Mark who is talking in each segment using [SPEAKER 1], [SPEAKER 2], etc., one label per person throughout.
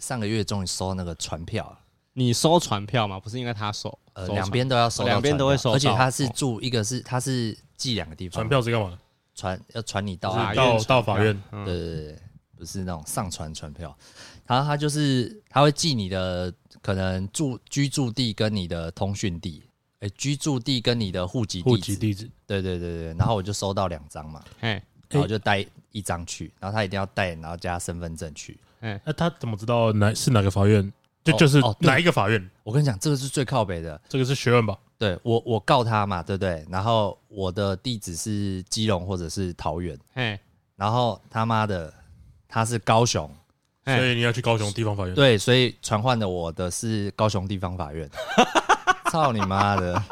[SPEAKER 1] 上个月终于收那个船票了，
[SPEAKER 2] 你收船票嘛，不是应该他收？
[SPEAKER 1] 呃，
[SPEAKER 2] 收船
[SPEAKER 1] 两边都要收到船票，
[SPEAKER 2] 两边都会收到
[SPEAKER 1] 而且他是
[SPEAKER 2] 哦
[SPEAKER 1] 住一个是他是寄两个地方，
[SPEAKER 3] 传票是干嘛？
[SPEAKER 1] 传要传你到
[SPEAKER 3] 就是
[SPEAKER 1] 啊
[SPEAKER 2] 法院
[SPEAKER 3] 到
[SPEAKER 2] 传
[SPEAKER 3] 到法
[SPEAKER 2] 票
[SPEAKER 3] 院，
[SPEAKER 2] 嗯
[SPEAKER 1] 对对对对，不是那种上传传票，然后他就是他会记你的可能住居住地跟你的通讯地，哎、居住地跟你的户籍
[SPEAKER 3] 户
[SPEAKER 1] 地址
[SPEAKER 3] 籍，地址，
[SPEAKER 1] 对对对对，然后我就收到两张嘛，
[SPEAKER 2] 嘿，
[SPEAKER 1] 然后就带一张去，然后他一定要带，然后加身份证去。
[SPEAKER 3] 那他怎么知道哪是哪个法院？就
[SPEAKER 1] 哦
[SPEAKER 3] 就是
[SPEAKER 1] 哦对
[SPEAKER 3] 哪一个法院？
[SPEAKER 1] 我跟你讲，这个是最靠北的，
[SPEAKER 3] 这个是学问吧？
[SPEAKER 1] 对我我告他嘛，对不对？然后我的地址是基隆或者是桃园，
[SPEAKER 2] 嘿，
[SPEAKER 1] 然后他妈的他是高雄，
[SPEAKER 2] 嘿
[SPEAKER 3] 所以你要去高雄地方法院。
[SPEAKER 1] 哎对，所以传唤的我的是高雄地方法院。 操你妈的！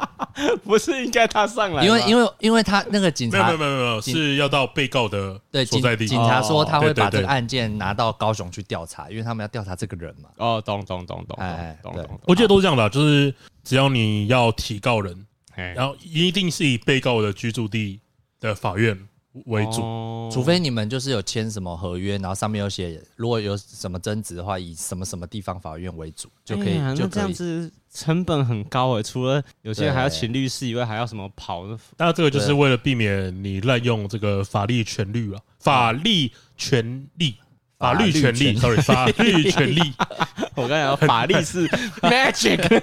[SPEAKER 2] 不是应该他上来吗？
[SPEAKER 1] 因为因为因为他那个警
[SPEAKER 3] 没有
[SPEAKER 1] 察
[SPEAKER 3] 没有没有没有，
[SPEAKER 1] 警
[SPEAKER 3] 是要到被告的
[SPEAKER 1] 对
[SPEAKER 3] 所
[SPEAKER 1] 警
[SPEAKER 3] 在地。
[SPEAKER 1] 警察说他
[SPEAKER 3] 哦
[SPEAKER 1] 会
[SPEAKER 3] 对对
[SPEAKER 1] 把这
[SPEAKER 3] 对
[SPEAKER 1] 个案件拿到高雄去调查，因为他们要调查这个人嘛。
[SPEAKER 2] 哦，懂懂懂懂
[SPEAKER 1] 哎
[SPEAKER 2] 懂懂
[SPEAKER 1] 对
[SPEAKER 2] 懂，
[SPEAKER 3] 我记得都是这样的啊、就是只要你要提告人，
[SPEAKER 1] 哎
[SPEAKER 2] 嘿哦
[SPEAKER 3] 然后一定是以被告的居住地的法院为主。
[SPEAKER 2] 哦
[SPEAKER 1] 除非你们就是有签什么合约，然后上面有写，如果有什么争执的话，以什么什么地方法院为主就可
[SPEAKER 2] 哎
[SPEAKER 1] 以
[SPEAKER 2] 呀，
[SPEAKER 1] 就
[SPEAKER 2] 那这
[SPEAKER 1] 可
[SPEAKER 2] 样
[SPEAKER 1] 以。
[SPEAKER 2] 子成本很高诶，欸除了有些人还要
[SPEAKER 1] 对
[SPEAKER 2] 请律师以外，还要什么跑的
[SPEAKER 3] 那这个就是
[SPEAKER 1] 对
[SPEAKER 3] 为了避免你滥用这个法律权利啊，法律权利，法律
[SPEAKER 1] 嗯法律
[SPEAKER 3] 权
[SPEAKER 1] 权
[SPEAKER 3] 利
[SPEAKER 1] 利
[SPEAKER 3] ，sorry，法律权利，
[SPEAKER 2] 我刚才讲法力是 magic，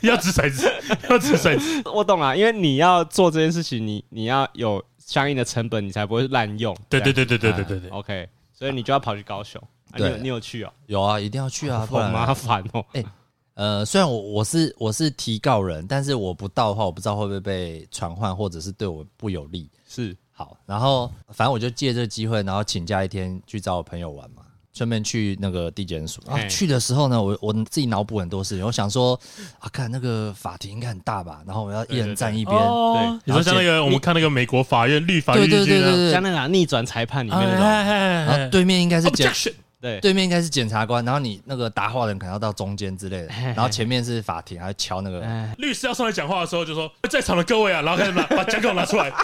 [SPEAKER 3] 要掷骰子， 要掷骰子，
[SPEAKER 2] 我懂了，因为你要做这件事情，你你要有相应的成本，你才不会滥用。
[SPEAKER 3] 对对哎
[SPEAKER 2] 对
[SPEAKER 3] 对对对对对对，
[SPEAKER 2] ，OK，所以你就要跑去高雄。啊、你
[SPEAKER 1] 对
[SPEAKER 2] 有你有去哦、
[SPEAKER 1] 有啊，一定要去哎啊，不
[SPEAKER 2] 好
[SPEAKER 1] 然
[SPEAKER 2] 麻烦哦、
[SPEAKER 1] 呃，虽然我我是我是提告人，但是我不到的话，我不知道会不会被传唤，或者是对我不有利。
[SPEAKER 2] 是
[SPEAKER 1] 好，然后反正我就借这个机会，然后请假一天去找我朋友玩嘛，顺便去那个地检署。然后
[SPEAKER 2] 嘿
[SPEAKER 1] 去的时候呢，我我自己脑补很多事情，我想说啊，看那个法庭应该很大吧，然后我要一人站一边。
[SPEAKER 3] 哦，你说像那个我们看那个美国法院立法院
[SPEAKER 1] 对对对对
[SPEAKER 2] 像那个啊、逆转裁判里面那种，哦
[SPEAKER 3] 哎
[SPEAKER 1] 然后对面应该是检，
[SPEAKER 3] ，objection，
[SPEAKER 2] 对，
[SPEAKER 1] 对面应该是检察官，然后你那个答话人可能要到中间之类的，然后前面是法庭，还要敲那个。
[SPEAKER 2] 哎，
[SPEAKER 3] 律师要上来讲话的时候就说：“在场的各位啊，然后开始拿把讲稿拿出来。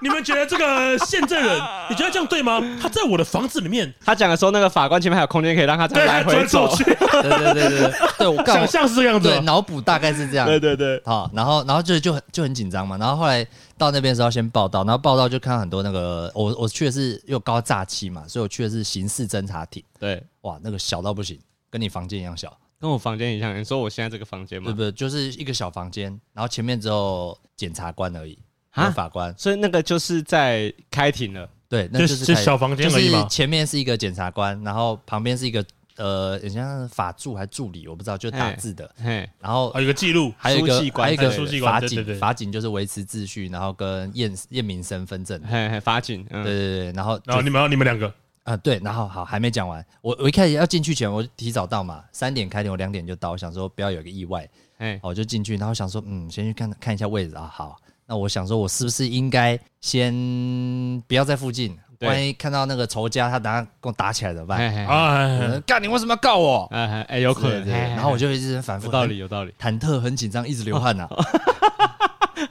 [SPEAKER 3] 你们觉得这个现证 人，你觉得这样对吗？他在我的房子里面，
[SPEAKER 2] 他讲的时候，那个法官前面还有空间可以让他这
[SPEAKER 3] 对，
[SPEAKER 2] 样
[SPEAKER 3] 他
[SPEAKER 2] 来回
[SPEAKER 3] 转
[SPEAKER 2] 走
[SPEAKER 3] 手，去，
[SPEAKER 1] 对对对对对，对我干
[SPEAKER 3] 想
[SPEAKER 1] 我
[SPEAKER 3] 象是这个样子
[SPEAKER 1] 对
[SPEAKER 3] 吗。
[SPEAKER 1] 脑补大概是这样。
[SPEAKER 2] 对对对，
[SPEAKER 1] 好，然后然后就就很就很紧张嘛，然后后来到那边的时候先报道，然后报道就看到很多那个我我去的是又高诈欺嘛，所以我去的是刑事侦查庭，
[SPEAKER 2] 对，
[SPEAKER 1] 哇，那个小到不行，跟你房间一样小，
[SPEAKER 2] 跟我房间一样。你说我现在这个房间
[SPEAKER 1] 对
[SPEAKER 2] 吗？
[SPEAKER 1] 不对？就是一个小房间，然后前面只有检察官而已，没
[SPEAKER 2] 啊
[SPEAKER 1] 有法官，
[SPEAKER 2] 所以那个就是在开庭了，
[SPEAKER 1] 对，那
[SPEAKER 3] 就
[SPEAKER 1] 就是
[SPEAKER 3] 就
[SPEAKER 1] 开
[SPEAKER 3] 小房间
[SPEAKER 1] 就
[SPEAKER 3] 而已
[SPEAKER 1] 是
[SPEAKER 3] 嘛。
[SPEAKER 1] 前面是一个检察官，然后旁边是一个呃，很像法助还助理，我不知道，就
[SPEAKER 3] 哎
[SPEAKER 1] 打
[SPEAKER 2] 嘿
[SPEAKER 1] 字的，
[SPEAKER 2] 嘿，
[SPEAKER 1] 然后
[SPEAKER 3] 啊，有个记录，
[SPEAKER 1] 还有一
[SPEAKER 2] 书记
[SPEAKER 1] 个
[SPEAKER 2] 官
[SPEAKER 1] 还有一个
[SPEAKER 3] 哎书记官
[SPEAKER 1] 法
[SPEAKER 3] 对对
[SPEAKER 1] 警，
[SPEAKER 3] 对
[SPEAKER 1] 法警就是维持秩序，然后跟验验民生分证。
[SPEAKER 2] 嘿嘿，法警，嗯，
[SPEAKER 1] 对对对，然后就
[SPEAKER 3] 然后你们要你们两个，
[SPEAKER 1] 啊对，然后好还没讲完，我我一开始要进去前我就提早到嘛，三点开庭，我两点就到，我想说不要有个意外，
[SPEAKER 2] 嘿，
[SPEAKER 1] 好我就进去，然后想说嗯，先去看看一下位置啊，好，那我想说我是不是应该先不要在附近，
[SPEAKER 2] 对
[SPEAKER 1] 万一看到那个仇家他等下跟我打起来怎么办？
[SPEAKER 2] 嘿嘿，
[SPEAKER 3] 哎，
[SPEAKER 1] 嗯干你为什么要告我？
[SPEAKER 2] 哎哎哎，有可
[SPEAKER 1] 对
[SPEAKER 2] 能，
[SPEAKER 1] 对对，
[SPEAKER 2] 嘿嘿
[SPEAKER 1] 然后我就一直反复
[SPEAKER 2] 有道理，有道理，
[SPEAKER 1] 很忐忑，很紧张，一直流汗呐、啊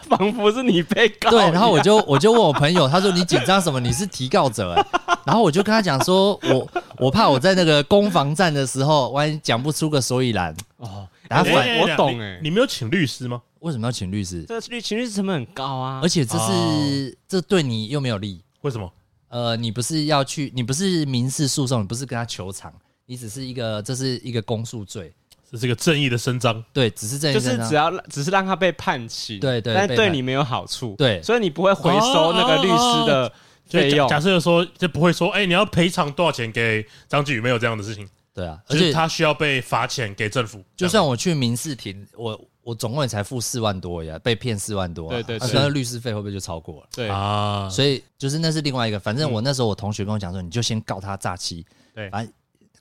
[SPEAKER 2] 仿佛是你被 告一
[SPEAKER 1] 对
[SPEAKER 2] 样。，
[SPEAKER 1] 然后我就 我就问我朋友，他说你紧张什么？你是提告者、欸。 然后我就跟他讲说，我我怕我在那个攻防战的时候，万一讲不出个所以然，
[SPEAKER 2] 哦，
[SPEAKER 1] 打
[SPEAKER 2] 哎
[SPEAKER 1] 反
[SPEAKER 2] 哎我懂
[SPEAKER 3] 你
[SPEAKER 2] 哎
[SPEAKER 3] 你没有请律师吗？
[SPEAKER 1] 为什么要请律师？
[SPEAKER 2] 这个律情绪成本很高啊
[SPEAKER 1] 而，且这
[SPEAKER 3] 哦
[SPEAKER 1] 是这对你又没有利。
[SPEAKER 3] 为什么？
[SPEAKER 1] 呃，你不是要去，你不是民事诉讼，你不是跟他求偿，你只是一个这是一个公诉罪，
[SPEAKER 3] 这是个正义的伸张，
[SPEAKER 1] 对，只是这
[SPEAKER 2] 就
[SPEAKER 1] 一
[SPEAKER 2] 是
[SPEAKER 1] 张
[SPEAKER 2] 只要只是让他被判刑，
[SPEAKER 1] 对对
[SPEAKER 2] 但
[SPEAKER 1] 被
[SPEAKER 2] 对
[SPEAKER 1] 判
[SPEAKER 2] 你没有好处，
[SPEAKER 1] 对
[SPEAKER 2] 所以你不会回收那个律师的
[SPEAKER 3] 哦就
[SPEAKER 2] 费
[SPEAKER 3] 假
[SPEAKER 2] 用。
[SPEAKER 3] 假设说就不会说，哎，你要赔偿多少钱给张继宇？没有这样的事情，
[SPEAKER 1] 对啊，而
[SPEAKER 3] 而且
[SPEAKER 1] 且
[SPEAKER 3] 他需要被罚钱给政府。
[SPEAKER 1] 就算我去民事庭，我我总共也才付四万多呀，被骗四万多啊、啊，
[SPEAKER 2] 对对对
[SPEAKER 1] 所以那律师费会不会就超过了？
[SPEAKER 2] 对
[SPEAKER 3] 这
[SPEAKER 2] 嗯
[SPEAKER 3] 样啊，
[SPEAKER 1] 所以就是那是另外一个，反正我那时候我同学跟我讲说，你就先告他诈欺，
[SPEAKER 2] 对
[SPEAKER 1] 反正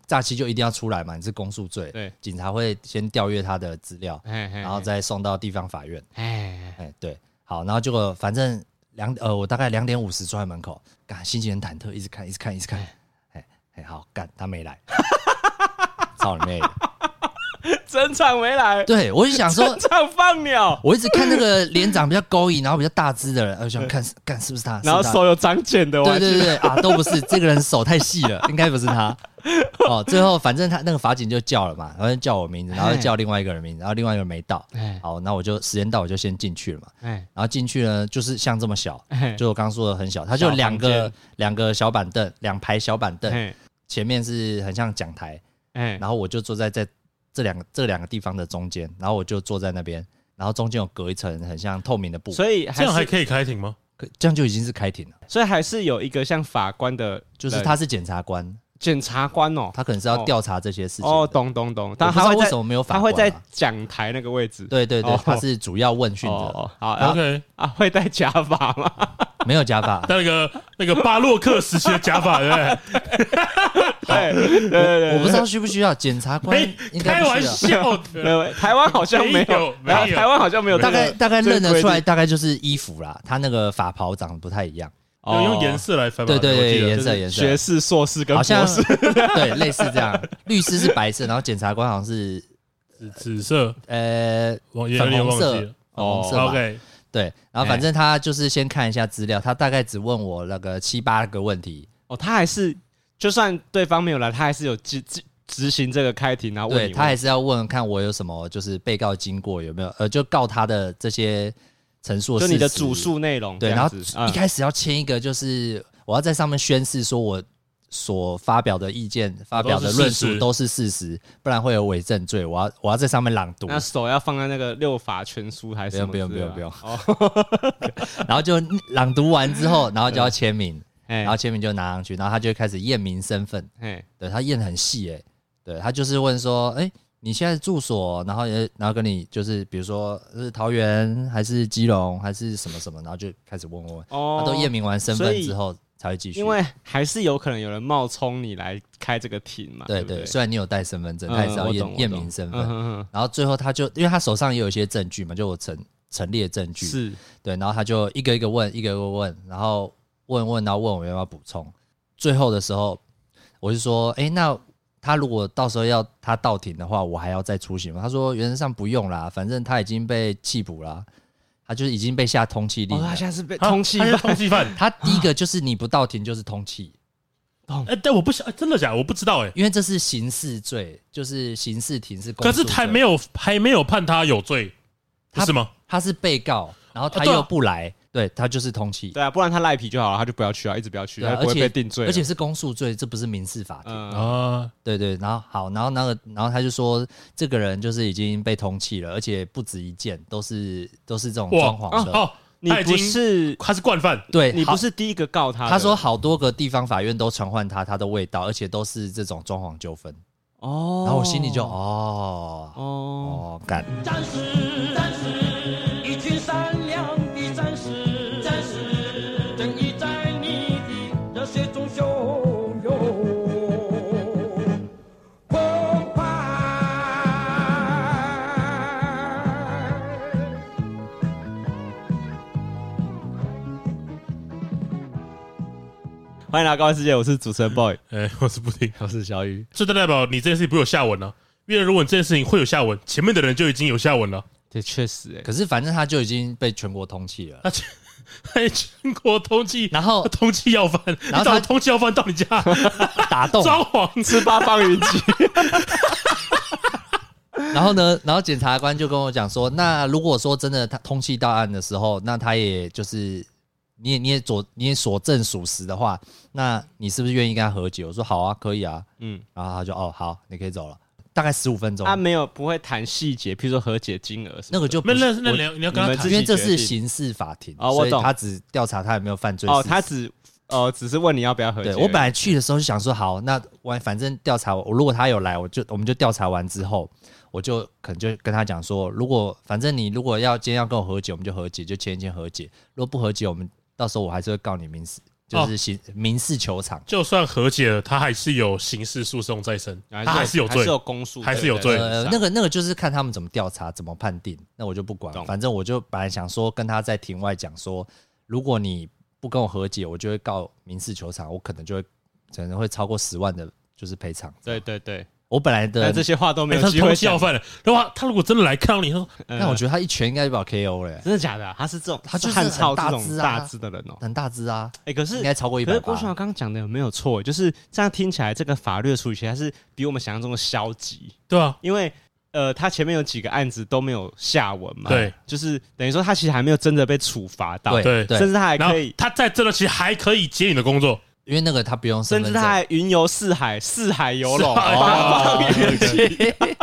[SPEAKER 1] 诈欺就一定要出来嘛，你是公诉罪，
[SPEAKER 2] 对，
[SPEAKER 1] 警察会先调阅他的资料，
[SPEAKER 2] 哎哎
[SPEAKER 1] 然后再送到地方法院，
[SPEAKER 2] 哎，
[SPEAKER 1] 哎，对，好，然后结果反正两呃，我大概两点五十坐在门口，干，心情很忐忑，一直看，一直看，一直看，哎哎，好，干，他没来， 操你妹的！
[SPEAKER 2] 整场没来，
[SPEAKER 1] 对我就想说
[SPEAKER 2] 整。场放鸟，
[SPEAKER 1] 我一直看那个脸长比较勾引，然后比较大只的人，我想看干是不是他，是
[SPEAKER 2] 然后
[SPEAKER 1] 不是他
[SPEAKER 2] 手有长茧的，我还
[SPEAKER 1] 对
[SPEAKER 2] 去
[SPEAKER 1] 对对啊，都不是，这个人手太细了，应该不是他。哦，最后反正他那个法警就叫了嘛，然后就叫我名字，然后就叫另外一个人名字，然后另外一个人没到。
[SPEAKER 2] 哎
[SPEAKER 1] 好，那我就时间到，我就先进去了嘛。
[SPEAKER 2] 哎
[SPEAKER 1] 然后进去呢，就是像这么小，
[SPEAKER 2] 哎，
[SPEAKER 1] 就我刚说的很小，它就
[SPEAKER 2] 小
[SPEAKER 1] 两
[SPEAKER 2] 房
[SPEAKER 1] 个两个小板凳，两排小板凳，
[SPEAKER 2] 哎
[SPEAKER 1] 前面是很像讲台，
[SPEAKER 2] 哎
[SPEAKER 1] 然后我就坐在在这两个这两个地方的中间，然后我就坐在那边，然后中间有隔一层很像透明的布，
[SPEAKER 2] 所以
[SPEAKER 3] 这
[SPEAKER 2] 还
[SPEAKER 3] 样还
[SPEAKER 2] 是
[SPEAKER 3] 可以开庭吗？
[SPEAKER 1] 可这样就已经是开庭了。
[SPEAKER 2] 所以还是有一个像法官的，
[SPEAKER 1] 就是他是检察官，
[SPEAKER 2] 检察官哦，
[SPEAKER 1] 他可能是要调查这些事情的。
[SPEAKER 2] 哦，懂懂懂，但
[SPEAKER 1] 我不知
[SPEAKER 2] 他
[SPEAKER 1] 道
[SPEAKER 2] 会
[SPEAKER 1] 为
[SPEAKER 2] 在
[SPEAKER 1] 什么没有法
[SPEAKER 2] 他
[SPEAKER 1] 官、啊？
[SPEAKER 2] 会在讲台那个位置，
[SPEAKER 1] 对对对
[SPEAKER 2] 哦，
[SPEAKER 1] 他是主要问讯
[SPEAKER 2] 哦
[SPEAKER 1] 者，
[SPEAKER 2] 哦好，然后
[SPEAKER 3] OK，
[SPEAKER 2] 啊会戴假发 吗？
[SPEAKER 1] 没有假发。
[SPEAKER 3] 那那个那个巴洛克时期的假发，对不对？
[SPEAKER 2] 对对对对，
[SPEAKER 1] 我不知道需不需要检察官
[SPEAKER 3] 没，
[SPEAKER 1] 应该
[SPEAKER 3] 开
[SPEAKER 1] 不啊
[SPEAKER 3] 玩
[SPEAKER 1] 需要。
[SPEAKER 3] 笑
[SPEAKER 2] 对
[SPEAKER 3] 的，
[SPEAKER 2] 对台湾好像没
[SPEAKER 3] 没有没有
[SPEAKER 2] 然后台湾好像没有这
[SPEAKER 1] 大
[SPEAKER 2] 个，
[SPEAKER 1] 概大概
[SPEAKER 2] 这个
[SPEAKER 1] 认得
[SPEAKER 2] 规
[SPEAKER 1] 出来，
[SPEAKER 2] 定
[SPEAKER 1] 大概就是衣服啦，他那个法袍长得不太一样，
[SPEAKER 3] 有用颜
[SPEAKER 2] 色
[SPEAKER 3] 色来分吧？
[SPEAKER 1] 哦对对对
[SPEAKER 3] 我记得
[SPEAKER 1] 颜
[SPEAKER 2] 就
[SPEAKER 1] 色
[SPEAKER 2] 是
[SPEAKER 1] 颜色
[SPEAKER 2] 哦学士、硕士跟
[SPEAKER 1] 好
[SPEAKER 2] 博
[SPEAKER 1] 像
[SPEAKER 2] 士
[SPEAKER 1] 对类似这样。律师是白色，然后检察官好像是
[SPEAKER 3] 紫紫色，
[SPEAKER 1] 呃
[SPEAKER 3] 我有
[SPEAKER 1] 粉
[SPEAKER 3] 点
[SPEAKER 1] 红
[SPEAKER 3] 忘记
[SPEAKER 1] 色
[SPEAKER 3] 了。，
[SPEAKER 1] 粉
[SPEAKER 2] 哦
[SPEAKER 1] 红色吧。
[SPEAKER 3] OK，
[SPEAKER 1] 对，然
[SPEAKER 2] 哎
[SPEAKER 1] 后反正他就是先看一下资料，他大概只问我那个七八个问题，
[SPEAKER 2] 哦，他还是就算对方没有来，他还是有执执执行这个开庭，然后问
[SPEAKER 1] 对
[SPEAKER 2] 你
[SPEAKER 1] 他还是要问看我有什么就是被告经过有没有，呃，就告他的这些陈述
[SPEAKER 2] 就你的
[SPEAKER 1] 事实
[SPEAKER 2] 主诉内容
[SPEAKER 1] 对，
[SPEAKER 2] 这
[SPEAKER 1] 然
[SPEAKER 2] 样
[SPEAKER 1] 后
[SPEAKER 2] 子嗯
[SPEAKER 1] 一开始要签一个，就是我要在上面宣誓，说我所发表的意见、发表的论述都是事实，不然会有伪证罪。我要我要在上面朗读，
[SPEAKER 2] 那手要放在那个六法全书还是什么
[SPEAKER 1] 不用
[SPEAKER 2] 之类的啊？
[SPEAKER 1] 不用
[SPEAKER 2] 哦，
[SPEAKER 1] 然后就 朗读完之后，然后就要签名，
[SPEAKER 2] 哎
[SPEAKER 1] 然后签名就拿上去，然后他就会开始验明身份。
[SPEAKER 2] 哎
[SPEAKER 1] 对他验得很细诶、对他就是问说，哎、你现在住所，然后也然后跟你就是比如说是桃园还是基隆还是什么什么，然后就开始问问问，
[SPEAKER 2] 哦
[SPEAKER 1] 他，都验明完身
[SPEAKER 2] 所
[SPEAKER 1] 份
[SPEAKER 2] 以
[SPEAKER 1] 之后才会继续。
[SPEAKER 2] 哦因为还是有可能有人冒充你来开这个庭嘛，
[SPEAKER 1] 对
[SPEAKER 2] 不对
[SPEAKER 1] 对，，虽然你有带身份证，他也是
[SPEAKER 2] 嗯
[SPEAKER 1] 要
[SPEAKER 2] 我懂
[SPEAKER 1] 验
[SPEAKER 2] 我
[SPEAKER 1] 验
[SPEAKER 2] 懂
[SPEAKER 1] 明身
[SPEAKER 2] 嗯
[SPEAKER 1] 份。
[SPEAKER 2] 哼哼
[SPEAKER 1] 然后最后他就，因为他手上也有一些证据嘛，就我陈陈列证据，
[SPEAKER 2] 是
[SPEAKER 1] 对，然后他就一个一个问，一个一个问，然后问问，然后问我要不要补充。最后的时候，我就说，哎，那他如果到时候要他到庭的话，我还要再出庭吗？他说原则上不用啦，反正他已经被弃捕啦，他就是已经被下通缉令
[SPEAKER 2] 哦，
[SPEAKER 1] 了
[SPEAKER 2] 他现在是被
[SPEAKER 3] 啊
[SPEAKER 2] 通缉
[SPEAKER 3] 他是
[SPEAKER 2] 犯，
[SPEAKER 3] 通缉 犯。
[SPEAKER 1] 他第一个就是你不到庭就是通缉，
[SPEAKER 3] 哎，但我不晓，哎真的假？的？我不知道哎。
[SPEAKER 1] 因为这是刑事罪，就是刑事庭是公
[SPEAKER 3] 可
[SPEAKER 1] 诉罪。
[SPEAKER 3] 是还没有还没有判他有罪，不
[SPEAKER 1] 他
[SPEAKER 3] 是吗？
[SPEAKER 1] 他是被告，然后
[SPEAKER 3] 啊
[SPEAKER 1] 他
[SPEAKER 3] 对啊
[SPEAKER 1] 又不来，对他就是通缉，
[SPEAKER 2] 对啊，不然他赖皮就好了，他就不要去啊，一直不要去，
[SPEAKER 1] 对啊
[SPEAKER 2] 他不会
[SPEAKER 1] 而且
[SPEAKER 2] 被定罪了，
[SPEAKER 1] 而且是公诉罪，这不是民事法庭。
[SPEAKER 2] 嗯
[SPEAKER 3] 啊，
[SPEAKER 1] 对对，然后好，然后那个，然后他就说，这个人就是已经被通缉了，而且不止一件，都是都是这种
[SPEAKER 3] 哇
[SPEAKER 1] 装潢的。
[SPEAKER 3] 哦，
[SPEAKER 2] 你
[SPEAKER 3] 他已
[SPEAKER 2] 不
[SPEAKER 3] 经
[SPEAKER 2] 是
[SPEAKER 3] 他是惯犯，
[SPEAKER 1] 对，
[SPEAKER 2] 你不
[SPEAKER 1] 好
[SPEAKER 2] 是第一个告他的，
[SPEAKER 1] 他说好多个地方法院都传唤他，他都未到，而且都是这种装潢纠纷。
[SPEAKER 2] 哦，
[SPEAKER 1] 然后我心里就哦
[SPEAKER 2] 哦，
[SPEAKER 1] 哦干，
[SPEAKER 4] 战士，战士，一群善良的战士，战士，正义在你的热血中汹涌澎湃。
[SPEAKER 2] 欢迎来到高玩世界，我是 主持人 boy，
[SPEAKER 3] 哎，我是不听，
[SPEAKER 2] 我是小雨，
[SPEAKER 3] 这代表你这件事情不会有下文了。啊因为如果你这件事情会有下文，前面的人就已经有下 文了。
[SPEAKER 2] 这确实哎，
[SPEAKER 1] 可是反正他就已经被全国通缉了。
[SPEAKER 3] 他全他哎全国通缉，
[SPEAKER 1] 然后
[SPEAKER 3] 通缉要犯，你
[SPEAKER 1] 后
[SPEAKER 3] 找
[SPEAKER 1] 他
[SPEAKER 3] 通缉要犯到你家
[SPEAKER 1] 打动，
[SPEAKER 3] 装潢，
[SPEAKER 2] 吃八方 云集，
[SPEAKER 1] 然后呢，然后检察官就跟我讲说，那如果说真的他通缉到案的时候，那他也就是你也你也佐你也所证属实的话，那你是不是愿意跟他和解？我说好啊，可以啊。
[SPEAKER 2] 嗯，
[SPEAKER 1] 然后他就哦好，你可以走了。大概十五分钟，
[SPEAKER 2] 他没有不会谈细节，譬如说和解金额什
[SPEAKER 1] 那个
[SPEAKER 2] 么的，
[SPEAKER 1] 就不
[SPEAKER 3] 那
[SPEAKER 1] 是
[SPEAKER 3] 那那你要你要跟
[SPEAKER 2] 你
[SPEAKER 3] 他
[SPEAKER 2] 们
[SPEAKER 3] 谈
[SPEAKER 2] 自
[SPEAKER 1] 因
[SPEAKER 2] 己
[SPEAKER 1] 为这
[SPEAKER 2] 决
[SPEAKER 1] 是
[SPEAKER 2] 定
[SPEAKER 1] 刑事法庭，
[SPEAKER 2] 哦我
[SPEAKER 1] 所以
[SPEAKER 2] 懂
[SPEAKER 1] 他只调查他有没有犯罪
[SPEAKER 2] 哦，
[SPEAKER 1] 事
[SPEAKER 2] 他
[SPEAKER 1] 实
[SPEAKER 2] 只哦只是问你要不要和解而
[SPEAKER 1] 对
[SPEAKER 2] 已，
[SPEAKER 1] 我本来去的时候就想说，好，那我反正调查我，如果他有来，我就我们就调查完之后，我就可能就跟他讲说，如果反正你如果要今天要跟我和解，我们就和解，就签一签和解。如果不和解，我们到时候我还是会告你民事，
[SPEAKER 2] 哦
[SPEAKER 1] 就是刑、民事球场。
[SPEAKER 3] 就算和解了，他还是有刑事诉讼在身，他还是有
[SPEAKER 2] 还
[SPEAKER 3] 罪
[SPEAKER 2] 是。有公诉，
[SPEAKER 3] 还是有罪
[SPEAKER 2] 对啊
[SPEAKER 1] 呃，那个那个就是看他们怎么调查，怎么判定，那我就不管，
[SPEAKER 2] 懂
[SPEAKER 1] 反正我就本来想说跟他在庭外讲说，如果你不跟我和解，我就会告民事球场，我可能就会可能会超过十万的，就是赔偿。
[SPEAKER 2] 对对对对，
[SPEAKER 1] 我本来的
[SPEAKER 2] 但这，些话都没
[SPEAKER 3] 哎
[SPEAKER 2] 有
[SPEAKER 3] 他是
[SPEAKER 2] 机
[SPEAKER 3] 通
[SPEAKER 2] 会
[SPEAKER 3] 缉要
[SPEAKER 2] 讲。嗯
[SPEAKER 3] 犯了。然后他他如果真的来看到你，他说
[SPEAKER 1] 但我觉得他一拳应该就把我 KO 了、欸
[SPEAKER 2] 真的假的啊？他是这种，
[SPEAKER 1] 他就是是
[SPEAKER 2] 汉超
[SPEAKER 1] 很
[SPEAKER 2] 这
[SPEAKER 1] 大
[SPEAKER 2] 种
[SPEAKER 1] 只啊
[SPEAKER 2] 大只的人哦。
[SPEAKER 1] 很大只啊，
[SPEAKER 2] 哎，可是
[SPEAKER 1] 应该超过一
[SPEAKER 2] 可
[SPEAKER 1] 百
[SPEAKER 2] 是
[SPEAKER 1] 八
[SPEAKER 2] 郭。晓刚刚讲的有没有错？就是这样听起来，这个法律的处理其实还是比我们想象中的消极，
[SPEAKER 3] 对啊，
[SPEAKER 2] 因为呃，他前面有几个案子都没有下文嘛，
[SPEAKER 3] 对，
[SPEAKER 2] 就是等于说他其实还没有真的被处罚到，
[SPEAKER 3] 对
[SPEAKER 1] 对
[SPEAKER 2] 甚至他还
[SPEAKER 3] 然后
[SPEAKER 2] 可以，
[SPEAKER 3] 他在这个其实还可以接你的工作，
[SPEAKER 1] 因为那个他不用身
[SPEAKER 2] 甚
[SPEAKER 1] 份
[SPEAKER 2] 至
[SPEAKER 1] 证
[SPEAKER 2] 他，还云游四海，四海游龙，
[SPEAKER 3] 四
[SPEAKER 1] 啊
[SPEAKER 3] 海
[SPEAKER 2] 八
[SPEAKER 3] 哎
[SPEAKER 2] 方云集。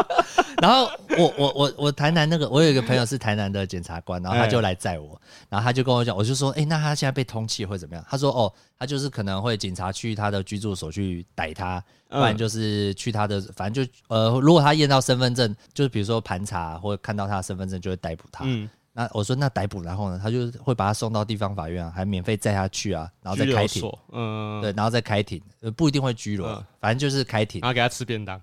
[SPEAKER 1] 然后我我我我台南那个，我有一个朋友是台南的检察官，然后他
[SPEAKER 2] 哎
[SPEAKER 1] 就来载我，然后他就跟我讲，我就说，哎、那他现在被通缉会怎么样？他说，哦，他就是可能会警察去他的居住所去逮他，不
[SPEAKER 2] 嗯
[SPEAKER 1] 然就是去他的，反正就呃，如果他验到身份证，就是比如说盘查或者看到他的身份证，就会逮捕他。
[SPEAKER 2] 嗯，
[SPEAKER 1] 那我说那逮捕，然后呢，他就会把他送到地方法院啊，还免费载他去啊，然后
[SPEAKER 2] 拘
[SPEAKER 1] 再开
[SPEAKER 2] 留
[SPEAKER 1] 庭，
[SPEAKER 2] 所，嗯，
[SPEAKER 1] 对，，然后再开庭，呃，不一定会拘留，
[SPEAKER 2] 嗯
[SPEAKER 1] 反正就是开庭
[SPEAKER 3] 啊
[SPEAKER 2] 然，后给他吃便当，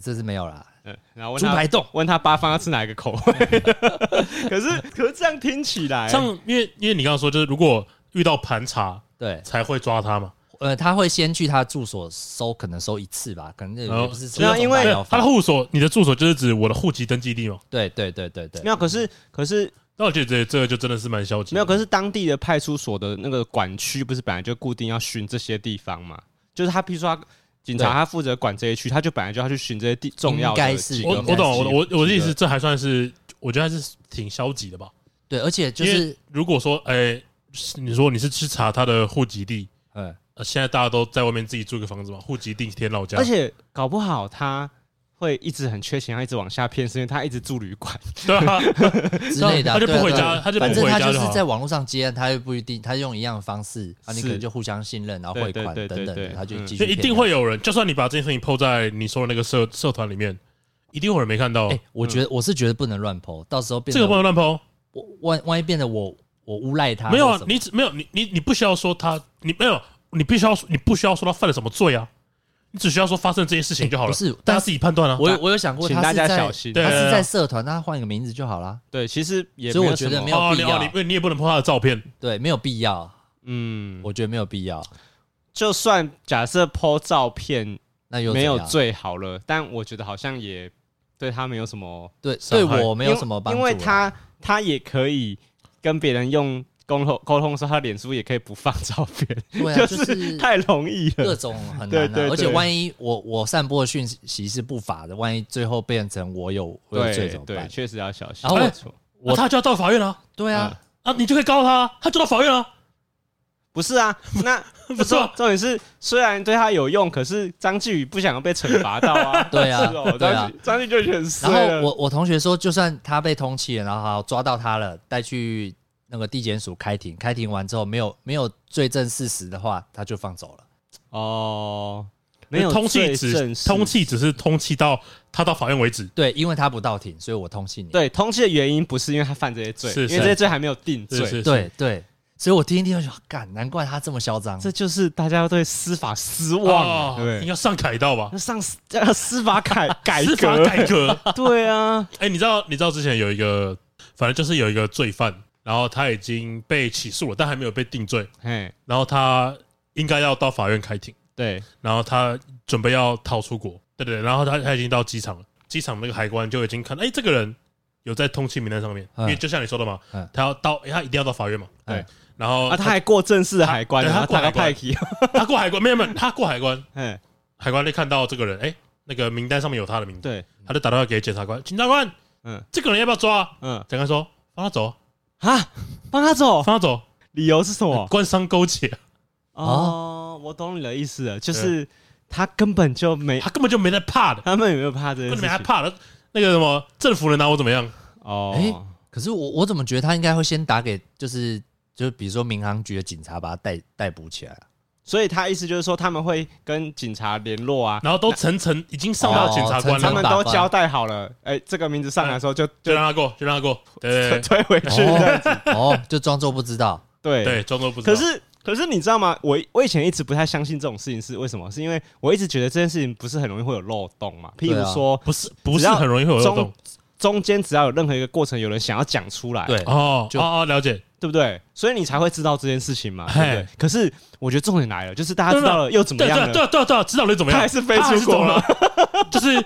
[SPEAKER 1] 这是没有啦。
[SPEAKER 2] 嗯，然后问
[SPEAKER 3] 猪
[SPEAKER 2] 他
[SPEAKER 3] 排冻。
[SPEAKER 2] 问他八方要吃哪一个口味， 可是可是这样听起来，
[SPEAKER 3] 像因为因为你刚刚说，就是如果遇到盘查
[SPEAKER 1] 对，
[SPEAKER 3] 才会抓他嘛，
[SPEAKER 1] 呃，他会先去他住所搜，可能搜一次吧，可能那
[SPEAKER 3] 哦
[SPEAKER 1] 也不是
[SPEAKER 2] 那啊因为
[SPEAKER 1] 对
[SPEAKER 3] 对
[SPEAKER 1] 要，
[SPEAKER 3] 他
[SPEAKER 1] 放
[SPEAKER 3] 的户所，你的住所就是指我的户籍登记地嘛。
[SPEAKER 1] 对对对对对
[SPEAKER 2] 没，有，可是可是
[SPEAKER 3] 那我觉得这这个就真的是蛮消极的。
[SPEAKER 2] 没有，可是当地的派出所的那个管区不是本来就固定要巡这些地方嘛？就是他，譬如说他警察
[SPEAKER 1] 对
[SPEAKER 2] 他负责管这些区，他就本来就要去巡这些地重要
[SPEAKER 1] 应
[SPEAKER 2] 的
[SPEAKER 1] 该是
[SPEAKER 2] 几个
[SPEAKER 3] 我
[SPEAKER 2] 目的。
[SPEAKER 3] 我懂，我
[SPEAKER 2] 几
[SPEAKER 3] 的
[SPEAKER 2] 个
[SPEAKER 3] 我我的意思，，这还算是我觉得还是挺消极的吧。
[SPEAKER 1] 对，而且就
[SPEAKER 3] 因为
[SPEAKER 1] 是
[SPEAKER 3] 如果说，哎，是你说你是去查他的户籍地，
[SPEAKER 1] 呃，
[SPEAKER 3] 呃，现在大家都在外面自己住个房子嘛，户籍地填老家
[SPEAKER 2] 而，且搞不好他会一直很缺钱，他一直往下骗，是因为他一就住旅馆。
[SPEAKER 3] 对啊，
[SPEAKER 1] 之类的啊，
[SPEAKER 3] 他就不
[SPEAKER 1] 对啊
[SPEAKER 3] 回
[SPEAKER 1] 对啊
[SPEAKER 3] 家他就不
[SPEAKER 1] 反正
[SPEAKER 3] 回
[SPEAKER 1] 他
[SPEAKER 3] 家
[SPEAKER 1] 就
[SPEAKER 3] 就好
[SPEAKER 1] 是在网络上接案，他又不一定，他用一样的方式啊，你
[SPEAKER 2] 是
[SPEAKER 1] 可能就互相信任，然后汇款
[SPEAKER 2] 对对
[SPEAKER 1] 等
[SPEAKER 2] 对
[SPEAKER 1] 等
[SPEAKER 2] 对
[SPEAKER 1] 的，
[SPEAKER 2] 对
[SPEAKER 1] 他就继续
[SPEAKER 3] 就
[SPEAKER 1] 骗
[SPEAKER 3] 一
[SPEAKER 1] 人。
[SPEAKER 3] 定会有人，就算你把这件事情抛在你说的那个社社团里面，一定会有人没看到
[SPEAKER 1] 哎。，我觉得我是觉得不能乱抛，到时候变
[SPEAKER 3] 这个不能
[SPEAKER 1] 得
[SPEAKER 3] 乱抛，
[SPEAKER 1] 我万万一变得我我诬赖他或
[SPEAKER 3] 没
[SPEAKER 1] 什
[SPEAKER 3] 有
[SPEAKER 1] 么
[SPEAKER 3] 啊
[SPEAKER 1] 的，，
[SPEAKER 3] 你只没有你你你不需要说他，你没有，你必须要你不需要说他犯了什么罪啊，你只需要说发生这件事情就好了，
[SPEAKER 1] 不是
[SPEAKER 3] 大家
[SPEAKER 1] 但
[SPEAKER 3] 自己判断啊。
[SPEAKER 1] 我有我有想过，
[SPEAKER 2] 请
[SPEAKER 1] 他
[SPEAKER 2] 大
[SPEAKER 1] 是
[SPEAKER 2] 家
[SPEAKER 1] 在
[SPEAKER 2] 小心啊
[SPEAKER 3] 对
[SPEAKER 1] 他是在
[SPEAKER 3] 对对
[SPEAKER 1] 社团，那他换一个名字就好啦。
[SPEAKER 2] 对，其实也
[SPEAKER 1] 所以
[SPEAKER 2] 没有
[SPEAKER 1] 我觉
[SPEAKER 2] 什
[SPEAKER 1] 得
[SPEAKER 2] 么
[SPEAKER 1] 没有
[SPEAKER 3] 哦
[SPEAKER 1] 必
[SPEAKER 3] 你哦
[SPEAKER 1] 要
[SPEAKER 3] 你你也不能破他的照片，
[SPEAKER 1] 对，没有必要，
[SPEAKER 2] 嗯，
[SPEAKER 1] 我觉得没有必要。
[SPEAKER 2] 就算假设 PO 照片
[SPEAKER 1] 那又
[SPEAKER 2] 没有
[SPEAKER 1] 怎样
[SPEAKER 2] 最好了，但我觉得好像也对他没有什么
[SPEAKER 1] 对对
[SPEAKER 3] 伤害
[SPEAKER 1] 我没有什么帮助啊，
[SPEAKER 2] 因为因为他他也可以跟别人用沟通沟通的时候，他脸书也可以不放照片，
[SPEAKER 1] 对啊，
[SPEAKER 2] 就
[SPEAKER 1] 就是
[SPEAKER 2] 太容易
[SPEAKER 1] 各
[SPEAKER 2] 了。
[SPEAKER 1] 种很
[SPEAKER 2] 对
[SPEAKER 1] 难
[SPEAKER 2] 对
[SPEAKER 1] 啊，而且
[SPEAKER 2] 对
[SPEAKER 1] 万一我我散播的讯息是不法的，万一最后变成我有我有罪
[SPEAKER 2] 对
[SPEAKER 1] 怎么
[SPEAKER 2] 对，
[SPEAKER 1] 办？
[SPEAKER 2] 确实要小心。
[SPEAKER 1] 然后
[SPEAKER 2] 没
[SPEAKER 1] 我
[SPEAKER 2] 错
[SPEAKER 3] 那他就要到法院了
[SPEAKER 1] 对
[SPEAKER 2] 嗯
[SPEAKER 1] 啊，
[SPEAKER 3] 啊，你就可以告他，他就到法院啊了。
[SPEAKER 2] 不是啊， 那不是重点是，虽然对他有用，可是张继宇不想要被惩罚到啊。
[SPEAKER 1] 对啊
[SPEAKER 2] 是哦
[SPEAKER 1] 对啊
[SPEAKER 2] 张继张继宇就很衰
[SPEAKER 1] 然
[SPEAKER 2] 了。
[SPEAKER 1] 后我我同学说，就算他被通缉了，然后好抓到他了，带去那个地检署开庭，开庭完之后没有没有罪证事实的话，他就放走了。
[SPEAKER 2] 哦，没有
[SPEAKER 3] 通气
[SPEAKER 2] 罪证
[SPEAKER 3] 只
[SPEAKER 2] 事
[SPEAKER 3] 通气只是通气到他到法院为止，
[SPEAKER 1] 对，因为他不到庭，所以我通缉你。
[SPEAKER 2] 对通气的原因不是因为他犯这些罪，因
[SPEAKER 3] 是
[SPEAKER 2] 为
[SPEAKER 3] 是
[SPEAKER 2] 这些罪还没有定罪。
[SPEAKER 3] 是是
[SPEAKER 1] 对对，所以我听一听我就说，干，难怪他这么嚣
[SPEAKER 3] 哦
[SPEAKER 1] 张。
[SPEAKER 2] 这就是大家对司法失望、啊，
[SPEAKER 3] 哇，
[SPEAKER 2] 对不对
[SPEAKER 3] 应该上凯道吧
[SPEAKER 2] 那？上司呃司法改 改
[SPEAKER 3] 司法
[SPEAKER 2] 革，
[SPEAKER 3] 改革，
[SPEAKER 2] 对啊，
[SPEAKER 3] 哎，你知道你知道之前有一个，反正就是有一个罪犯，然后他已经被起诉了，但还没有被定罪，
[SPEAKER 2] 嘿，
[SPEAKER 3] 然后他应该要到法院开庭，
[SPEAKER 2] 对，
[SPEAKER 3] 然后他准备要逃出国，对对，对然后他他已经到机场了，机场那个海关就已经看，哎，这个人有在通缉名单上面，因
[SPEAKER 1] 嗯
[SPEAKER 2] 哎
[SPEAKER 3] 为就像你说的嘛
[SPEAKER 1] 嗯，
[SPEAKER 3] 他要到哎他一定要到法院嘛，
[SPEAKER 1] 嗯，
[SPEAKER 3] 然后
[SPEAKER 2] 啊，他还过正式的海关，
[SPEAKER 3] 对
[SPEAKER 2] 然
[SPEAKER 3] 哦
[SPEAKER 2] 后
[SPEAKER 3] 他过
[SPEAKER 2] 打个
[SPEAKER 3] 海关
[SPEAKER 2] 派系，啊
[SPEAKER 3] 他过海关，没有没有，他过海关，
[SPEAKER 2] 嘿，
[SPEAKER 3] 海关就看到这个人，哎、那个名单上面有他的名字，
[SPEAKER 2] 对，
[SPEAKER 3] 他就打电话给检察官，检察官，
[SPEAKER 2] 嗯
[SPEAKER 3] 这个人要不要抓、啊？
[SPEAKER 2] 嗯，
[SPEAKER 3] 检察官说，放他走啊，
[SPEAKER 2] 啊，帮他走，
[SPEAKER 3] 放他走，
[SPEAKER 2] 理由是什么？
[SPEAKER 3] 官商勾结，
[SPEAKER 2] 哦，我懂你的意思了，就是他根本就没，
[SPEAKER 3] 他根本就没在怕的，
[SPEAKER 2] 他们有没有怕这件
[SPEAKER 3] 根本
[SPEAKER 2] 事
[SPEAKER 3] 没在
[SPEAKER 2] 情？
[SPEAKER 3] 怕的。那个什么，政府能拿我怎么样？
[SPEAKER 2] 哦
[SPEAKER 1] 哎，可是我我怎么觉得他应该会先打给就是就比如说民航局的警察把他逮逮捕起来啊，
[SPEAKER 2] 所以他意思就是说他们会跟警察联络啊。
[SPEAKER 3] 然后都层层已经上到检察官
[SPEAKER 1] 哦
[SPEAKER 2] 他
[SPEAKER 3] 了，
[SPEAKER 2] 们
[SPEAKER 1] 把
[SPEAKER 2] 都
[SPEAKER 1] 关
[SPEAKER 2] 交代好了，哎，这个名字上来的时候就
[SPEAKER 3] 就
[SPEAKER 2] 就
[SPEAKER 3] 让他过，就让他过，对对对
[SPEAKER 2] 推回去这样子，
[SPEAKER 1] 哦，哦，就装作不知道。
[SPEAKER 2] 对
[SPEAKER 3] 对，装作不知道。
[SPEAKER 2] 可是可是你知道吗？我我以前一直不太相信这种事情是为什么？是因为我一直觉得这件事情不是很容易会有漏洞嘛。譬
[SPEAKER 1] 对
[SPEAKER 2] 如
[SPEAKER 1] 啊
[SPEAKER 2] 说，
[SPEAKER 3] 不是不是很容易会有漏洞
[SPEAKER 2] 中间只要有任何一个过程有人想要讲出来，
[SPEAKER 1] 对，
[SPEAKER 3] 哦
[SPEAKER 1] 就
[SPEAKER 3] 哦哦，了解，
[SPEAKER 2] 对不对？所以你才会知道这件事情嘛，
[SPEAKER 3] 嘿
[SPEAKER 2] 对不对？可是我觉得重点来了，就是大家知道了又怎么
[SPEAKER 3] 对
[SPEAKER 2] 样
[SPEAKER 3] 对
[SPEAKER 2] 呢？
[SPEAKER 3] 对对对，知道了又怎么样？
[SPEAKER 2] 他还是飞出国了
[SPEAKER 3] 他还是走了， 就是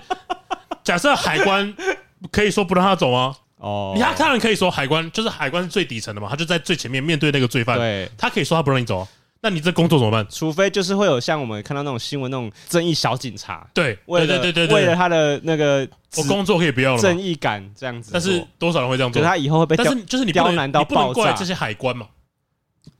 [SPEAKER 3] 假设海关可以说不让他走吗？
[SPEAKER 2] 哦
[SPEAKER 3] 你他当然可以说海关就是海关是最底层的嘛，他就在最前面面对那个罪犯，
[SPEAKER 2] 对，
[SPEAKER 3] 他可以说他不让你走啊，那你这工作怎么办？
[SPEAKER 2] 除非就是会有像我们看到那种新闻那种正义小警察，
[SPEAKER 3] 对，
[SPEAKER 2] 为
[SPEAKER 3] 对
[SPEAKER 2] 了
[SPEAKER 3] 对对对
[SPEAKER 2] 为了
[SPEAKER 3] 对，
[SPEAKER 2] 他的那个
[SPEAKER 3] 我工作可以不要了
[SPEAKER 2] 正
[SPEAKER 3] 嘛，
[SPEAKER 2] 义感这样子做，
[SPEAKER 3] 但是多少人会这样
[SPEAKER 2] 可
[SPEAKER 3] 做
[SPEAKER 2] 是？他以后会被
[SPEAKER 3] 但
[SPEAKER 2] 吊
[SPEAKER 3] 是就是你不
[SPEAKER 2] 刁
[SPEAKER 3] 能
[SPEAKER 2] 难到
[SPEAKER 3] 你不能
[SPEAKER 2] 爆炸
[SPEAKER 3] 怪这些海关嘛，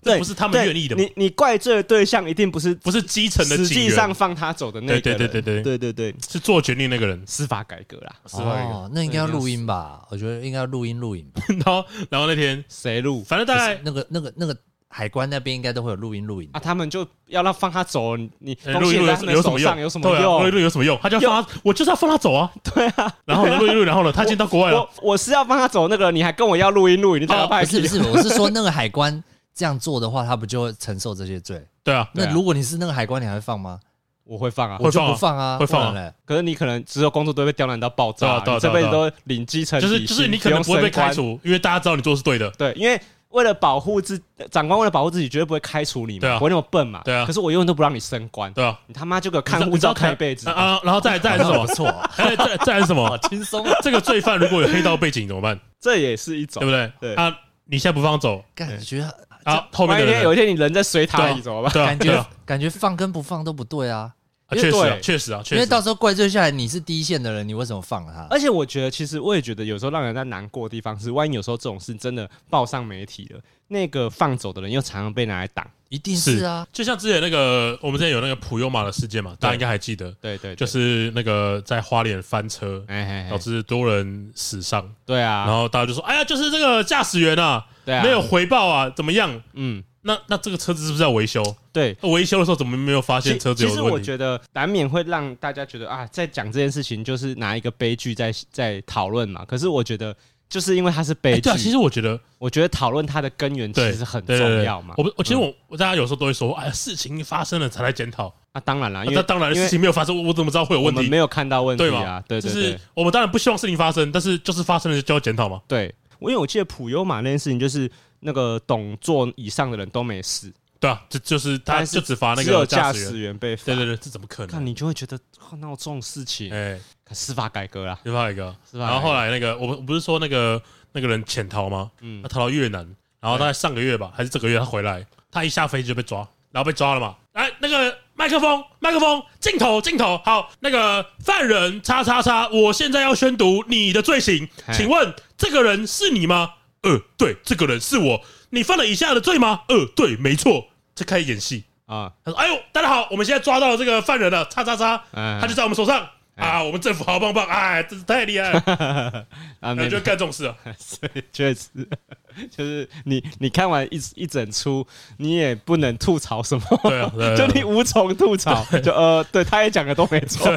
[SPEAKER 2] 对
[SPEAKER 3] 这不是他们愿意的嘛
[SPEAKER 2] 对，你你怪罪的对象一定不是
[SPEAKER 3] 不是基层的
[SPEAKER 2] 实
[SPEAKER 3] 警
[SPEAKER 2] 际
[SPEAKER 3] 员
[SPEAKER 2] 上，放他走的那个
[SPEAKER 3] 对
[SPEAKER 2] 人，
[SPEAKER 3] 对对对对对，
[SPEAKER 2] 对对对，
[SPEAKER 3] 是做决定那个人。
[SPEAKER 2] 司法改革啦，
[SPEAKER 3] 啊
[SPEAKER 1] 哦，那应该要录音吧？我觉得应该要录音录影吧。
[SPEAKER 3] 然后然后那天
[SPEAKER 2] 谁录
[SPEAKER 3] 反正大概
[SPEAKER 1] 就是那个那个那个海关那边应该都会有录音录影
[SPEAKER 2] 啊？他们就要让放他走，你你
[SPEAKER 3] 呃
[SPEAKER 2] 东
[SPEAKER 3] 录一
[SPEAKER 2] 西
[SPEAKER 3] 录
[SPEAKER 2] 在他们
[SPEAKER 3] 有什
[SPEAKER 2] 手
[SPEAKER 3] 么
[SPEAKER 2] 上
[SPEAKER 3] 用？
[SPEAKER 2] 有什么
[SPEAKER 3] 对啊录一
[SPEAKER 2] 用？
[SPEAKER 3] 录有什么用？他就要放他，我就是要放他走啊！
[SPEAKER 2] 对啊，
[SPEAKER 3] 然后呢，录一录，然后呢，他已经到国外了
[SPEAKER 2] 我，我是要放他走那个，你还跟我要录音录影，你打到
[SPEAKER 3] 哦
[SPEAKER 2] 拍
[SPEAKER 1] 不是不是，我是说那个海关这样做的话，他不就会承受这些罪？
[SPEAKER 3] 对啊，
[SPEAKER 2] 对啊
[SPEAKER 1] 那如果你是那个海关，你还会放吗？
[SPEAKER 2] 我会放啊，
[SPEAKER 3] 会
[SPEAKER 1] 我就
[SPEAKER 3] 放啊
[SPEAKER 1] 不放啊，
[SPEAKER 3] 会放啊
[SPEAKER 1] 不然嘞。
[SPEAKER 2] 可是你可能只有工作都会被刁难到爆炸、
[SPEAKER 3] 对啊对啊
[SPEAKER 2] 你这辈子
[SPEAKER 3] 对
[SPEAKER 2] 都领基层
[SPEAKER 3] 就
[SPEAKER 2] 底薪，
[SPEAKER 3] 是就是你可能不会被
[SPEAKER 2] 用升官
[SPEAKER 3] 开，除，因为大家知道你做的是对的，
[SPEAKER 2] 对，因为为了保护自长官，为了保护自己，绝对不会开除你嘛，
[SPEAKER 3] 对啊
[SPEAKER 2] 不会那么笨嘛，
[SPEAKER 3] 对啊
[SPEAKER 2] 可是我永远都不让你升官，
[SPEAKER 3] 对啊。
[SPEAKER 2] 你他妈就给我
[SPEAKER 3] 你知
[SPEAKER 2] 看
[SPEAKER 3] 道
[SPEAKER 2] 护照
[SPEAKER 3] 你知道
[SPEAKER 2] 看一辈子
[SPEAKER 3] 啊！啊然后再来再来是什
[SPEAKER 1] 好像
[SPEAKER 3] 么
[SPEAKER 1] 不？错哦，
[SPEAKER 3] 哎，再再来是什么
[SPEAKER 1] 好？轻松哦。
[SPEAKER 3] 这个罪犯如果有黑道背景怎么办？
[SPEAKER 2] 这也是一种
[SPEAKER 3] 对不。对？
[SPEAKER 2] 对
[SPEAKER 3] 啊，你现在不放走
[SPEAKER 1] 感觉
[SPEAKER 3] 啊，后面
[SPEAKER 2] 万
[SPEAKER 3] 的
[SPEAKER 2] 一天
[SPEAKER 3] 人
[SPEAKER 2] 有一天你人在水
[SPEAKER 3] 对
[SPEAKER 2] 塔
[SPEAKER 3] 啊
[SPEAKER 2] 里怎么办？
[SPEAKER 3] 对啊，
[SPEAKER 1] 感
[SPEAKER 3] 对
[SPEAKER 1] 觉
[SPEAKER 3] 啊，
[SPEAKER 1] 感觉放跟不放都不对啊，
[SPEAKER 3] 啊确实啊
[SPEAKER 2] 对
[SPEAKER 3] 确实啊，
[SPEAKER 1] 因
[SPEAKER 3] 确
[SPEAKER 1] 为
[SPEAKER 3] 实啊
[SPEAKER 1] 到时候怪罪下来你是第一线的人，你为什么放 他？
[SPEAKER 2] 而且我觉得，其实我也觉得，有时候让人家难过的地方是，万一有时候这种事真的报上媒体了，那个放走的人又常常被拿来挡。
[SPEAKER 1] 一定是啊，
[SPEAKER 3] 就像之前那个我们之前有那个普悠玛的事件嘛，大家应该还记得，
[SPEAKER 2] 对对，
[SPEAKER 3] 就，是那个在花莲翻车，
[SPEAKER 2] 哎哎，
[SPEAKER 3] 导
[SPEAKER 2] 哎
[SPEAKER 3] 致多人死伤，
[SPEAKER 2] 对啊，
[SPEAKER 3] 然后大家就说：“哎呀，就是这个驾驶员啊，
[SPEAKER 2] 对啊，
[SPEAKER 3] 没有，回报啊，怎么样？
[SPEAKER 2] 嗯，
[SPEAKER 3] 那那这个车子是不是要维修？
[SPEAKER 2] 对。
[SPEAKER 3] 那维修的时候怎么没有发现
[SPEAKER 2] 其
[SPEAKER 3] 车子
[SPEAKER 2] 其
[SPEAKER 3] 有
[SPEAKER 2] 实
[SPEAKER 3] 问
[SPEAKER 2] 我
[SPEAKER 3] 题？
[SPEAKER 2] 觉得难免会让大家觉得啊，在讲这件事情就是拿一个悲剧在在讨论嘛。可是我觉得，就是因为它是悲
[SPEAKER 3] 哎，
[SPEAKER 2] 剧
[SPEAKER 3] 对啊，，其实我觉得
[SPEAKER 2] 我觉得讨论它的根源其
[SPEAKER 3] 对
[SPEAKER 2] 实很
[SPEAKER 3] 对对
[SPEAKER 2] 重
[SPEAKER 3] 对
[SPEAKER 2] 要嘛嗯
[SPEAKER 3] 我。不，我其实我我大家有时候都会说：哎呀，事情发生了才来检讨。
[SPEAKER 2] 那啊当然啦，因
[SPEAKER 3] 那
[SPEAKER 2] 为
[SPEAKER 3] 当然，
[SPEAKER 2] 因为
[SPEAKER 3] 事情没有发生，我我怎么知道会有
[SPEAKER 2] 我
[SPEAKER 3] 问
[SPEAKER 2] 们
[SPEAKER 3] 题
[SPEAKER 2] 没？有看到问题
[SPEAKER 3] 对
[SPEAKER 2] 啊
[SPEAKER 3] 嘛，
[SPEAKER 2] 对
[SPEAKER 3] 就
[SPEAKER 2] 对
[SPEAKER 3] 是
[SPEAKER 2] 对。
[SPEAKER 3] 我们当然不希望事情发生，但是就是发生了就要检讨嘛。
[SPEAKER 2] 对，我因为我记得普悠玛那件事情，就是那个董座以上的人都没事，
[SPEAKER 3] 对啊，这就是他
[SPEAKER 2] 但是
[SPEAKER 3] 就只罚那
[SPEAKER 2] 只有
[SPEAKER 3] 个
[SPEAKER 2] 驾
[SPEAKER 3] 驾驶
[SPEAKER 2] 驶
[SPEAKER 3] 员。
[SPEAKER 2] 员被罚。
[SPEAKER 3] 对对对，这怎么可能
[SPEAKER 2] 看？你就会觉得哇闹这种事情，
[SPEAKER 3] 哎，
[SPEAKER 2] 司法改革啦，啊
[SPEAKER 3] 又怕一个，
[SPEAKER 2] 是吧
[SPEAKER 3] 然后后来那个，我不我不是说那个那个人潜逃吗？
[SPEAKER 2] 嗯
[SPEAKER 3] 他逃到越南，然后大概上个月吧，还是这个月他回来，他一下飞机就被抓，然后被抓了嘛。来，那个麦克风，麦克风，镜头，镜头，好，那个犯人叉叉叉，我现在要宣读你的罪行，
[SPEAKER 2] 嘿
[SPEAKER 3] 请问这个人是你吗？呃，对，这个人是我。你犯了以下的罪吗？呃，对，没错。这开始演戏，
[SPEAKER 2] 啊，
[SPEAKER 3] 他说：“哎呦，大家好，我们现在抓到这个犯人了，叉叉叉，
[SPEAKER 2] 嗯
[SPEAKER 3] 他就在我们手上啊，我们政府好棒棒，哎，真是太厉害了。”
[SPEAKER 2] 啊，
[SPEAKER 3] 然
[SPEAKER 2] 没
[SPEAKER 3] 后就干这 种事啊，
[SPEAKER 2] 所以确实， 就是你你看完一一整出，你也不能吐槽什么，
[SPEAKER 3] 对啊 对啊
[SPEAKER 2] 就你无从吐槽，就呃，对，他也讲的都没 错，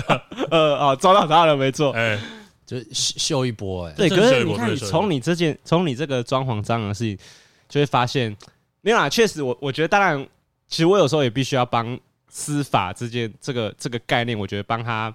[SPEAKER 2] 呃啊，抓到他了没错，
[SPEAKER 3] 哎，
[SPEAKER 1] 就秀秀一波哎。
[SPEAKER 2] 对，
[SPEAKER 3] 这是
[SPEAKER 2] 可
[SPEAKER 3] 效
[SPEAKER 2] 是
[SPEAKER 3] 率
[SPEAKER 2] 你
[SPEAKER 3] 我
[SPEAKER 2] 看，
[SPEAKER 3] 这
[SPEAKER 2] 你
[SPEAKER 3] 是效率
[SPEAKER 2] 从你这件，从你这个装潢蟑螂的事情，就会发现，没有啦，确实我，我觉得，当然，其实我有时候也必须要帮司法这件这个这个概念，我觉得帮他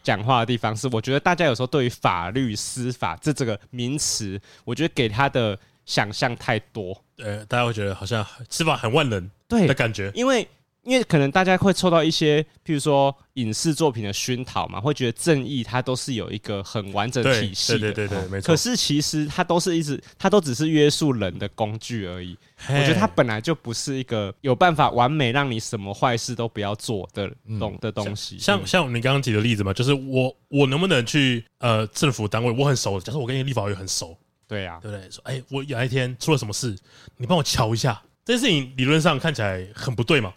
[SPEAKER 2] 讲话的地方是，我觉得大家有时候对于法律、司法这这个名词，我觉得给他的想象太多，
[SPEAKER 3] 呃，大家会觉得好像司法很万能
[SPEAKER 2] 对
[SPEAKER 3] 的感觉，
[SPEAKER 2] 因为因为可能大家会受到一些，譬如说影视作品的熏陶嘛，会觉得正义它都是有一个很完整
[SPEAKER 3] 对
[SPEAKER 2] 体系的，哦
[SPEAKER 3] 对对对对，没错
[SPEAKER 2] 可。是其实它都是一直，它都只是约束人的工具而已。我觉得它本来就不是一个有办法完美让你什么坏事都不要做的懂的东西。
[SPEAKER 3] 像像你刚刚举的例子嘛，就是我我能不能去呃政府单位，我很熟，假设我跟立法委员很熟，
[SPEAKER 2] 对啊，
[SPEAKER 3] 对不对？说哎，我有一天出了什么事，你帮我瞧一下。这件事情理论上看起来很不对嘛，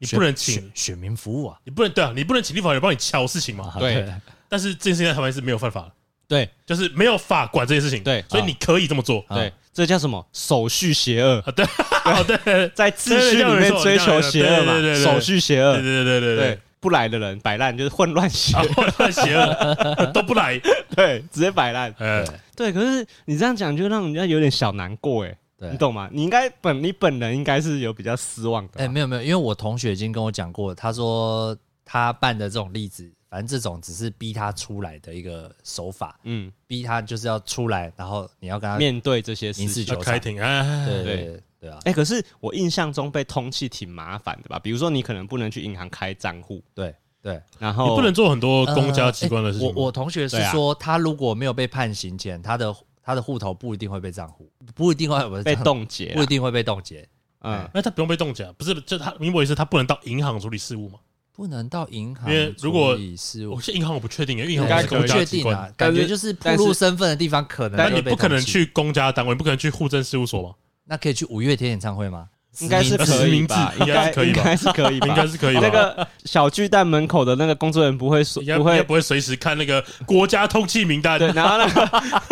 [SPEAKER 3] 你
[SPEAKER 1] 选
[SPEAKER 3] 不能
[SPEAKER 1] 选
[SPEAKER 3] 请，
[SPEAKER 1] 选民服务啊！
[SPEAKER 3] 你不能对啊，你不能请立法委员帮你瞧事情嘛。
[SPEAKER 1] 啊
[SPEAKER 2] 对
[SPEAKER 3] 但是这件事情在台湾是没有犯法的，
[SPEAKER 2] 对
[SPEAKER 3] 就是没有法管这件事情，
[SPEAKER 2] 对
[SPEAKER 3] 所以你可以这么做。
[SPEAKER 1] 啊
[SPEAKER 2] 对，这叫什么手续邪 恶？
[SPEAKER 3] 啊，对， 哦，对，对
[SPEAKER 2] 在秩序里面追求邪恶嘛
[SPEAKER 3] 对对对对，对
[SPEAKER 2] 手续邪恶
[SPEAKER 3] 对。对对
[SPEAKER 2] 对
[SPEAKER 3] 对 对，，
[SPEAKER 2] 不来的人摆烂就是混乱邪
[SPEAKER 3] 啊
[SPEAKER 2] 恶，，
[SPEAKER 3] 混乱邪恶都不来，
[SPEAKER 2] 对，直接摆烂。
[SPEAKER 3] 哎，
[SPEAKER 2] 对，可是你这样讲就让人家有点小难过哎，
[SPEAKER 1] 对
[SPEAKER 2] 你懂吗？你应该本你本人应该是有比较失望的吧。
[SPEAKER 1] 哎，没有没有，因为我同学已经跟我讲过，他说他办的这种例子反正这种只是逼他出来的一个手法，
[SPEAKER 2] 嗯，
[SPEAKER 1] 逼他就是要出来，然后你要跟他
[SPEAKER 2] 面对这些事
[SPEAKER 1] 民事
[SPEAKER 2] 情。
[SPEAKER 1] 纠
[SPEAKER 3] 要
[SPEAKER 1] 球
[SPEAKER 3] 开庭哎，
[SPEAKER 1] 对对
[SPEAKER 2] 对
[SPEAKER 1] 对对啊，
[SPEAKER 2] 哎、可是我印象中被通气挺麻烦的吧？比如说你可能不能去银行开账户，
[SPEAKER 1] 对啊对。
[SPEAKER 2] 然
[SPEAKER 3] 你
[SPEAKER 2] 后
[SPEAKER 3] 不能做很多公家
[SPEAKER 1] 呃
[SPEAKER 3] 机关的事情
[SPEAKER 1] 欸
[SPEAKER 3] 吗。
[SPEAKER 1] 我我同学是
[SPEAKER 2] 对啊
[SPEAKER 1] 说，他如果没有被判刑前，他的他的户头不一定会被账户，不一定会不是
[SPEAKER 2] 被
[SPEAKER 1] 账户，
[SPEAKER 2] 冻结
[SPEAKER 1] 不
[SPEAKER 2] 啦
[SPEAKER 1] 一。定会被冻结，
[SPEAKER 2] 嗯，
[SPEAKER 3] 那他不用被冻结啊，不是？就他明白意思，他不能到银行处理事务嘛？
[SPEAKER 1] 不能到银行
[SPEAKER 3] 因为如果
[SPEAKER 1] 处理事务
[SPEAKER 3] 我，现在银行我不确定，因为
[SPEAKER 1] 对
[SPEAKER 3] 银行
[SPEAKER 2] 该
[SPEAKER 3] 是
[SPEAKER 2] 可
[SPEAKER 3] 公
[SPEAKER 1] 不
[SPEAKER 3] 家
[SPEAKER 1] 确
[SPEAKER 3] 机
[SPEAKER 1] 定
[SPEAKER 3] 关，
[SPEAKER 1] 啊，
[SPEAKER 2] 但
[SPEAKER 1] 感
[SPEAKER 2] 是
[SPEAKER 1] 觉就是铺
[SPEAKER 2] 但是
[SPEAKER 1] 路身份的地方可能，
[SPEAKER 3] 但你不可能，去公家单位，不可能去户政事务所嘛？
[SPEAKER 1] 那可以去五月天演唱会吗？
[SPEAKER 2] 应该是可以吧？
[SPEAKER 3] 实名制
[SPEAKER 2] 应
[SPEAKER 3] 应该
[SPEAKER 2] 该
[SPEAKER 3] 是可以吧
[SPEAKER 2] 应该是可以吧？
[SPEAKER 3] 应该是可以吧？
[SPEAKER 2] 啊那个小巨蛋门口的那个工作人员不会说
[SPEAKER 3] 应该
[SPEAKER 2] 不
[SPEAKER 3] 应该
[SPEAKER 2] 会
[SPEAKER 3] 不会随时看那个国家通缉名单，
[SPEAKER 2] 对，然后那个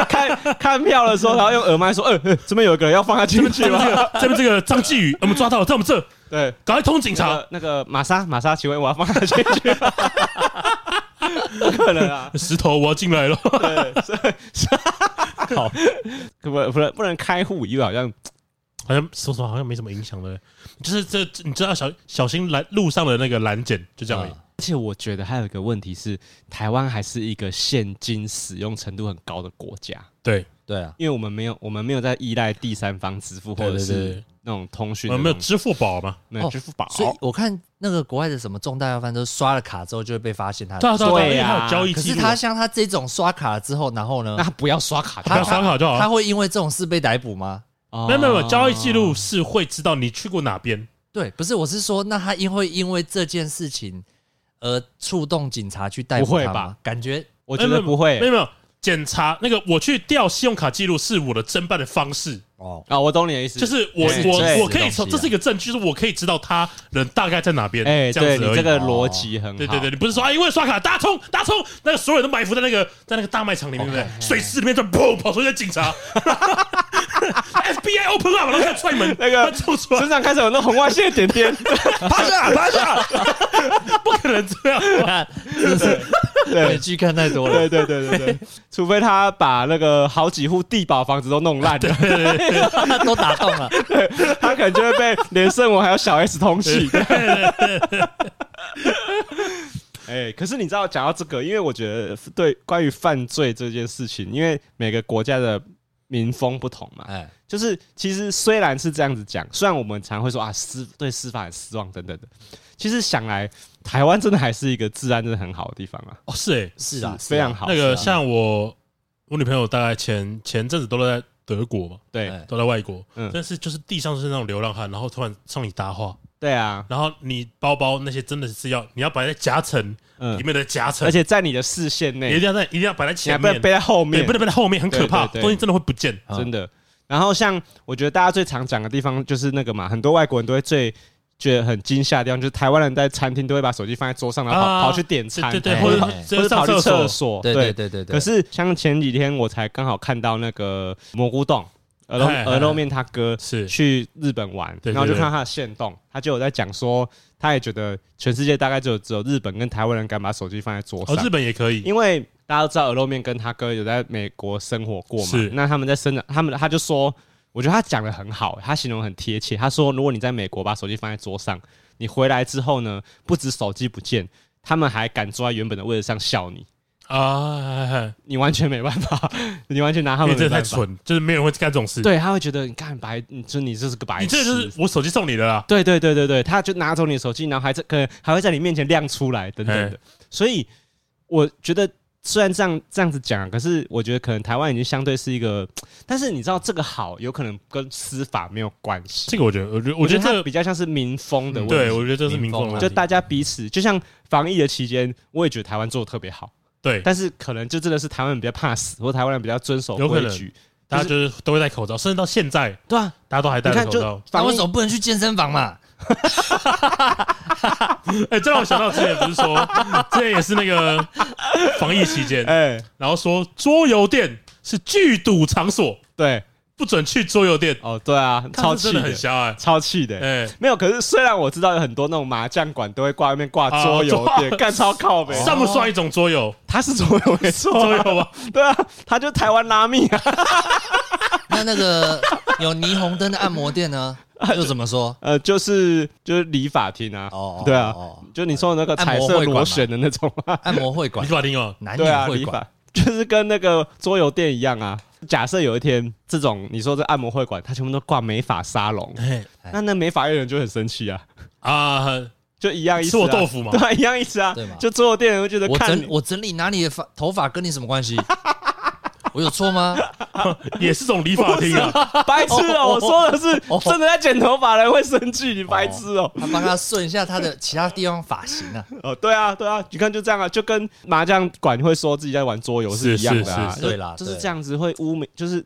[SPEAKER 2] 看看票的时候，然后用耳麦说：“呃，呃这边有一个人要放他进去吗
[SPEAKER 3] 这边这个张继宇，我们抓到了，在我们这，？”
[SPEAKER 2] 对，
[SPEAKER 3] 赶快通警
[SPEAKER 2] 那
[SPEAKER 3] 察。
[SPEAKER 2] 个那个玛莎玛莎，请问我要放他进去吗？ 不可能啊！
[SPEAKER 3] 石头，我要进来了。
[SPEAKER 2] 对，所以好，不 不能不能开户，又好像
[SPEAKER 3] 好像说实话，好像没什么影响的，就是这你知道小小心拦路上的那个拦检，就这样而已。
[SPEAKER 1] 嗯
[SPEAKER 2] 而且我觉得还有一个问题是，台湾还是一个现金使用程度很高的国家，
[SPEAKER 3] 对，
[SPEAKER 1] 对啊，
[SPEAKER 2] 因为我们没有我们没有在依赖第三方支付或者
[SPEAKER 3] 对对
[SPEAKER 2] 是
[SPEAKER 3] 对
[SPEAKER 2] 那种通讯
[SPEAKER 3] 我
[SPEAKER 2] 的那
[SPEAKER 3] 们没有
[SPEAKER 2] 种，
[SPEAKER 3] 支付宝嘛？
[SPEAKER 2] 没有
[SPEAKER 1] 哦
[SPEAKER 2] 支付宝，
[SPEAKER 1] 所以我看那个国外的什么重大要犯，都是刷了卡之后就会被发现他。
[SPEAKER 3] 对啊，对啊对啊，因
[SPEAKER 2] 对
[SPEAKER 3] 为
[SPEAKER 2] 啊
[SPEAKER 3] 它有交易
[SPEAKER 1] 可
[SPEAKER 3] 记
[SPEAKER 1] 是
[SPEAKER 3] 录。
[SPEAKER 1] 他像他这种刷卡了之后，然后呢
[SPEAKER 2] 那，他不要刷卡就
[SPEAKER 3] 不
[SPEAKER 1] 他
[SPEAKER 3] 要
[SPEAKER 2] 好，
[SPEAKER 3] 刷卡就好啊
[SPEAKER 1] 他哦
[SPEAKER 3] 了。
[SPEAKER 1] 会因为这种事被逮捕吗？
[SPEAKER 2] 哦
[SPEAKER 3] 没有没有没有，交易记录是会知道你去过哪边。
[SPEAKER 1] 对，不是，我是说，那他因会因为这件事情而触动警察去逮捕
[SPEAKER 2] 不会
[SPEAKER 1] 他
[SPEAKER 2] 吧
[SPEAKER 1] 吗？感觉
[SPEAKER 2] 我觉得不会
[SPEAKER 3] 没有没有，检查那个我去调信用卡记录是我的侦办的方式，
[SPEAKER 1] 哦，
[SPEAKER 2] 啊，我懂你的意思，
[SPEAKER 3] 哎就是我
[SPEAKER 2] 对
[SPEAKER 3] 我
[SPEAKER 2] 对
[SPEAKER 3] 我可以从
[SPEAKER 1] 对
[SPEAKER 3] 这啊是一个证据，就是我可以知道他人大概在哪边。
[SPEAKER 2] 哎，
[SPEAKER 3] 这样
[SPEAKER 2] 对
[SPEAKER 3] 子
[SPEAKER 2] 你
[SPEAKER 3] 而已
[SPEAKER 2] 这。个逻辑很好，
[SPEAKER 3] 对对对，你不是说啊，因为刷卡大冲大冲，那个所有人都埋伏在那个在那个大卖场里面，对不对？水池里面就砰跑出一个警 察，FBI open up，然后开始踹门，
[SPEAKER 2] 那个
[SPEAKER 3] 冲出来
[SPEAKER 2] 身，上开始有那红外线点 点，
[SPEAKER 3] 趴下趴下，不可能这样吧。
[SPEAKER 1] 看，真是美剧看太多了。
[SPEAKER 2] 对对对对对，除非他把那个好几户地保房子都弄烂了，
[SPEAKER 1] 他都打动 了。
[SPEAKER 2] 他可能就会被连胜文还有小 S 通 缉。哎，可是你知道，讲到这个，因为我觉得对关于犯罪这件事情，因为每个国家的民风不同嘛，
[SPEAKER 1] 哎，
[SPEAKER 2] 就是其实虽然是这样子讲，虽然我们常会说啊司对司法很失望等等的，其实想来台湾真的还是一个治安真的很好的地方啊，
[SPEAKER 3] 哦，是哎，
[SPEAKER 1] 是啊，
[SPEAKER 2] 非常
[SPEAKER 1] 好。
[SPEAKER 2] 好。
[SPEAKER 3] 那个像我我女朋友大概前前阵子都在德国嘛，
[SPEAKER 2] 对
[SPEAKER 1] 哎
[SPEAKER 3] 都在外国，
[SPEAKER 2] 嗯
[SPEAKER 3] 但是就是地上是那种流浪汉，然后突然冲你搭话，
[SPEAKER 2] 对啊，
[SPEAKER 3] 然后你包包那些真的是要你要摆在夹层
[SPEAKER 2] 嗯
[SPEAKER 3] 里，面的夹层
[SPEAKER 2] 而，且在你的视线
[SPEAKER 3] 你一
[SPEAKER 2] 内，
[SPEAKER 3] 定要在一定要摆在
[SPEAKER 2] 你还
[SPEAKER 3] 前
[SPEAKER 2] 不能
[SPEAKER 3] 面，
[SPEAKER 2] 背在后
[SPEAKER 3] 对，
[SPEAKER 2] 面，
[SPEAKER 3] 不能摆在后面，很可怕，
[SPEAKER 2] 对对对
[SPEAKER 3] 东西真的会不见。
[SPEAKER 1] 啊
[SPEAKER 2] 真的。然后像我觉得大家最常讲的地方就是那个嘛，很多外国人都会最觉得很惊吓的地方，就是台湾人在餐厅都会把手机放在桌上，然后跑、
[SPEAKER 3] 啊
[SPEAKER 2] 跑去点餐，
[SPEAKER 3] 对对对，
[SPEAKER 1] 哎
[SPEAKER 3] 或者
[SPEAKER 1] 哎
[SPEAKER 3] 是
[SPEAKER 2] 或
[SPEAKER 3] 直接
[SPEAKER 2] 者
[SPEAKER 3] 上
[SPEAKER 2] 跑去
[SPEAKER 3] 厕
[SPEAKER 2] 厕
[SPEAKER 3] 所，
[SPEAKER 2] 所。
[SPEAKER 1] 对对对对对。
[SPEAKER 2] 可是像前几天我才刚好看到那个蘑菇洞鹅肉
[SPEAKER 3] 哎哎
[SPEAKER 2] 鹅肉面他哥
[SPEAKER 3] 是
[SPEAKER 2] 去日本玩，
[SPEAKER 3] 对对
[SPEAKER 2] 然后就
[SPEAKER 3] 对
[SPEAKER 2] 看到他的线动，他就有在讲说，他也觉得全世界大概只有只有日本跟台湾人敢把手机放在桌
[SPEAKER 3] 哦，
[SPEAKER 2] 上
[SPEAKER 3] 日。本也可以，
[SPEAKER 2] 因为大家都知道鹅肉面跟他哥有在美国生活过嘛
[SPEAKER 3] 是，
[SPEAKER 2] 那他们在生长，他们他就说，我觉得他讲的很好，他形容很贴切。他说，如果你在美国把手机放在桌上，你回来之后呢，不止手机不见，他们还敢坐在原本的位置上笑你，
[SPEAKER 3] 啊，哎哎
[SPEAKER 2] 你完全没办法， 你完全拿他
[SPEAKER 3] 哎你
[SPEAKER 2] 们
[SPEAKER 3] 这
[SPEAKER 2] 没
[SPEAKER 3] 太
[SPEAKER 2] 办法。
[SPEAKER 3] 蠢，就是没有人会干这种事。，
[SPEAKER 2] 对，他会觉得你看白，你就你就是个白痴，
[SPEAKER 3] 你这就是我手机送你的啦。
[SPEAKER 2] 对对对对对，他就拿走你的手机，然后还在可能还会在你面前亮出来等等的。所以我觉得虽然这样这样子讲，啊可是我觉得可能台湾已经相对是一个，但是你知道这个好有可能跟司法没有关系。
[SPEAKER 3] 这个我觉得，我觉得，我觉得
[SPEAKER 2] 它
[SPEAKER 3] 这个嗯
[SPEAKER 2] 比较像是民风的问题，啊
[SPEAKER 3] 对，我觉得这是民风的问
[SPEAKER 2] 就
[SPEAKER 3] 题。
[SPEAKER 2] 大家彼此就像防疫的期间，我也觉得台湾做的特别好，
[SPEAKER 3] 对，
[SPEAKER 2] 但是可能就真的是台湾人比较怕死，或台湾人比较遵守
[SPEAKER 3] 有可
[SPEAKER 2] 规
[SPEAKER 3] 能
[SPEAKER 2] 矩，
[SPEAKER 3] 大家就是都会戴口罩，甚至到现在，
[SPEAKER 2] 对啊，
[SPEAKER 3] 大家都还
[SPEAKER 2] 你
[SPEAKER 3] 戴着
[SPEAKER 2] 看
[SPEAKER 3] 口
[SPEAKER 2] 就
[SPEAKER 3] 罩。
[SPEAKER 1] 那
[SPEAKER 2] 防
[SPEAKER 1] 为
[SPEAKER 2] 疫
[SPEAKER 1] 什么不能去健身房嘛？
[SPEAKER 3] 哎，这让我想到之前不是说， 之前也是那个防疫期间，
[SPEAKER 2] 哎，
[SPEAKER 3] 然后说桌游店是聚赌场所，
[SPEAKER 2] 对，
[SPEAKER 3] 不准去桌游店，
[SPEAKER 2] 哦，对啊，
[SPEAKER 3] 看
[SPEAKER 2] 超
[SPEAKER 3] 这
[SPEAKER 2] 气
[SPEAKER 3] 真的很瞎哎。
[SPEAKER 2] 超气的，
[SPEAKER 3] 哎，
[SPEAKER 2] 没有，可是虽然我知道有很多那种麻将馆都会挂外面挂桌游
[SPEAKER 3] 啊
[SPEAKER 2] 店，干超靠呗。
[SPEAKER 3] 哎上不算一种桌游，
[SPEAKER 2] 他是桌游没
[SPEAKER 3] 桌
[SPEAKER 2] 错
[SPEAKER 3] 游
[SPEAKER 2] 啊，
[SPEAKER 3] 吧？
[SPEAKER 2] 对啊，他就台湾拉面啊，
[SPEAKER 1] 那那个有霓虹灯的按摩店呢？又怎么说？
[SPEAKER 2] 呃，就是就是理发厅啊，
[SPEAKER 1] 哦，哦
[SPEAKER 2] 对啊，
[SPEAKER 1] 哦
[SPEAKER 2] 就你说的那个彩色螺旋的那种啊，
[SPEAKER 1] 按摩会
[SPEAKER 3] 你
[SPEAKER 1] 馆
[SPEAKER 3] 去，把听哦，
[SPEAKER 1] 男女
[SPEAKER 2] 对啊，
[SPEAKER 1] 会
[SPEAKER 2] 理
[SPEAKER 1] 馆，
[SPEAKER 2] 发就是跟那个桌游店一样啊。假设有一天这种你说这按摩会馆，它全部都挂美发沙龙，
[SPEAKER 1] 哎
[SPEAKER 3] 嘿
[SPEAKER 2] 那那美发业人就很生气啊，
[SPEAKER 3] 啊，
[SPEAKER 2] 就一样意思、
[SPEAKER 3] 吃
[SPEAKER 2] 啊，
[SPEAKER 3] 我豆腐嘛
[SPEAKER 2] 对、，啊，一样意思啊
[SPEAKER 1] 对嘛，
[SPEAKER 2] 就桌游店人会觉得
[SPEAKER 1] 我
[SPEAKER 2] 看
[SPEAKER 1] 整
[SPEAKER 2] 你，
[SPEAKER 1] 我整理哪里的发头发跟你什么关 系？我有错吗？
[SPEAKER 3] 也是种理发 厅啊，
[SPEAKER 2] 白痴哦、我说 的是
[SPEAKER 1] 哦
[SPEAKER 2] 真的在剪头发的人会生气，你白痴哦、
[SPEAKER 1] 他帮他顺一下他的其他地方发型 啊，
[SPEAKER 2] 哦，对啊，对啊，你看就这样啊，就跟麻将馆会说自己在玩桌游
[SPEAKER 3] 是
[SPEAKER 2] 一样的啊，
[SPEAKER 3] 是
[SPEAKER 1] 是
[SPEAKER 2] 就是
[SPEAKER 1] 对啦
[SPEAKER 2] 就是
[SPEAKER 1] 对
[SPEAKER 2] 这样子会污名，就是